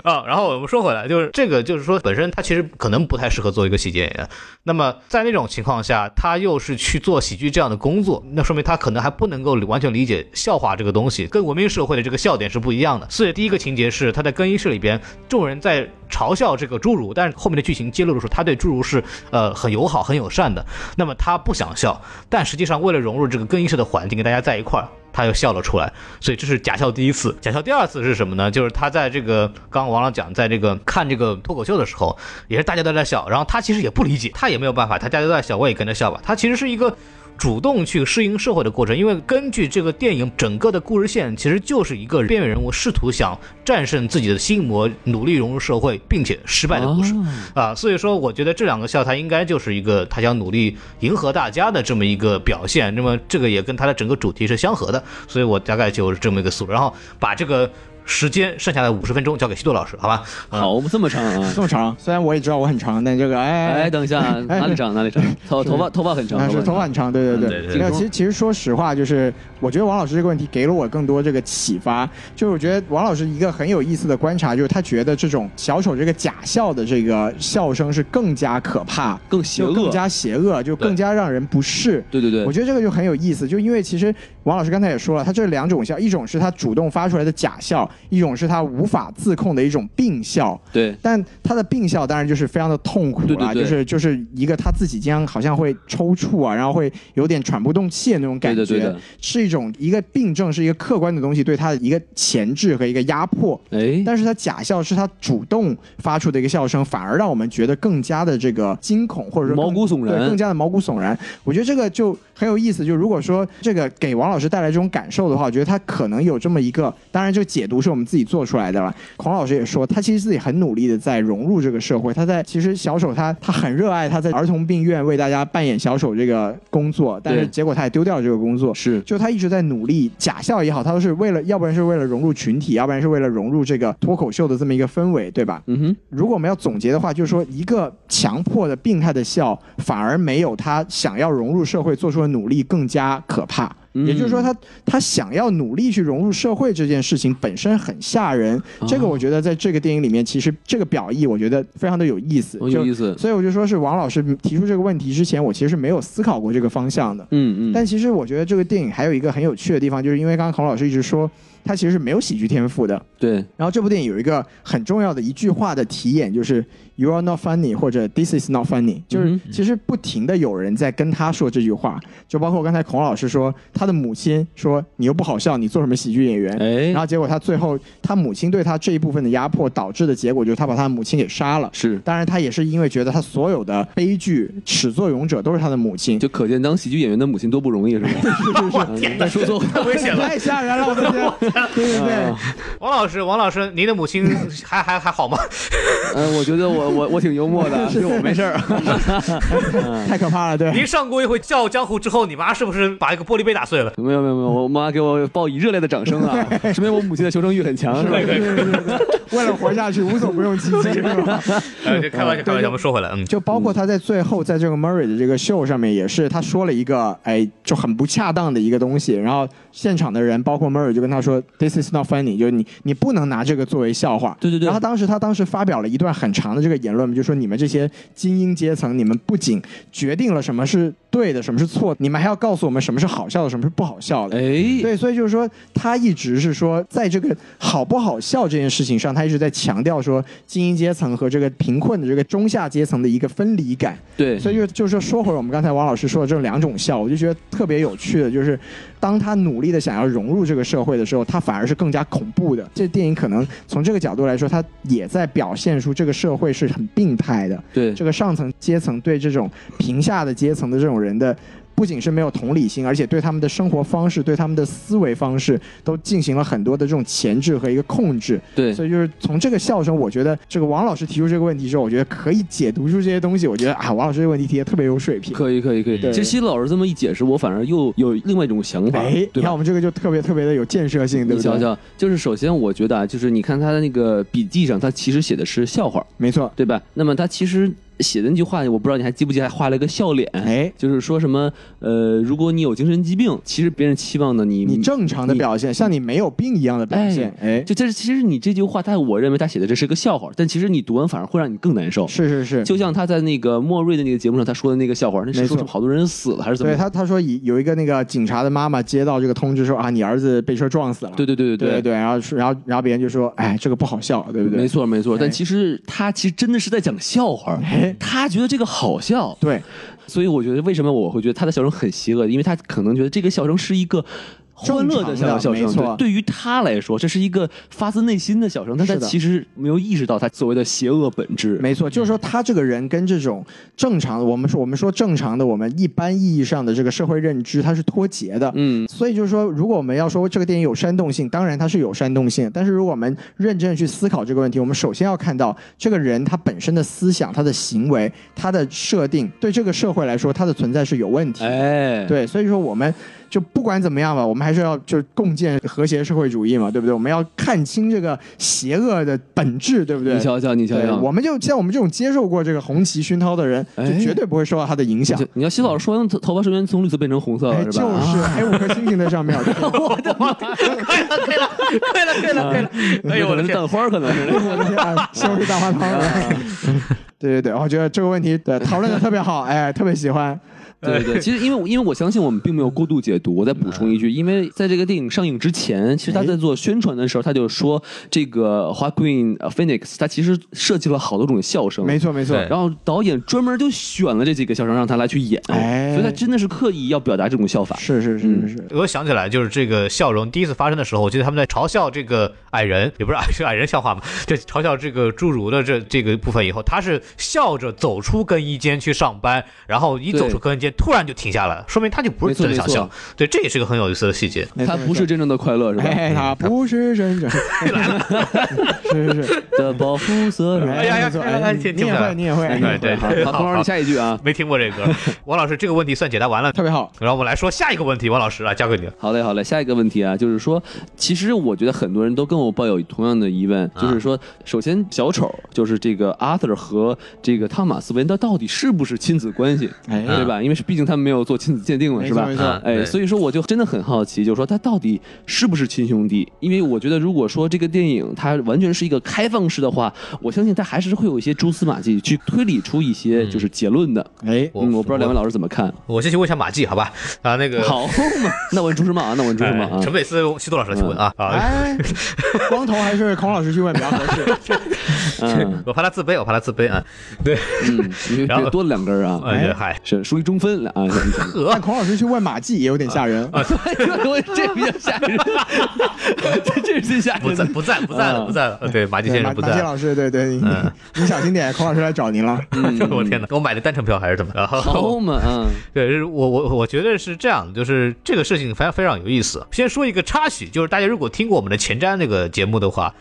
[SPEAKER 2] 啊，然后我们说回来，就是这个，就是说本身他其实可能不太适合做一个喜剧演员。那么在那种情况下，他又是去做喜剧这样的工作，那说明他可能还不能够完全理解笑话这个东西，跟文明社会的这个笑点是不一样的。所以第一个情节是他在更衣室里边，众人在嘲笑这个侏儒，但是后面的剧情揭露的时候，他对侏儒是呃很友好、很友善的。那么他不想笑，但实际上为了融入这个更衣室的环境，跟大家在一块儿，他又笑了出来。所以这是假笑第一次。假笑第二次是什么呢？就是他在这个刚刚王老讲，在这个看这个脱口秀的时候，也是大家都在笑，然后他其实也不理解，他也没有办法，他大家都在笑，我也跟着笑吧。他其实是一个。主动去适应社会的过程，因为根据这个电影整个的故事线，其实就是一个边缘人物试图想战胜自己的心魔，努力融入社会，并且失败的故事。啊，所以说我觉得这两个笑，他应该就是一个他想努力迎合大家的这么一个表现，那么这个也跟他的整个主题是相合的，所以我大概就是这么一个思路，然后把这个时间剩下的五十分钟交给西多老师，好吧？
[SPEAKER 1] 哦
[SPEAKER 2] 嗯
[SPEAKER 3] 好，这么长啊！
[SPEAKER 1] 这么长，虽然我也知道我很长，但这个哎
[SPEAKER 3] 哎，等一下啊，哪里长哪里长，头头发头发很长，
[SPEAKER 1] 啊，是头发
[SPEAKER 3] 发
[SPEAKER 1] 很长，对对
[SPEAKER 2] 嗯对
[SPEAKER 1] 对。
[SPEAKER 2] 对
[SPEAKER 1] 没有，其实其实说实话，就是我觉得王老师这个问题给了我更多这个启发。就是我觉得王老师一个很有意思的观察，就是他觉得这种小丑这个假笑的这个笑声是更加可怕，
[SPEAKER 3] 更邪
[SPEAKER 1] 就
[SPEAKER 3] 恶，
[SPEAKER 1] 更加邪恶，就更加让人不适。
[SPEAKER 3] 对对对
[SPEAKER 1] 我，觉得这个就很有意思，就因为其实王老师刚才也说了，他这两种笑，一种是他主动发出来的假笑，一种是他无法自控的一种病笑。
[SPEAKER 3] 对
[SPEAKER 1] 但他的病笑当然就是非常的痛苦
[SPEAKER 3] 对
[SPEAKER 1] 啦，
[SPEAKER 3] 对对
[SPEAKER 1] 就是就是一个他自己经常好像会抽搐啊，然后会有点喘不动气的那种感觉，
[SPEAKER 3] 对的对的
[SPEAKER 1] 是一种一个病症，是一个客观的东西对他的一个前置和一个压迫。
[SPEAKER 3] 哎，
[SPEAKER 1] 但是他假笑是他主动发出的一个笑声，反而让我们觉得更加的这个惊恐，或者说更
[SPEAKER 3] 毛骨悚然
[SPEAKER 1] 对，更加的毛骨悚然。我觉得这个就很有意思。就如果说这个给王老师带来这种感受的话，我觉得他可能有这么一个，当然这个解读是我们自己做出来的了。孔老师也说，他其实自己很努力的在融入这个社会，他在其实小丑他他很热爱他在儿童病院为大家扮演小丑这个工作，但是
[SPEAKER 3] 对
[SPEAKER 1] 结果他也丢掉了这个工作，
[SPEAKER 3] 是
[SPEAKER 1] 就他一直在努力假笑也好，他都是为了，要不然是为了融入群体，要不然是为了融入这个脱口秀的这么一个氛围，对吧？
[SPEAKER 3] 嗯哼，
[SPEAKER 1] 如果我们要总结的话，就是说一个强迫的病态的笑，反而没有他想要融入社会做出的努力更加可怕。
[SPEAKER 3] 嗯
[SPEAKER 1] 也就是说他，他想要努力去融入社会这件事情本身很吓人。
[SPEAKER 3] 哦
[SPEAKER 1] 这个我觉得在这个电影里面，其实这个表意我觉得非常的有意思，
[SPEAKER 3] 很哦有
[SPEAKER 1] 就
[SPEAKER 3] 意思，
[SPEAKER 1] 所以我就说是王老师提出这个问题之前，我其实是没有思考过这个方向的。
[SPEAKER 3] 嗯嗯，
[SPEAKER 1] 但其实我觉得这个电影还有一个很有趣的地方，就是因为刚刚孔老师一直说他其实是没有喜剧天赋的。
[SPEAKER 3] 对，
[SPEAKER 1] 然后这部电影有一个很重要的一句话的题眼，就是 “You are not funny” 或者 “This is not funny”，就是
[SPEAKER 3] 嗯
[SPEAKER 1] 其实不停的有人在跟他说这句话，就包括刚才孔老师说他的母亲说你又不好笑，你做什么喜剧演员？
[SPEAKER 3] 哎
[SPEAKER 1] 然，后结果他最后他母亲对他这一部分的压迫导致的结果就是他把他的母亲给杀了。
[SPEAKER 3] 是，
[SPEAKER 1] 当然，他也是因为觉得他所有的悲剧始作俑者都是他的母亲，
[SPEAKER 3] 就可见当喜剧演员的母亲多不容易，是 吧？ 是是是，说错话，
[SPEAKER 2] 太危险了！
[SPEAKER 1] 太吓人了，我的 天！对对
[SPEAKER 3] 啊
[SPEAKER 1] 对，
[SPEAKER 2] 王老师，王老师，您的母亲还还还好吗？
[SPEAKER 3] 嗯，我觉得我我我挺幽默的， 就我没事儿，
[SPEAKER 1] 太可怕了，对。
[SPEAKER 2] 您上过一回《笑傲江湖》之后，你妈是不是把一个玻璃杯打碎了？
[SPEAKER 3] 没有没有
[SPEAKER 1] 嗯
[SPEAKER 3] 没有，我妈给我报以热烈的掌声啊， 说明我母亲的求生欲很 强，是吧？
[SPEAKER 1] 对对对对为了活下去，无所不用其极，是吧？
[SPEAKER 2] 呃，这开玩笑，开玩笑，我们说回来， 嗯，
[SPEAKER 1] 就包括他在最后，在这个 Murray 的这个秀上面，也是他说了一个，哎，就很不恰当的一个东西。然后现场的人，包括 Murray 就跟他说，This is not funny，就是你你不能拿这个作为笑话。
[SPEAKER 3] 对对对
[SPEAKER 1] 然后当时他当时发表了一段很长的这个言论，就说你们这些精英阶层，你们不仅决定了什么是对的，什么是错的，你们还要告诉我们什么是好笑的，什么是不好笑的。
[SPEAKER 3] 哎，
[SPEAKER 1] 对，所以就是说，他一直是说，在这个好不好笑这件事情上，他一直在强调说，精英阶层和这个贫困的这个中下阶层的一个分离感。
[SPEAKER 3] 对，
[SPEAKER 1] 所以就就是说，说回我们刚才王老师说的这两种笑，我就觉得特别有趣的，就是当他努力的想要融入这个社会的时候，他反而是更加恐怖的。这电影可能从这个角度来说，他也在表现出这个社会是很病态的。
[SPEAKER 3] 对，
[SPEAKER 1] 这个上层阶层对这种贫下的阶层的这种人的，不仅是没有同理心，而且对他们的生活方式、对他们的思维方式都进行了很多的这种钳制和一个控制。
[SPEAKER 3] 对，
[SPEAKER 1] 所以就是从这个笑声，我觉得这个王老师提出这个问题之后，我觉得可以解读出这些东西。我觉得啊，王老师这个问题提的特别有水平。
[SPEAKER 3] 可以可以可以。
[SPEAKER 1] 对
[SPEAKER 3] 其实西子老师这么一解释，我反而又有另外一种想法
[SPEAKER 1] 哎，，你
[SPEAKER 3] 对吧
[SPEAKER 1] 看我？们这个就特别特别的有建设性，对
[SPEAKER 3] 你
[SPEAKER 1] 不
[SPEAKER 3] 想
[SPEAKER 1] 对？
[SPEAKER 3] 想，就是首先我觉得啊，就是你看他的那个笔记上，他其实写的是笑话，
[SPEAKER 1] 没错，
[SPEAKER 3] 对吧？那么他其实写的那句话，我不知道你还记不记得，还画了一个笑脸，
[SPEAKER 1] 哎，
[SPEAKER 3] 就是说什么呃，如果你有精神疾病，其实别人期望的你
[SPEAKER 1] 你正常的表现，像你没有病一样的表现，哎，
[SPEAKER 3] 就这是其实你这句话，他我认为他写的这是个笑话，但其实你读完反而会让你更难受。
[SPEAKER 1] 是是是，
[SPEAKER 3] 就像他在那个莫瑞的那个节目上，他说的那个笑话，那
[SPEAKER 1] 嗯没
[SPEAKER 3] 是
[SPEAKER 1] 错
[SPEAKER 3] 说什么好多人死了还是怎么
[SPEAKER 1] 对
[SPEAKER 3] 样？
[SPEAKER 1] 他，他说以有一个那个警察的妈妈接到这个通知说啊，你儿子被车撞死了。
[SPEAKER 3] 对对对
[SPEAKER 1] 对
[SPEAKER 3] 对
[SPEAKER 1] 对，然后是然后然后别人就说，哎，这个不好笑，对不对？
[SPEAKER 3] 没，错没错。
[SPEAKER 1] 哎
[SPEAKER 3] 但其实他其实真的是在讲笑话
[SPEAKER 1] 哎，
[SPEAKER 3] 他觉得这个好笑，
[SPEAKER 1] 对
[SPEAKER 3] 所以我觉得为什么我会觉得他的笑声很邪恶，因为他可能觉得这个笑声是一个。欢乐
[SPEAKER 1] 正常
[SPEAKER 3] 小
[SPEAKER 1] 的
[SPEAKER 3] 小
[SPEAKER 1] 没
[SPEAKER 3] 生，
[SPEAKER 1] 错
[SPEAKER 3] 对对于他来说，这是一个发自内心的小生，但他
[SPEAKER 1] 是的
[SPEAKER 3] 其实没有意识到他所谓的邪恶本质。
[SPEAKER 1] 没错，就是说他这个人跟这种正常的，我们说我们说正常的，我们一般意义上的这个社会认知，它是脱节的。
[SPEAKER 3] 嗯，
[SPEAKER 1] 所以就是说，如果我们要说这个电影有煽动性，当然它是有煽动性，但是如果我们认真地去思考这个问题，我们首先要看到这个人他本身的思想、他的行为、他的设定，对这个社会来说，他的存在是有问题的。
[SPEAKER 3] 哎，
[SPEAKER 1] 对，所以说我们就不管怎么样吧，我们还是要就共建和谐社会主义嘛，对不对？我们要看清这个邪恶的本质，对不对？
[SPEAKER 3] 你瞧瞧，你瞧
[SPEAKER 1] 对，
[SPEAKER 3] 瞧，
[SPEAKER 1] 我们就像我们这种接受过这个红旗熏陶的人，
[SPEAKER 3] 哎
[SPEAKER 1] 就绝对不会受到他的影响。
[SPEAKER 3] 就你要洗澡说完头头发瞬间从绿色变成红色
[SPEAKER 1] 哎，
[SPEAKER 3] 了，
[SPEAKER 1] 就是
[SPEAKER 3] 吧？啊
[SPEAKER 1] 是，哎，五颗星星在上面，
[SPEAKER 2] 我的妈！可以了，可以哎了，可以了，可以了，可以了！哎呦我
[SPEAKER 3] 可
[SPEAKER 2] 的
[SPEAKER 3] 能
[SPEAKER 2] 天！
[SPEAKER 3] 蛋花可能是那个。
[SPEAKER 1] 我的天啊，西红柿大花汤。对对对，哦我觉得这个问题对讨论的特别好，哎，特别喜欢。
[SPEAKER 3] 对对，其实因为我因为我相信我们并没有过度解读，我再补充一句，因为在这个电影上映之前，其实他在做宣传的时候，他就说这个花 Queen Phoenix，他其实设计了好多种笑声，
[SPEAKER 1] 没错没错，
[SPEAKER 2] 对
[SPEAKER 3] 然后导演专门就选了这几个笑声让他来去演，
[SPEAKER 1] 哎
[SPEAKER 3] 所以他真的是刻意要表达这种笑法。
[SPEAKER 1] 是是是是是，
[SPEAKER 2] 我想起来，就是这个笑容第一次发生的时候，我记得他们在嘲笑这个矮人，也不是矮是矮人笑话嘛，就嘲笑这个侏儒的这这个部分以后，他是笑着走出更衣间去上班，然后一走出更衣间，突然就停下来了，说明他就不是真的想笑
[SPEAKER 3] 没错。
[SPEAKER 2] 对，这也是个很有意思的细节。
[SPEAKER 1] 没错
[SPEAKER 3] 他不是。真正的快嗯乐，是
[SPEAKER 1] 没
[SPEAKER 3] 吧
[SPEAKER 1] 错？哎，他不是真正， 是是 是，
[SPEAKER 3] 的保护色
[SPEAKER 1] 哎
[SPEAKER 3] 染。
[SPEAKER 2] 呀呀
[SPEAKER 1] 没错
[SPEAKER 2] 哎呀
[SPEAKER 1] 哎
[SPEAKER 2] 听
[SPEAKER 1] 你也
[SPEAKER 2] 听不
[SPEAKER 1] 会，
[SPEAKER 2] 来
[SPEAKER 1] 你也会，你也
[SPEAKER 2] 对
[SPEAKER 1] 会
[SPEAKER 2] 对
[SPEAKER 3] 好，
[SPEAKER 2] 对
[SPEAKER 3] 好童老师，你下一句啊。
[SPEAKER 2] 没听过这 歌，王老师这个问题算解答完了，
[SPEAKER 1] 特别好。
[SPEAKER 2] 然后我们来说下一个问题，王老师啊，交给你了。
[SPEAKER 3] 好嘞，好嘞，下一个问题啊，就是说，其实我觉得很多人都跟我抱有同样的疑问，就是说，首先小丑就是这个 Arthur 和这个汤马斯·韦恩，他到底是不是亲子关系，
[SPEAKER 1] 哎
[SPEAKER 3] 对吧？因为是毕竟他们没有做亲子鉴定嘛，
[SPEAKER 1] 没
[SPEAKER 3] 是
[SPEAKER 1] 错
[SPEAKER 3] 吧
[SPEAKER 1] 没？错
[SPEAKER 2] 啊
[SPEAKER 3] 哎，
[SPEAKER 2] 对
[SPEAKER 3] 所以说我就真的很好奇，就是说他到底是不是亲兄弟？因为我觉得，如果说这个电影它完全是一个开放式的话，我相信它还是会有一些蛛丝马迹去推理出一些就是结论的。
[SPEAKER 1] 哎，
[SPEAKER 2] 我
[SPEAKER 3] 嗯，我不知道两位老师怎么看。
[SPEAKER 2] 我先去问一下马季，好吧？啊，那个
[SPEAKER 3] 好 嘛，那我问朱时茂啊，那我问朱时茂
[SPEAKER 2] 哎
[SPEAKER 3] 啊。
[SPEAKER 2] 陈佩斯、西多老师去问啊啊，
[SPEAKER 1] 哎，光头还是孔老师去问比较合适。
[SPEAKER 3] 嗯，
[SPEAKER 2] 我怕他自卑，我怕他自卑啊。对，
[SPEAKER 3] 嗯，你
[SPEAKER 2] 然后
[SPEAKER 3] 别多了两根儿啊，
[SPEAKER 2] 哎，嗨，
[SPEAKER 3] 是属于中分了啊。
[SPEAKER 1] 但孔老师去问马季也有点吓人。
[SPEAKER 2] 啊
[SPEAKER 3] 我这比较吓人，这这是最吓
[SPEAKER 2] 不
[SPEAKER 3] 人
[SPEAKER 2] 在
[SPEAKER 3] 的。
[SPEAKER 2] 不在不在了
[SPEAKER 3] 嗯
[SPEAKER 2] 不在了，呃对，马季
[SPEAKER 1] 对
[SPEAKER 2] 先
[SPEAKER 1] 马
[SPEAKER 2] 生不
[SPEAKER 1] 马季
[SPEAKER 2] 在了。
[SPEAKER 1] 老师，对对，你
[SPEAKER 2] 嗯
[SPEAKER 1] 你 小心点，孔老师来找您了。
[SPEAKER 2] 我天哪！我买的单程票还是怎么着？
[SPEAKER 3] 嗯好嘛，嗯，
[SPEAKER 2] 对，是我我我觉得是这样，就是这个事情非常非常有意思。先说一个插曲，就是大家如果听过我们的前瞻那个节目的话，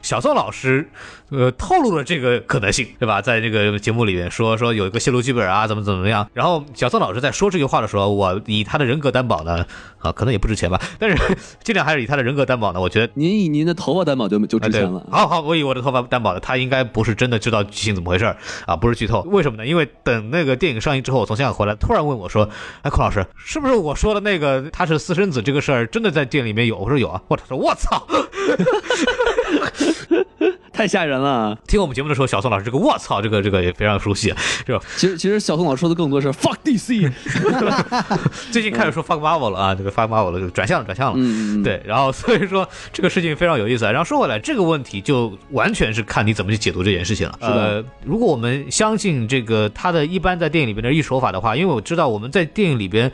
[SPEAKER 2] 小宋老师呃透露了这个可能性，对吧？在这个节目里面说说有一个泄露剧本啊，怎么怎么样。然后小宋老师在说这句话的时候，我以他的人格担保呢，啊，可能也不值钱吧，但是 尽量还是以他的人格担保呢，我觉得
[SPEAKER 3] 您以您的头发担保就就值
[SPEAKER 2] 啊，对，
[SPEAKER 3] 钱了。
[SPEAKER 2] 好好，我以我的头发担保了，他应该不是真的知道剧情怎么回事儿啊，不是剧透。为什么呢？因为等那个电影上映之后，我从香港回来，突然问我说：“哎，孔老师，是不是我说的那个他是私生子这个事儿真的在电影里面有？”我说有啊。我他说我操！
[SPEAKER 3] 太吓人了。啊
[SPEAKER 2] 听我们节目的时候，小宋老师这个我操这个这个也非常熟悉，啊是吧？
[SPEAKER 3] 其实其实小宋老师说的更多是 fuck DC，
[SPEAKER 2] 最近开始说 fuck Marvel 了啊，这个 fuck Marvel 了，就转向了，转向了。
[SPEAKER 3] 嗯，嗯，
[SPEAKER 2] 对，然后所以说这个事情非常有意思啊。然后说回来，这个问题就完全是看你怎么去解读这件事情了。
[SPEAKER 3] 是的
[SPEAKER 2] 呃，如果我们相信这个他的一般在电影里边的艺术手法的话，因为我知道我们在电影里边。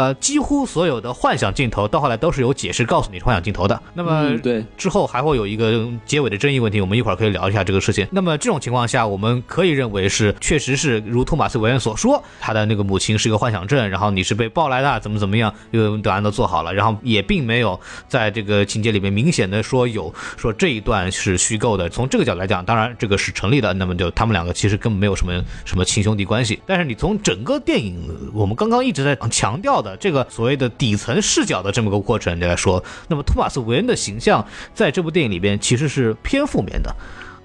[SPEAKER 2] 呃，几乎所有的幻想镜头到后来都是有解释告诉你是幻想镜头的。那么
[SPEAKER 3] 嗯对，
[SPEAKER 2] 之后还会有一个结尾的争议问题，我们一会儿可以聊一下这个事情。那么这种情况下，我们可以认为是确实是如托马斯·韦恩所说，他的那个母亲是个幻想症，然后你是被抱来的，怎么怎么样，有档案都做好了，然后也并没有在这个情节里面明显的说有说这一段是虚构的。从这个角度来讲，当然这个是成立的。那么就他们两个其实根本没有什么什么亲兄弟关系。但是你从整个电影，我们刚刚一直在强调的这个所谓的底层视角的这么个过程来说，那么托马斯·韦恩的形象在这部电影里边其实是偏负面的。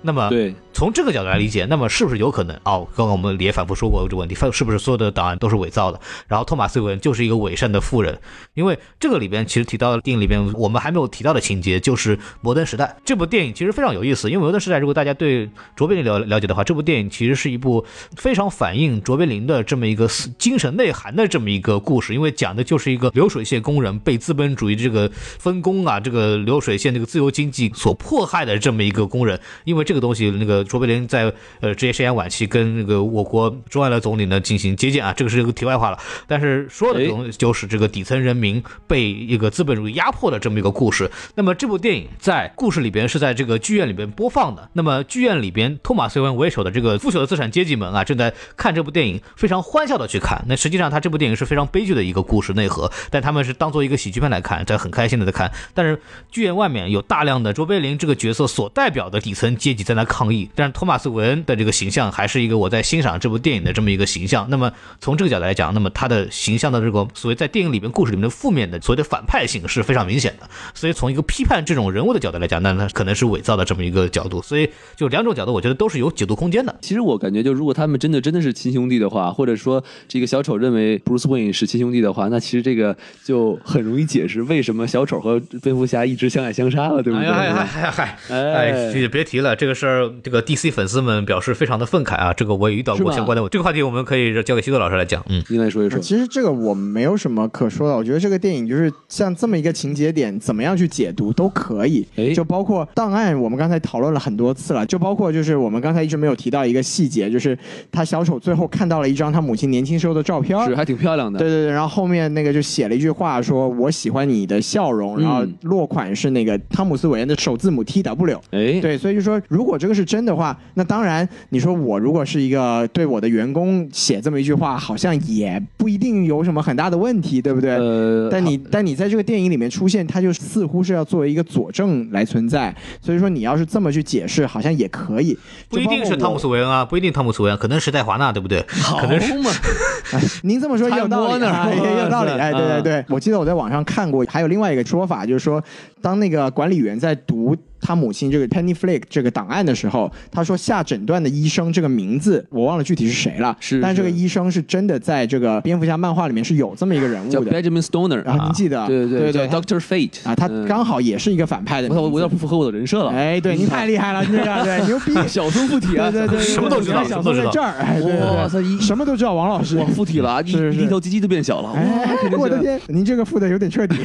[SPEAKER 2] 那么，
[SPEAKER 3] 对，
[SPEAKER 2] 从这个角度来理解，那么是不是有可能？哦，刚刚我们也反复说过这个问题，是不是所有的档案都是伪造的？然后托马斯·韦恩就是一个伪善的富人，因为这个里边其实提到电影里边我们还没有提到的情节，就是《摩登时代》这部电影其实非常有意思，因为《摩登时代》如果大家对卓别林了了解的话，这部电影其实是一部非常反映卓别林的这么一个思精神内涵的这么一个故事，因为讲的就是一个流水线工人被资本主义这个分工啊，这个流水线这个自由经济所迫害的这么一个工人，因为这个东西那个个卓别林在呃职业生涯晚期跟那个我国中外的总理呢进行接见啊，这个是一个题外话了。但是说的东就是这个底层人民被一个资本主义压迫的这么一个故事。那么这部电影在故事里边是在这个剧院里边播放的。那么剧院里边，托马斯·韦恩为首的这个腐朽的资产阶级们啊，正在看这部电影，非常欢笑的去看。那实际上，他这部电影是非常悲剧的一个故事内核，但他们是当做一个喜剧片来看，在很开心的在看。但是剧院外面有大量的卓别林这个角色所代表的底层阶级在那抗议，但是托马斯·韦恩的这个形象还是一个我在欣赏这部电影的这么一个形象。那么从这个角度来讲，那么他的形象的这个所谓在电影里面故事里面的负面的所谓的反派性是非常明显的。所以从一个批判这种人物的角度来讲，那他可能是伪造的这么一个角度。所以就两种角度，我觉得都是有解读空间的。
[SPEAKER 3] 其实我感觉，就如果他们真的真的是亲兄弟的话，或者说这个小丑认为 Bruce Wayne 是亲兄弟的话，那其实这个就很容易解释为什么小丑和蝙蝠侠一直相爱相杀了，对不
[SPEAKER 2] 哎
[SPEAKER 3] 对？
[SPEAKER 2] 呀哎呀哎呀嗨！
[SPEAKER 3] 哎
[SPEAKER 2] 哎，这别提了，这个事儿，这个 DC 粉丝们表示非常的愤慨啊！这个我也遇到
[SPEAKER 3] 是
[SPEAKER 2] 过
[SPEAKER 3] 吧
[SPEAKER 2] 相关的，这个话题我们可以交给西多老师来讲。嗯，
[SPEAKER 3] 您来说一说。
[SPEAKER 1] 其实这个我没有什么可说的，我觉得这个电影就是像这么一个情节点，怎么样去解读都可以
[SPEAKER 3] 哎。
[SPEAKER 1] 就包括档案，我们刚才讨论了很多次了，就包括就是我们刚才一直没有提到一个细节，就是他小丑最后看到了一张他母亲年轻时候的照片儿。
[SPEAKER 3] 是还挺漂亮的，
[SPEAKER 1] 啊对对对，然后后面那个就写了一句话说，我喜欢你的笑容，然后
[SPEAKER 3] 嗯
[SPEAKER 1] 落款是那个汤姆斯韦恩的首字母 T W。
[SPEAKER 3] 哎，
[SPEAKER 1] 对，所以就说，如果这个是真的话，那当然，你说我如果是一个对我的员工写这么一句话，好像也不一定有什么很大的问题，对不对？
[SPEAKER 3] 呃，
[SPEAKER 1] 但你但你在这个电影里面出现，它就似乎是要作为一个佐证来存在，所以说你要是这么去解释，好像也可以。
[SPEAKER 2] 不一定是汤姆斯·
[SPEAKER 1] 韦，
[SPEAKER 2] 韦恩啊，不一定汤姆斯·韦恩，可能是戴华纳，对 不对？可能是
[SPEAKER 3] 嘛，
[SPEAKER 1] 您这么说也有道理、啊，
[SPEAKER 3] Time Warner
[SPEAKER 1] 也 有道理。
[SPEAKER 3] 是嗯
[SPEAKER 1] 哎，对对对，我记得我在网上看过，还有另外一个说法，就是说，当那个管理员在读。他母亲这个 Penny Flake 这个档案的时候，他说下诊断的医生这个名字我忘了具体是谁了，
[SPEAKER 3] 是
[SPEAKER 1] 但这个
[SPEAKER 3] 是
[SPEAKER 1] 医生是真的在这个蝙蝠侠漫画里面是有这么一个人
[SPEAKER 3] 叫
[SPEAKER 1] 物的，
[SPEAKER 3] Benjamin Stoner
[SPEAKER 1] 然后
[SPEAKER 3] 啊，
[SPEAKER 1] 您记得？
[SPEAKER 3] 对
[SPEAKER 1] 对
[SPEAKER 3] 对，叫 Doctor Fate
[SPEAKER 1] 啊，他
[SPEAKER 3] 嗯
[SPEAKER 1] 刚好也是一个反派的
[SPEAKER 3] 我
[SPEAKER 1] 名字。
[SPEAKER 3] 操，我有点不符合我嗯的人设了，
[SPEAKER 1] 哎，对你太厉害了，你这个对牛 逼，
[SPEAKER 3] 小孙附体啊，
[SPEAKER 1] 对对对，
[SPEAKER 2] 什么啊都知
[SPEAKER 1] 你
[SPEAKER 2] 道
[SPEAKER 1] 看小
[SPEAKER 2] 什么
[SPEAKER 1] 宋
[SPEAKER 2] 都知
[SPEAKER 1] 在
[SPEAKER 2] 道
[SPEAKER 1] 这儿，哎，对对对
[SPEAKER 3] 哇塞一
[SPEAKER 1] 什么都知道，王老师
[SPEAKER 3] 我。附体了啊，一
[SPEAKER 1] 是是
[SPEAKER 3] 一条鸡鸡都变小了，哇
[SPEAKER 1] 哎
[SPEAKER 3] 哦肯定，是
[SPEAKER 1] 我的天，您这个付的有点彻 底，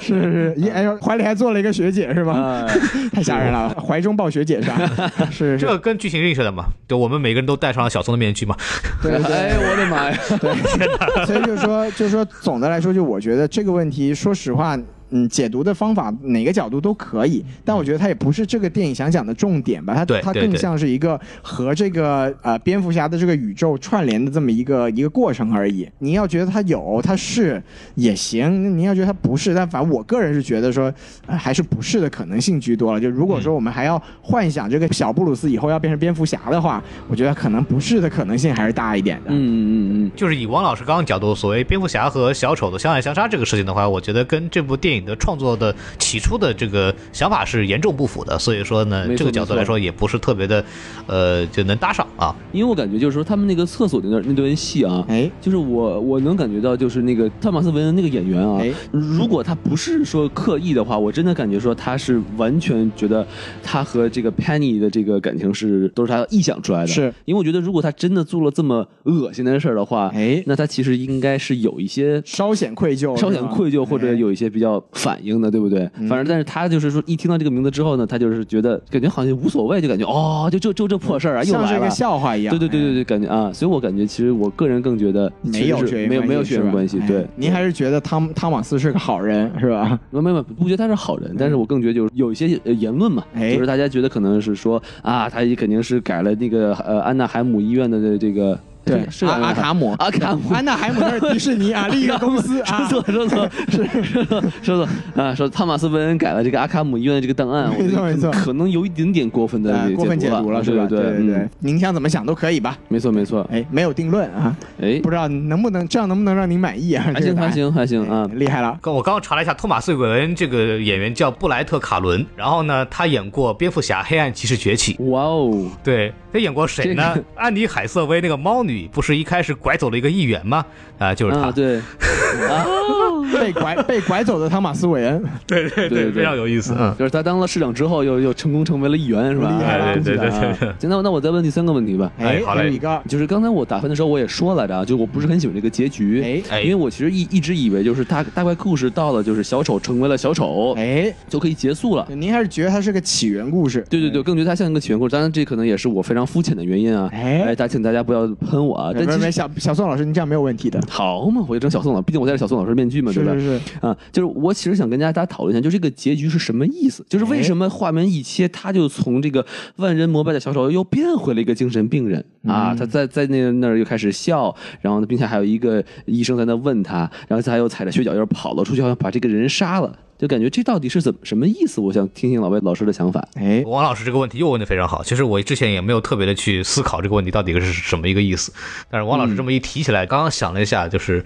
[SPEAKER 1] 是是，是，哎呦，怀里还做了一个学姐是吧？
[SPEAKER 3] 哎
[SPEAKER 1] 太吓人 了，怀中抱学姐是吧？是是，
[SPEAKER 2] 这个跟剧情映射的嘛，就我们每个人都戴上了小松的面具嘛。
[SPEAKER 1] 对对
[SPEAKER 3] 哎，我的妈呀！
[SPEAKER 1] 对， 所以就是说，就是说，总的来说，就我觉得这个问题，说实话。嗯，解读的方法哪个角度都可以，但我觉得它也不是这个电影想讲的重点吧，它
[SPEAKER 2] 嗯对
[SPEAKER 1] 它
[SPEAKER 2] 对
[SPEAKER 1] 更
[SPEAKER 2] 对
[SPEAKER 1] 像是一个和这个呃蝙蝠侠的这个宇宙串联的这么一个一个过程而已。您要觉得它有，它是也行；您要觉得它不是，但反正我个人是觉得说、呃还是不是的可能性居多了。就如果
[SPEAKER 2] 嗯
[SPEAKER 1] 说我们还要幻想这个小布鲁斯以后要变成蝙蝠侠的话，我觉得可能不是的可能性还是大一点的。
[SPEAKER 3] 嗯嗯嗯
[SPEAKER 2] 就是以王老师刚刚角度，所谓蝙蝠侠和小丑的相爱相杀这个事情的话，我觉得跟这部电影的创作的起初的这个想法是严重不符的，所以说呢
[SPEAKER 3] 没，错
[SPEAKER 2] 这个角度来说也不是特别的，呃，就能搭上啊。
[SPEAKER 3] 嗯，因为我感觉就是说他们那个厕所那段那段戏啊，
[SPEAKER 1] 哎，
[SPEAKER 3] 就是我我能感觉到就是那个汤马斯·韦恩那个演员啊
[SPEAKER 1] 哎，
[SPEAKER 3] 如果他不是说刻意的话，我真的感觉说他是完全觉得他和这个 Penny 的这个感情是都是他臆想出来的，
[SPEAKER 1] 是
[SPEAKER 3] 因为我觉得如果他真的做了这么恶心的事儿的话，
[SPEAKER 1] 哎
[SPEAKER 3] 啊那他其实应该是有一些
[SPEAKER 1] 稍显愧疚，
[SPEAKER 3] 稍
[SPEAKER 1] 是哎
[SPEAKER 3] 显
[SPEAKER 1] 吗
[SPEAKER 3] 愧疚或者有一些比较反应的，对不对？反正，但是他就是说，一听到这个名字之后呢，他就是觉得感觉好像无所谓，就感觉哦，就就就这破事儿啊，又
[SPEAKER 1] 像是
[SPEAKER 3] 来
[SPEAKER 1] 一
[SPEAKER 3] 了
[SPEAKER 1] 个。笑话一样。
[SPEAKER 3] 对对对对
[SPEAKER 1] 哎。
[SPEAKER 3] 对，感觉啊，所以我感觉其实我个人更觉得
[SPEAKER 1] 没有
[SPEAKER 3] 其
[SPEAKER 1] 血
[SPEAKER 3] 实
[SPEAKER 1] 缘
[SPEAKER 3] 是没哎有没有血
[SPEAKER 1] 血
[SPEAKER 3] 缘
[SPEAKER 1] 缘
[SPEAKER 3] 关系，对，
[SPEAKER 1] 哎您还是觉得汤汤马斯是个好人是 吧？
[SPEAKER 3] 没有没有不觉得他是好人，但是我更觉得就是有一些呃言论嘛，
[SPEAKER 1] 嗯哎
[SPEAKER 3] 就是大家觉得可能是说啊，他也肯定是改了那个呃安娜海姆医院的这个
[SPEAKER 1] 对，
[SPEAKER 3] 是是
[SPEAKER 1] 阿阿
[SPEAKER 3] 海
[SPEAKER 1] 卡姆，
[SPEAKER 3] 阿卡姆
[SPEAKER 1] 安娜海姆那是迪士尼啊，另一个公 司啊。
[SPEAKER 3] 说错说错是说错说错啊！说汤马斯·文恩改了这个阿卡姆医院的这个档案，我
[SPEAKER 1] 没错
[SPEAKER 3] 觉得
[SPEAKER 1] 没错
[SPEAKER 3] 可能有一点点过分的
[SPEAKER 1] 呃过分解
[SPEAKER 3] 读
[SPEAKER 1] 读了是吧？
[SPEAKER 3] 对
[SPEAKER 1] 对
[SPEAKER 3] 对
[SPEAKER 1] 对
[SPEAKER 3] 嗯，
[SPEAKER 1] 您想怎么想都可以吧。
[SPEAKER 3] 没错没错。
[SPEAKER 1] 哎，没有定论啊，
[SPEAKER 3] 哎
[SPEAKER 1] 不，知道能不能这样能不能让您满意啊？
[SPEAKER 3] 还
[SPEAKER 1] 这个
[SPEAKER 3] 行
[SPEAKER 1] 答案
[SPEAKER 3] 还，行还行啊
[SPEAKER 1] 哎！厉害了。
[SPEAKER 2] 刚我刚刚查了一下，托马斯·韦恩这个演员叫布莱特·卡伦，然后呢，他演过《蝙蝠侠：黑暗骑士崛起》。
[SPEAKER 3] 哇哦，
[SPEAKER 2] 对，他演过谁呢？
[SPEAKER 3] 这
[SPEAKER 2] 安妮海瑟薇那个猫女，不是一开始拐走了一个议员吗？啊、就是她。
[SPEAKER 3] 啊，对，啊，
[SPEAKER 1] 被 拐被拐走的汤马斯·韦恩，
[SPEAKER 2] 对对
[SPEAKER 3] 对对
[SPEAKER 2] 非常有意思。嗯，
[SPEAKER 3] 就是他当了市长之后，又又成功成为了议员，是吧？
[SPEAKER 1] 厉害了
[SPEAKER 3] 啊
[SPEAKER 2] 对哎对
[SPEAKER 3] 恭喜他啊
[SPEAKER 2] 对对
[SPEAKER 3] 行，那我那我再问第三个问题吧。
[SPEAKER 2] 哎好嘞
[SPEAKER 1] 还有一个，
[SPEAKER 3] 就是刚才我打分的时候，我也说来着啊，就我不是很喜欢这个结局，
[SPEAKER 1] 哎
[SPEAKER 2] 哎
[SPEAKER 3] 因为我其实一一直以为就是大大概故事到了，就是小丑成为了小丑，
[SPEAKER 1] 哎，
[SPEAKER 3] 就可以结束了。
[SPEAKER 1] 您还是觉得它是个起源故事？
[SPEAKER 3] 对对对，更觉得它像一个起源故事，当然这可能也是我非常肤浅的原因啊。
[SPEAKER 1] 哎
[SPEAKER 3] 哎，大家请大家不要喷我啊。
[SPEAKER 1] 没，
[SPEAKER 3] 但
[SPEAKER 1] 没
[SPEAKER 3] 其
[SPEAKER 1] 没
[SPEAKER 3] 实
[SPEAKER 1] 小小宋老师，您这样没有问题的，
[SPEAKER 3] 好嘛，我就整小宋老，毕竟我戴着小宋老师面具嘛，
[SPEAKER 1] 是
[SPEAKER 3] 对吧？
[SPEAKER 1] 是是，
[SPEAKER 3] 啊，就是我其实想跟大家讨论一下，就这个结局是什么意思？就是为什么画面一切，他就从这个万人膜拜的小丑又变回了一个精神病人啊？他在在那那儿又开始笑，然后呢，并且还有一个医生在那问他，然后他又踩着血脚印儿跑了出去，好像把这个人杀了。就感觉这到底是怎么什么意思？我想听听老魏老师的想法。
[SPEAKER 1] 哎，
[SPEAKER 2] 王老师这个问题又问的非常好。其实我之前也没有特别的去思考这个问题到底是什么一个意思，但是王老师这么一提起来，刚刚想了一下，就是。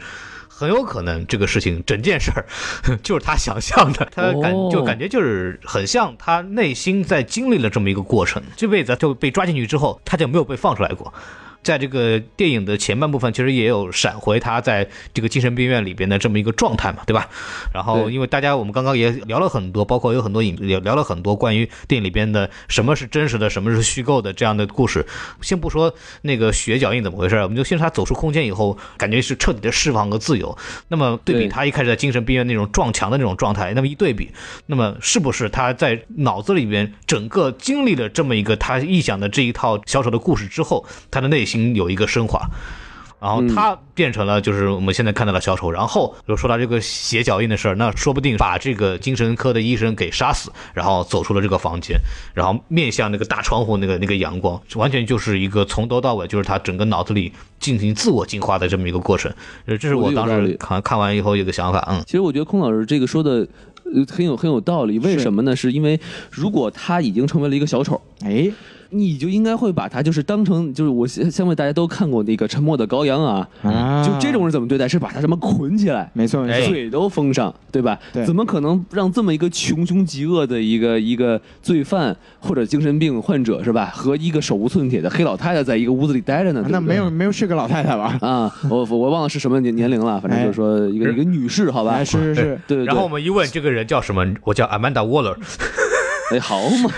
[SPEAKER 2] 很有可能这个事情，整件事儿 就是他想象的，他感、
[SPEAKER 3] 哦
[SPEAKER 2] 就感觉就是很像他内心在经历了这么一个过程，这辈子就被抓进去之后，他就没有被放出来过。在这个电影的前半部分，其实也有闪回他在这个精神病院里边的这么一个状态嘛，对吧？然后
[SPEAKER 3] 对
[SPEAKER 2] 因为大家我们刚刚也聊了很多，包括有很多影也聊了很多关于电影里边的什么是真实的，什么是虚构的这样的故事。先不说那个血脚印怎么回事，我们就先说他走出空间以后，感觉是彻底的释放和自由。那么对比
[SPEAKER 3] 对
[SPEAKER 2] 他一开始在精神病院那种撞墙的那种状态，那么一对比，那么是不是他在脑子里边整个经历了这么一个他臆想的这一套小丑的故事之后，他的内心有一个升华？然后他变成了就是我们现在看到的小丑。然后就说到这个血脚印的事儿，那说不定把这个精神科的医生给杀死，然后走出了这个房间，然后面向那个大窗户那个那个阳光，完全就是一个从头到尾就是他整个脑子里进行自我进化的这么一个过程。呃这是我当
[SPEAKER 3] 我觉得有道
[SPEAKER 2] 时
[SPEAKER 3] 理
[SPEAKER 2] 看看完以后一个想法，嗯。
[SPEAKER 3] 其实我觉得空老师这个说的。呃，很有很有道理，为
[SPEAKER 1] 是
[SPEAKER 3] 什么呢？是因为如果他已经成为了一个小丑，
[SPEAKER 1] 哎，
[SPEAKER 3] 你就应该会把他就是当成就是我相相信大家都看过那个《沉默的羔羊》啊，
[SPEAKER 1] 啊，
[SPEAKER 3] 就这种人怎么对待？是把他什么捆起来，
[SPEAKER 1] 没错，没
[SPEAKER 2] 哎
[SPEAKER 1] 错，
[SPEAKER 3] 嘴都封上，对吧？
[SPEAKER 1] 对
[SPEAKER 3] 怎么可能让这么一个穷凶极恶的一个一个罪犯或者精神病患者是吧，和一个手无寸铁的黑老太太在一个屋子里待着呢？对不对
[SPEAKER 1] 啊那没有没有是个老太太 吧？
[SPEAKER 3] 啊，我我忘了是什么年年龄了，反正就是说一个、
[SPEAKER 2] 哎
[SPEAKER 3] 一个女士，好吧？
[SPEAKER 1] 哎，是是是，
[SPEAKER 3] 对对对，
[SPEAKER 2] 然后我们一问这个人叫什么，我叫 Amanda Waller，
[SPEAKER 3] 哎，好嘛。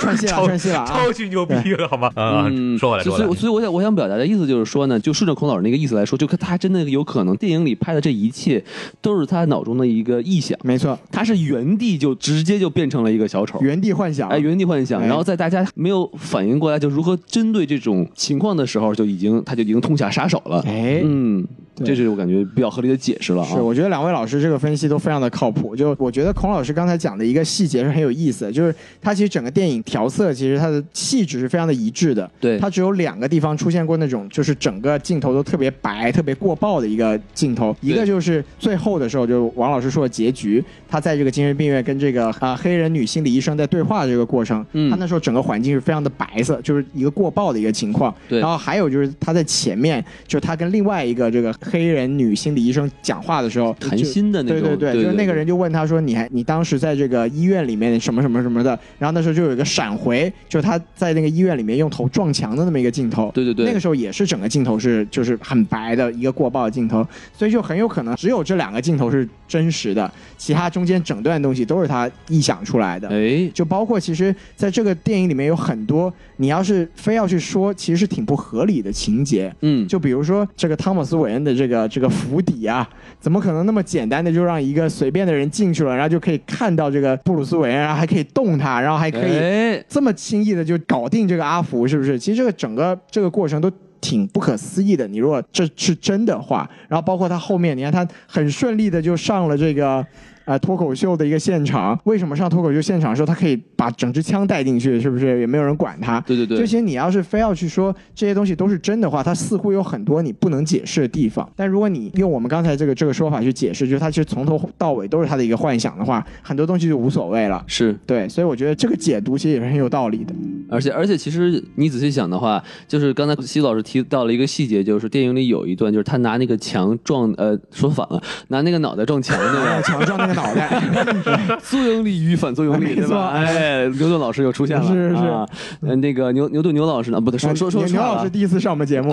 [SPEAKER 1] 串戏了，
[SPEAKER 2] 超
[SPEAKER 1] 串戏了啊！
[SPEAKER 2] 超级牛逼了，好吗？啊，说回来，
[SPEAKER 3] 嗯所以所
[SPEAKER 2] 说回来
[SPEAKER 3] 以，所以我想我想表达的意思就是说呢，就顺着孔老师那个意思来说，就他真的有可能电影里拍的这一切都是他脑中的一个臆想，
[SPEAKER 1] 没错，
[SPEAKER 3] 他是原地就直接就变成了一个小丑。
[SPEAKER 1] 原地幻想，
[SPEAKER 3] 哎，原地幻想，
[SPEAKER 1] 哎
[SPEAKER 3] 然后在大家没有反应过来就如何针对这种情况的时候，就已经他就已经痛下杀手了。
[SPEAKER 1] 哎，
[SPEAKER 3] 嗯，
[SPEAKER 1] 对
[SPEAKER 3] 这是我感觉比较合理的解释了啊。
[SPEAKER 1] 是，我觉得两位老师这个分析都非常的靠谱。就我觉得孔老师刚才讲的一个细节是很有意思的，就是他其实整个电影调色，其实它的气质是非常的一致的。
[SPEAKER 3] 对
[SPEAKER 1] 它只有两个地方出现过那种就是整个镜头都特别白、特别过曝的一个镜头，一个
[SPEAKER 3] 对
[SPEAKER 1] 就是最后的时候，就王老师说的结局，他在这个精神病院跟这个啊、呃黑人女心理医生在对话的这个过程，
[SPEAKER 3] 嗯
[SPEAKER 1] 他那时候整个环境是非常的白色，就是一个过曝的一个情况。
[SPEAKER 3] 对
[SPEAKER 1] 然后还有就是他在前面，就是他跟另外一个这个黑人女心理医生讲话的时候，
[SPEAKER 3] 谈
[SPEAKER 1] 就
[SPEAKER 3] 心的那
[SPEAKER 1] 对
[SPEAKER 3] 种，
[SPEAKER 1] 对，就是那个人就问他说：“你还你当时在这个医院里面什么什么什么的？”然后那时候就有一个闪回，就是他在那个医院里面用头撞墙的那么一个镜头。
[SPEAKER 3] 对对对
[SPEAKER 1] 那个时候也是整个镜头是就是很白的一个过曝的镜头，所以就很有可能只有这两个镜头是真实的，其他中间整段东西都是他臆想出来的。
[SPEAKER 3] 哎，
[SPEAKER 1] 就包括其实在这个电影里面有很多，你要是非要去说，其实是挺不合理的情节。
[SPEAKER 3] 嗯，
[SPEAKER 1] 就比如说这个汤姆斯·韦恩的这个这个府邸啊，怎么可能那么简单的就让一个随便的人进去了，然后就可以看到这个布鲁斯·韦恩，然后还可以动他，然后还可以
[SPEAKER 3] 哎，
[SPEAKER 1] 这么轻易的就搞定这个阿福，是不是？其实这个整个这个过程都。挺不可思议的，你如果这是真的话，然后包括他后面，你看他很顺利的就上了这个，呃，脱口秀的一个现场。为什么上脱口秀现场的时候，他可以把整支枪带进去，是不是？也没有人管他。
[SPEAKER 3] 对对对
[SPEAKER 1] 这些你要是非要去说这些东西都是真的话，它似乎有很多你不能解释的地方。但如果你用我们刚才这个这个说法去解释，就是它其实从头到尾都是他的一个幻想的话，很多东西就无所谓了。
[SPEAKER 3] 是。
[SPEAKER 1] 对，所以我觉得这个解读其实也是很有道理的。
[SPEAKER 3] 而且而且，其实你仔细想的话，就是刚才西老师提到了一个细节，就是电影里有一段，就是他拿那个墙撞，呃，说反了，拿那个脑袋撞墙，对吧？
[SPEAKER 1] 墙撞那个脑袋。
[SPEAKER 3] 作用力与反作用力，
[SPEAKER 1] 没
[SPEAKER 3] 对
[SPEAKER 1] 错
[SPEAKER 3] 吧？哎，牛顿老师又出现了，
[SPEAKER 1] 是是是
[SPEAKER 3] 啊，呃，那个牛牛顿牛老师呢？不对，说说说
[SPEAKER 1] 哎牛牛老师，第一次上我们节目，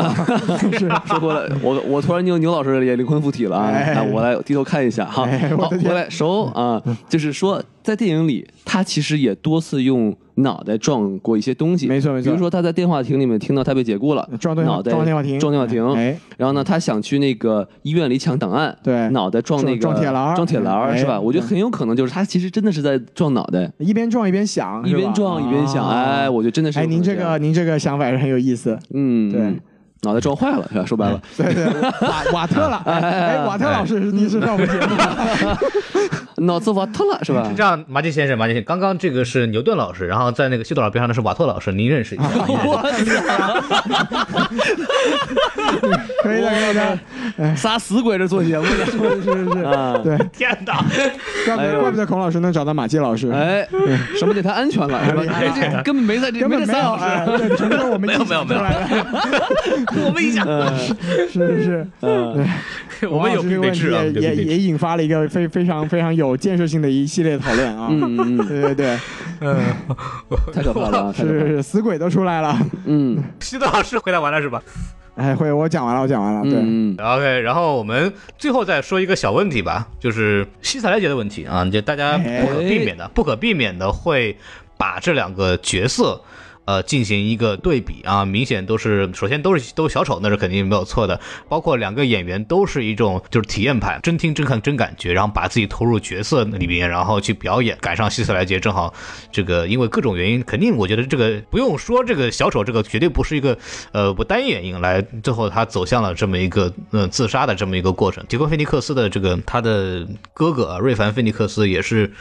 [SPEAKER 1] 是
[SPEAKER 3] 说过了，我 我突然牛牛老师也灵魂附体了啊！
[SPEAKER 1] 哎
[SPEAKER 3] 那我来低头看一下哈，
[SPEAKER 1] 哎我
[SPEAKER 3] 好，
[SPEAKER 1] 的天嗯
[SPEAKER 3] 回来熟啊，就是说在电影里，他其实也多次用脑袋撞过一些东西，
[SPEAKER 1] 没错没错
[SPEAKER 3] 比如说他在电话亭里面听到他被解雇了，
[SPEAKER 1] 撞电话
[SPEAKER 3] 脑袋
[SPEAKER 1] 撞电话亭
[SPEAKER 3] 撞电话亭，
[SPEAKER 1] 哎，
[SPEAKER 3] 然后呢，他想去那个医院里抢档案，
[SPEAKER 1] 对
[SPEAKER 3] 脑袋撞那个
[SPEAKER 1] 撞撞铁栏儿
[SPEAKER 3] 撞铁栏儿
[SPEAKER 1] 哎
[SPEAKER 3] 是吧？我觉得很有可能就是他其实真的是在撞脑袋，
[SPEAKER 1] 一边撞一边想，
[SPEAKER 3] 一
[SPEAKER 1] 是吧
[SPEAKER 3] 边撞一边想，哎，。我觉得真的是有
[SPEAKER 1] 哎，
[SPEAKER 3] 可能
[SPEAKER 1] 您这
[SPEAKER 3] 样
[SPEAKER 1] 个您这个想法也是很有意思，
[SPEAKER 3] 嗯，
[SPEAKER 1] 对
[SPEAKER 3] 嗯，脑袋撞坏了是吧？说白了，
[SPEAKER 1] 对对，瓦瓦特了，哎，瓦特老师是第一次上我们节目，哎
[SPEAKER 3] 脑子瓦特了是吧
[SPEAKER 2] 这？样，马季先生，马季先生，刚刚这个是牛顿老师，然后在那个西多老师边上的是瓦特老师，您认识一 下？
[SPEAKER 1] 可以的，可以的，
[SPEAKER 3] 仨死鬼这做节目呢
[SPEAKER 1] 是是是，
[SPEAKER 3] 啊！
[SPEAKER 1] 对，
[SPEAKER 2] 天哪！
[SPEAKER 1] 怪不
[SPEAKER 3] 哎
[SPEAKER 1] 得
[SPEAKER 3] 呦
[SPEAKER 1] 怪不得孔老师能找到马季老师，
[SPEAKER 3] 哎，什么给他安全了是吧？ 哎，这根本没在这，
[SPEAKER 1] 根本没
[SPEAKER 3] 这仨
[SPEAKER 1] 有，
[SPEAKER 3] 老
[SPEAKER 1] 哎
[SPEAKER 3] 师。
[SPEAKER 1] 对，全都是我们
[SPEAKER 2] 啊没有没有没有
[SPEAKER 1] 自己想出来的
[SPEAKER 2] 我们一下，
[SPEAKER 1] 是是是，
[SPEAKER 3] 嗯，
[SPEAKER 2] 我们有
[SPEAKER 1] 孔老师这个
[SPEAKER 2] 病得
[SPEAKER 1] 问题
[SPEAKER 2] 治啊，我
[SPEAKER 1] 也
[SPEAKER 2] 们有
[SPEAKER 1] 也
[SPEAKER 2] 病得治。
[SPEAKER 1] 也引发了一个非非常非常有建设性的一系列讨论啊，
[SPEAKER 3] 嗯嗯
[SPEAKER 1] 对对对，
[SPEAKER 3] 太可怕了啊，太
[SPEAKER 1] 是
[SPEAKER 3] 可怕
[SPEAKER 1] 是
[SPEAKER 3] 了。
[SPEAKER 1] 是，死鬼都出来了，
[SPEAKER 3] 嗯
[SPEAKER 2] 西多老师回答完了是吧
[SPEAKER 1] 哎，会，我讲完了，我讲完了，对。
[SPEAKER 3] 嗯嗯，
[SPEAKER 2] ？OK，然后我们最后再说一个小问题吧，就是希斯莱杰的问题啊，就大家
[SPEAKER 1] 哎
[SPEAKER 2] 不可避免的，不可避免的会把这两个角色。呃，进行一个对比啊，明显都是首先都是都是小丑，那是肯定没有错的。包括两个演员都是一种就是体验派，真听真看真感觉，然后把自己投入角色里面，然后去表演。赶上希斯莱杰正好这个因为各种原因，肯定我觉得这个不用说，这个小丑这个绝对不是一个呃不单一原因来，最后他走向了这么一个呃自杀的这么一个过程。杰克菲尼克斯的这个他的哥哥啊瑞凡菲尼克斯也是。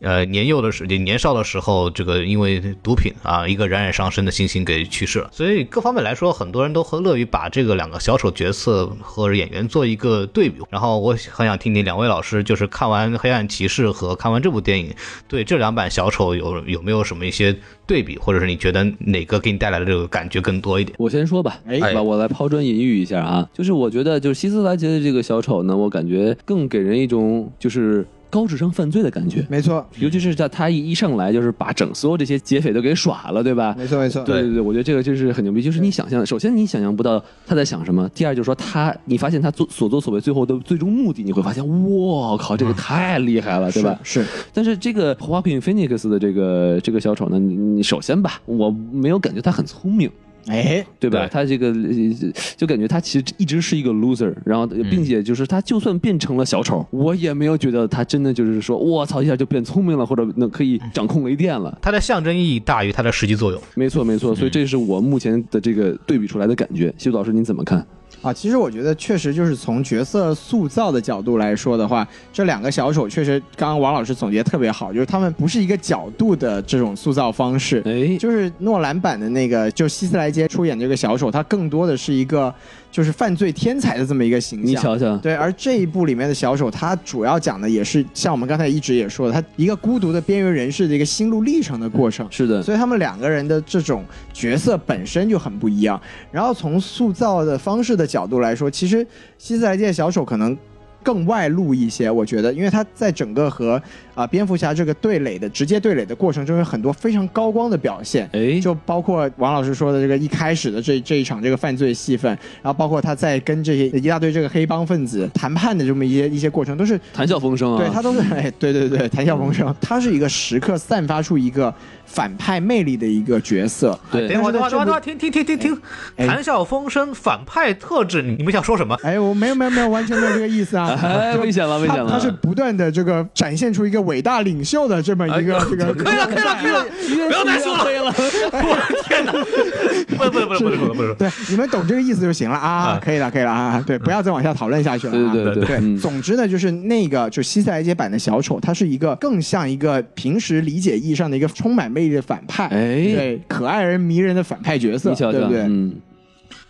[SPEAKER 2] 呃，年幼的时，年少的时候，这个因为毒品啊，一个冉冉上升的星星给去世了。所以各方面来说，很多人都很乐于把这个两个小丑角色和演员做一个对比。然后我很想听听两位老师，就是看完《黑暗骑士》和看完这部电影，对这两版小丑有有没有什么一些对比，或者是你觉得哪个给你带来的这个感觉更多一点？
[SPEAKER 3] 我先说吧，
[SPEAKER 1] 哎
[SPEAKER 3] 好吧，我来抛砖引玉一下啊，就是我觉得就是希斯莱杰的这个小丑呢，我感觉更给人一种就是高智商犯罪的感觉。
[SPEAKER 1] 没错，
[SPEAKER 3] 尤其是在他一一上来就是把整所有这些劫匪都给耍了，对吧？
[SPEAKER 1] 没错，没错。
[SPEAKER 3] 对对对，我觉得这个就是很牛逼，就是你想象，首先你想象不到他在想什么，第二就是说他，你发现他做所作所为最后的最终目的，你会发现，我靠，这个太厉害了，对吧？
[SPEAKER 1] 是，
[SPEAKER 3] 但是这个 Joaquin Phoenix 的这个这个小丑呢，你你首先吧，我没有感觉他很聪明，
[SPEAKER 1] 哎，
[SPEAKER 3] 对吧？
[SPEAKER 2] 对
[SPEAKER 3] 他这个呃就感觉他其实一直是一个 loser，然后并且就是他就算变成了小丑，我也没有觉得他真的就是说，我操一下就变聪明了，或者能可以掌控雷电了。
[SPEAKER 2] 它的象征意义大于它的实际作用。
[SPEAKER 3] 没错，没错，所以这是我目前的这个对比出来的感觉。西渡老师，您怎么看？
[SPEAKER 1] 啊，其实我觉得确实就是从角色塑造的角度来说的话，这两个小丑确实，刚刚王老师总结特别好，就是他们不是一个角度的这种塑造方式。
[SPEAKER 3] 哎，
[SPEAKER 1] 就是诺兰版的那个，就希斯莱杰出演这个小丑，他更多的是一个就是犯罪天才的这么一个形
[SPEAKER 3] 你
[SPEAKER 1] 象。
[SPEAKER 3] 瞧瞧，
[SPEAKER 1] 对，而这一部里面的小丑，他主要讲的也是像我们刚才一直也说的，他一个孤独的边缘人士的一个心路历程的过程。
[SPEAKER 3] 是的，
[SPEAKER 1] 所以他们两个人的这种角色本身就很不一样。然后从塑造的方式的角度来说，其实希斯莱杰的小丑可能更外露一些，我觉得，因为他在整个和啊、蝙蝠侠这个对垒的直接对垒的过程中，有很多非常高光的表现。
[SPEAKER 3] 哎，
[SPEAKER 1] 就包括王老师说的这个一开始的这这一场这个犯罪戏份，然后包括他在跟这些一大堆这个黑帮分子谈判的这么一些一些过程，都是
[SPEAKER 3] 谈笑风生啊，
[SPEAKER 1] 对他都是哎，对对
[SPEAKER 3] 嗯
[SPEAKER 1] 对，谈笑风生，他是一个时刻散发出一个反派魅力的一个角色。
[SPEAKER 3] 对
[SPEAKER 2] 哎等会儿，
[SPEAKER 1] 但
[SPEAKER 2] 等会儿，
[SPEAKER 1] 是这部
[SPEAKER 2] 等会儿，等会儿停停停停停！
[SPEAKER 1] 哎
[SPEAKER 2] 谈笑风生，反派特质，你你们想说什么？
[SPEAKER 1] 哎，我没有没有没有，完全没有这个意思啊。
[SPEAKER 3] 哎，危险了，危险
[SPEAKER 1] 他
[SPEAKER 3] 了，
[SPEAKER 1] 他是不断的这个展现出一个伟大领袖的这么一
[SPEAKER 3] 哎
[SPEAKER 1] 个这个，
[SPEAKER 2] 可以了，可以了，可以了！不要再说了， 我的天哪！不不不不不不 不！
[SPEAKER 1] 对，你们懂这个意思就行了啊
[SPEAKER 2] 啊，
[SPEAKER 1] 可以了，可以了啊，对，不要再往下讨论下去了、
[SPEAKER 3] 嗯对
[SPEAKER 1] 啊。
[SPEAKER 3] 对对
[SPEAKER 2] 对
[SPEAKER 3] 对，嗯
[SPEAKER 1] 总之呢，就是那个就西斯莱杰版的小丑，他是一个更像一个平时理解意义上的一个充满魅力的反派，
[SPEAKER 3] 哎
[SPEAKER 1] 对，可爱而迷人的反派角色，
[SPEAKER 3] 你瞧
[SPEAKER 1] 对
[SPEAKER 3] 瞧，
[SPEAKER 1] 不对？
[SPEAKER 3] 嗯，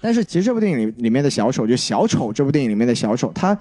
[SPEAKER 1] 但是其实这部电影里里面的小丑，就小丑这部电影里面的小丑，他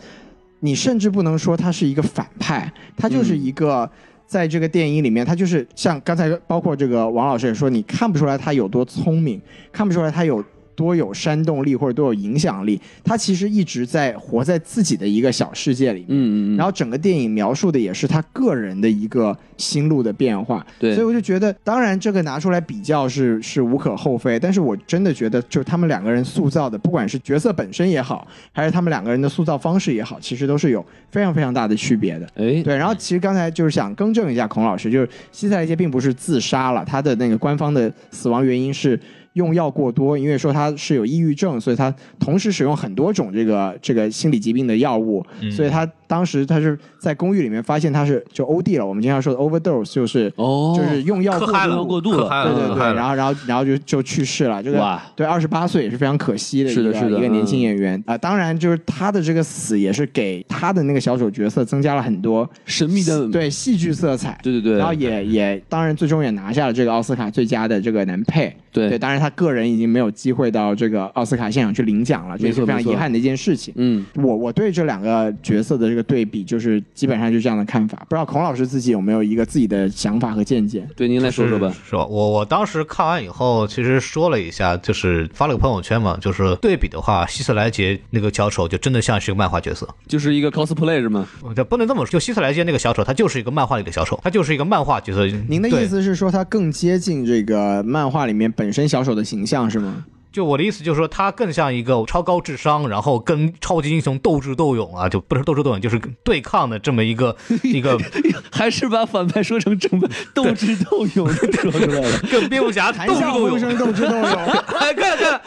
[SPEAKER 1] 你甚至不能说他是一个反派，他就是一个。在这个电影里面，他就是像刚才包括这个王老师也说，你看不出来他有多聪明，看不出来他有多有煽动力或者多有影响力，他其实一直在活在自己的一个小世界里面。
[SPEAKER 3] 嗯嗯嗯，
[SPEAKER 1] 然后整个电影描述的也是他个人的一个心路的变化，
[SPEAKER 3] 对
[SPEAKER 1] 所以我就觉得，当然这个拿出来比较是是无可厚非，但是我真的觉得，就是他们两个人塑造的，不管是角色本身也好，还是他们两个人的塑造方式也好，其实都是有非常非常大的区别的。
[SPEAKER 3] 哎，
[SPEAKER 1] 对，然后其实刚才就是想更正一下孔老师，就是西塞雷杰并不是自杀了，他的那个官方的死亡原因是用药过多，因为说他是有抑郁症，所以他同时使用很多种这个这个心理疾病的药物，嗯
[SPEAKER 2] 嗯
[SPEAKER 3] 嗯
[SPEAKER 1] 所以他当时他是在公寓里面发现他是就 OD 了，我们经常说的 overdose 就是、
[SPEAKER 3] 哦，
[SPEAKER 1] 就是用药
[SPEAKER 2] 嗑
[SPEAKER 1] 过
[SPEAKER 2] 嗨了，
[SPEAKER 1] 多，
[SPEAKER 3] 过度了
[SPEAKER 2] 嗑嗨
[SPEAKER 1] 对
[SPEAKER 2] 了，
[SPEAKER 1] 对
[SPEAKER 2] 嗑
[SPEAKER 1] 对，
[SPEAKER 2] 嗨了
[SPEAKER 1] 然后然后然后就就去世了，这个
[SPEAKER 3] 哇，
[SPEAKER 1] 对，二十八岁也是非常可惜的一
[SPEAKER 3] 是
[SPEAKER 1] 个
[SPEAKER 3] 的是的
[SPEAKER 1] 一个年轻
[SPEAKER 3] 嗯
[SPEAKER 1] 演员啊、当然，就是他的这个死也是给他的那个小丑角色增加了很多
[SPEAKER 3] 神秘的，
[SPEAKER 1] 对戏剧色彩。
[SPEAKER 3] 对对嗯对，
[SPEAKER 1] 然后也也当然最终也拿下了这个奥斯卡最佳的这个男配。
[SPEAKER 3] 对
[SPEAKER 1] 当然他个人已经没有机会到这个奥斯卡现场去领奖了，这
[SPEAKER 3] 没
[SPEAKER 1] 也
[SPEAKER 3] 错
[SPEAKER 1] 是非常
[SPEAKER 3] 没错
[SPEAKER 1] 遗憾的一件事情。
[SPEAKER 3] 嗯，
[SPEAKER 1] 我我对这两个角色的这个对比，就是基本上就这样的看法。不知道孔老师自己有没有一个自己的想法和见解？
[SPEAKER 3] 对，您来说说吧
[SPEAKER 2] 是，是吧？我我当时看完以后，其实说了一下，就是发了个朋友圈嘛，就是对比的话，希斯莱杰那个小丑就真的像是一个漫画角色，
[SPEAKER 3] 就是一个 cosplay 是吗？
[SPEAKER 2] 我这不能这么说，就希斯莱杰那个小丑，他就是一个漫画里的小丑，他就是一个漫画角色。
[SPEAKER 1] 您的
[SPEAKER 2] 对
[SPEAKER 1] 意？思是说，他更接近这个漫画里面本身小丑的形象是吗？
[SPEAKER 2] 就我的意思就是说，他更像一个超高智商，然后跟超级英雄斗智斗勇啊，就不是斗智斗勇，就是对抗的这么一个一个
[SPEAKER 3] 还是把反派说成正派，斗智斗勇地说出来了。
[SPEAKER 2] 跟蝙蝠侠
[SPEAKER 1] 谈
[SPEAKER 2] 斗智
[SPEAKER 1] 笑
[SPEAKER 2] 斗
[SPEAKER 1] 风
[SPEAKER 2] 勇。
[SPEAKER 1] 生，斗智 斗勇。
[SPEAKER 2] 哎，看看，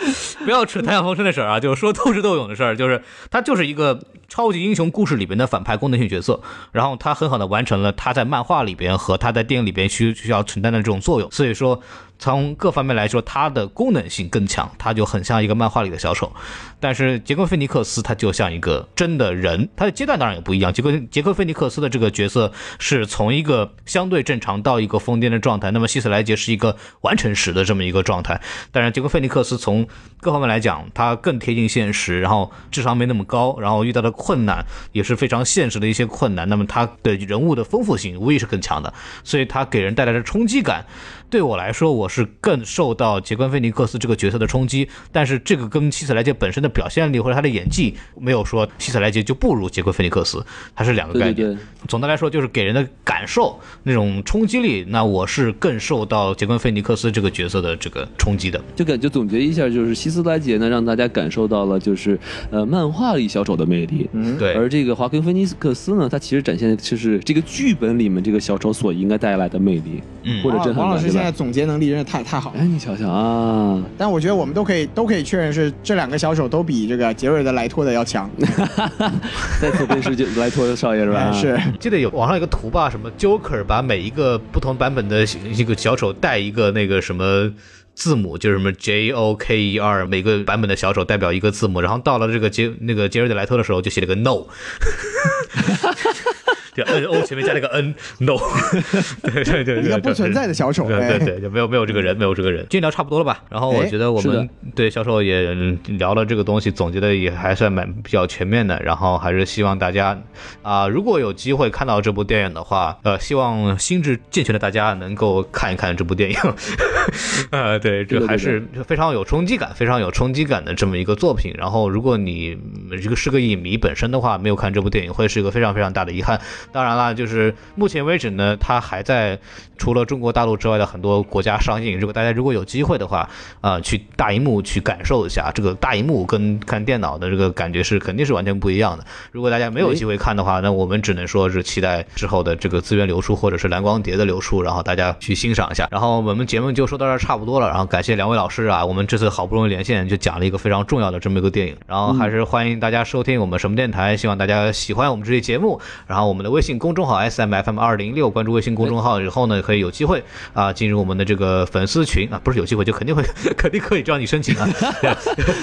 [SPEAKER 2] 不要扯谈笑风生的事儿啊，就是说斗智斗勇的事儿，就是 他就是一个超级英雄故事里边的反派功能性角色，然后他很好的完成了他在漫画里边和他在电影里边需需要承担的这种作用，所以说从各方面来说，他的功能性更强，他就很像一个漫画里的小丑。但是杰克·菲尼克斯他就像一个真的人，他的阶段当然也不一样。杰克杰克·菲尼克斯的这个角色是从一个相对正常到一个疯癫的状态，那么希斯莱杰是一个完成时的这么一个状态。当然，杰克·菲尼克斯从各方面来讲，他更贴近现实，然后智商没那么高，然后遇到的困难也是非常现实的一些困难。那么他的人物的丰富性无疑是更强的，所以他给人带来的冲击感对我来说，我是更受到杰昆·菲尼克斯这个角色的冲击，但是这个跟希斯莱杰本身的表现力或者他的演技没有说希斯莱杰就不如杰昆·菲尼克斯，它是两个
[SPEAKER 3] 对
[SPEAKER 2] 概
[SPEAKER 3] 对
[SPEAKER 2] 念。
[SPEAKER 3] 对，
[SPEAKER 2] 总的来说，就是给人的感受那种冲击力，那我是更受到杰昆·菲尼克斯这个角色的这个冲击的。
[SPEAKER 3] 就感觉总结一下，就是希斯莱杰呢，让大家感受到了就是呃漫画里小丑的魅力。
[SPEAKER 1] 嗯，
[SPEAKER 2] 对
[SPEAKER 3] 而这个华根菲尼克斯呢，他其实展现的就是这个剧本里面这个小丑所应该带来的魅力，
[SPEAKER 2] 嗯
[SPEAKER 3] 或者震撼
[SPEAKER 1] 啊王老
[SPEAKER 3] 感，
[SPEAKER 1] 师哦
[SPEAKER 3] 对
[SPEAKER 1] 现在
[SPEAKER 3] 吧？
[SPEAKER 1] 总结能力真的太太好了
[SPEAKER 3] 哎，。你瞧瞧啊，
[SPEAKER 1] 但我觉得我们都可以都可以确认是这两个小手都比这个杰瑞的莱托的要强，
[SPEAKER 3] 再特别是就莱托少爷 是吧？
[SPEAKER 1] 哎是
[SPEAKER 2] 记得有网上有个图吧，什么 Joker 把每一个不同版本的一个小丑带一个那个什么。字母就是什么 J O K E R，每个版本的小丑代表一个字母，然后到了这个杰那个杰瑞德莱特的时候，就写了个 No，就 N O 前面加了个 N，No，对对对对，
[SPEAKER 1] 一个不
[SPEAKER 2] 对
[SPEAKER 1] 存在的小丑。
[SPEAKER 2] 对对
[SPEAKER 1] 哎，
[SPEAKER 2] 对，就没有没有这个人，没有这个人。今天聊差不多了吧？然后我
[SPEAKER 1] 哎
[SPEAKER 2] 觉得我
[SPEAKER 3] 是
[SPEAKER 2] 们
[SPEAKER 3] 的
[SPEAKER 2] 对销售也聊了这个东西，总结的也还算蛮比较全面的。然后还是希望大家啊、如果有机会看到这部电影的话，呃，希望心智健全的大家能够看一看这部电影。 呃，对，
[SPEAKER 3] 嗯对
[SPEAKER 2] 这
[SPEAKER 3] 对
[SPEAKER 2] 还是非常有冲击感、非常有冲击感的这么一个作品。然后，如果你嗯这个是个影迷本身的话，没有看这部电影会是一个非常非常大的遗憾。当然啦，就是目前为止呢，它还在除了中国大陆之外的很多国家上映。如果大家如果有机会的话，啊，去大荧幕去感受一下这个大荧幕跟看电脑的这个感觉是肯定是完全不一样的。如果大家没有
[SPEAKER 3] 哎
[SPEAKER 2] 机会看的话，那我们只能说是期待之后的这个资源流出或者是蓝光碟的流出，然后大家去欣赏一下。然后我们节目就说到这儿差不多了，然后感谢两位老师啊，我们这次好不容易连线就讲了一个非常重要的这么一个电影，然后还是欢迎大家收听我们什么电台，希望大家喜欢我们这期节目。然后我们的微信公众号 S M F M 二零六，关注微信公众号以后呢，可以有机会啊进入我们的这个粉丝群啊，不是有机会就肯定会 肯定可以让你申请啊，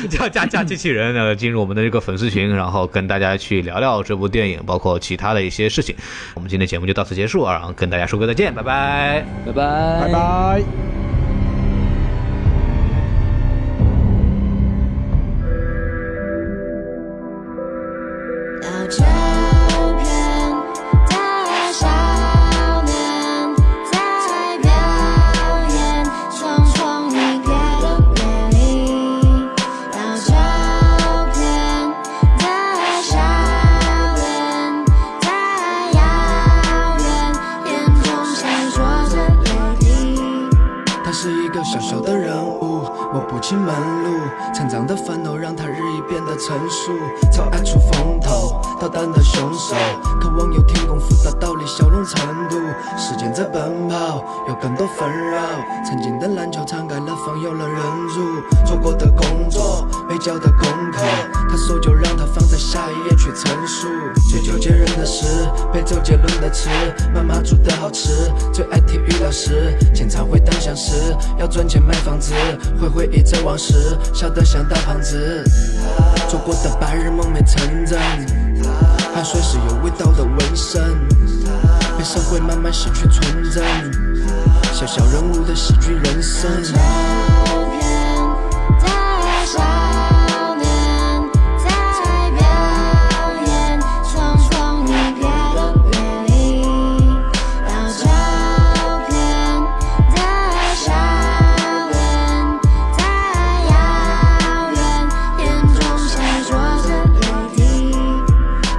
[SPEAKER 2] 加加加机器人呃进入我们的这个粉丝群，然后跟大家去聊聊这部电影，包括其他的一些事情。我们今天节目就到此结束啊，然后跟大家说个再见，拜拜。
[SPEAKER 3] 拜拜，
[SPEAKER 1] 哎拜。拜。
[SPEAKER 4] 到这片大少年在表演，重重一遍别离。
[SPEAKER 5] 少少的人物，我不去门路，成长的烦恼让他日益变得成熟，超爱出风头，捣蛋的凶手，渴望有天功夫的道理消融程度，时间在奔跑，有更多纷扰，曾经的篮球场盖了房，有了人入，做过的工作，没交的功课，他说就让它放在下一页去陈述，最纠结人的事，被周杰伦的词，妈妈煮的好吃，最爱体育老师，经常会当相识，要赚钱买房子，回回忆着往事，笑得像大胖子，做过的白日梦没成真，汗水是有味道的纹身，被社会慢慢洗去纯真，小小人物的喜剧人生。
[SPEAKER 4] 照片在少年，在表演，匆匆一瞥远离。当照片在少年，在遥远，眼中闪烁着泪滴。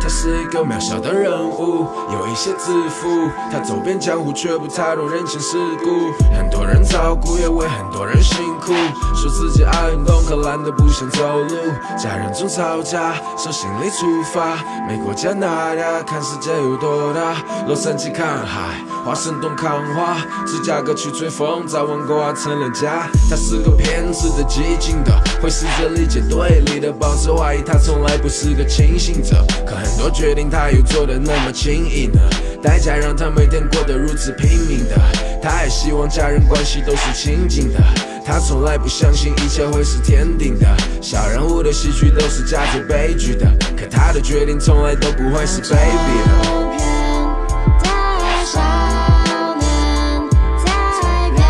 [SPEAKER 5] 他是一个渺小的人物，有一些自负。他走遍江湖，却不太懂人情世故。很多人照顾，也为很多人辛苦。说自己爱运动，可懒得不想走路。家人总吵架，从心里出发。美国加拿大，看世界有多大。洛杉矶看海，华盛顿看花，芝加哥去吹风，在温哥华成了家。他是个偏执的、激进的，会试着理解对立的，保持怀疑。他从来不是个清醒者，可很多决定他又做的那么轻易呢？代价让他每天过得如此拼命的，他也希望家人关系都是亲近的。他从来不相信一切会是天定的，小人物的喜剧都是夹着悲剧的，可他的决定从来都不会是卑鄙的。
[SPEAKER 4] 照片在少年，在表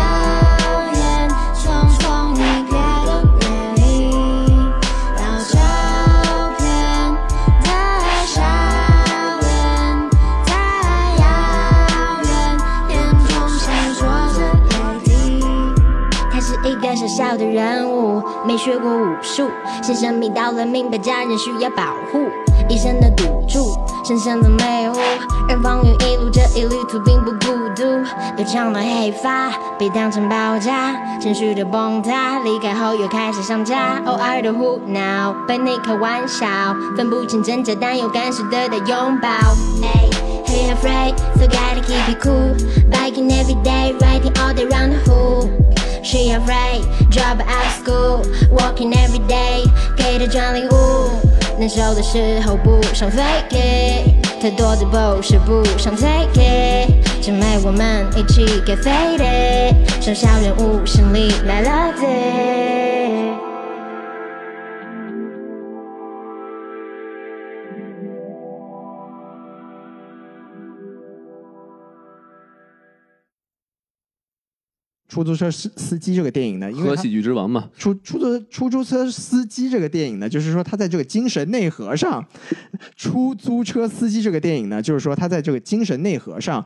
[SPEAKER 4] 演，匆匆一瞥远离。当照片在少年，在遥远，眼中闪烁着泪滴。他是一个小小的人物，没学过武术，是生命到了明白家人需要保护，一生的赌注，身上的魅惑，而风云一路这一旅途并不孤独，流长的黑发被当成爆炸，情绪的崩塌，离开后又开始上架，Oh, 偶尔的胡闹被你开玩笑，分不清真假，但又感受得到拥抱。哎 Hey, afraid, so gotta keep it cool. Biking every day, riding all day round the hood. She afraid, drop out of school, walking every day, 给她转礼物。难受的时候不想 fake it，太多的 bullshit 不想 take it，姐妹我们一起给 fade it，小小人物心里来了 y
[SPEAKER 1] 《出租车司司机》这个电影呢，因为
[SPEAKER 3] 和
[SPEAKER 1] 它
[SPEAKER 3] 喜剧之王嘛，
[SPEAKER 1] 出出租出租车司机这个电影呢，就是说他在这个精神内核上，出租车司机这个电影呢，就是说他在这个精神内核上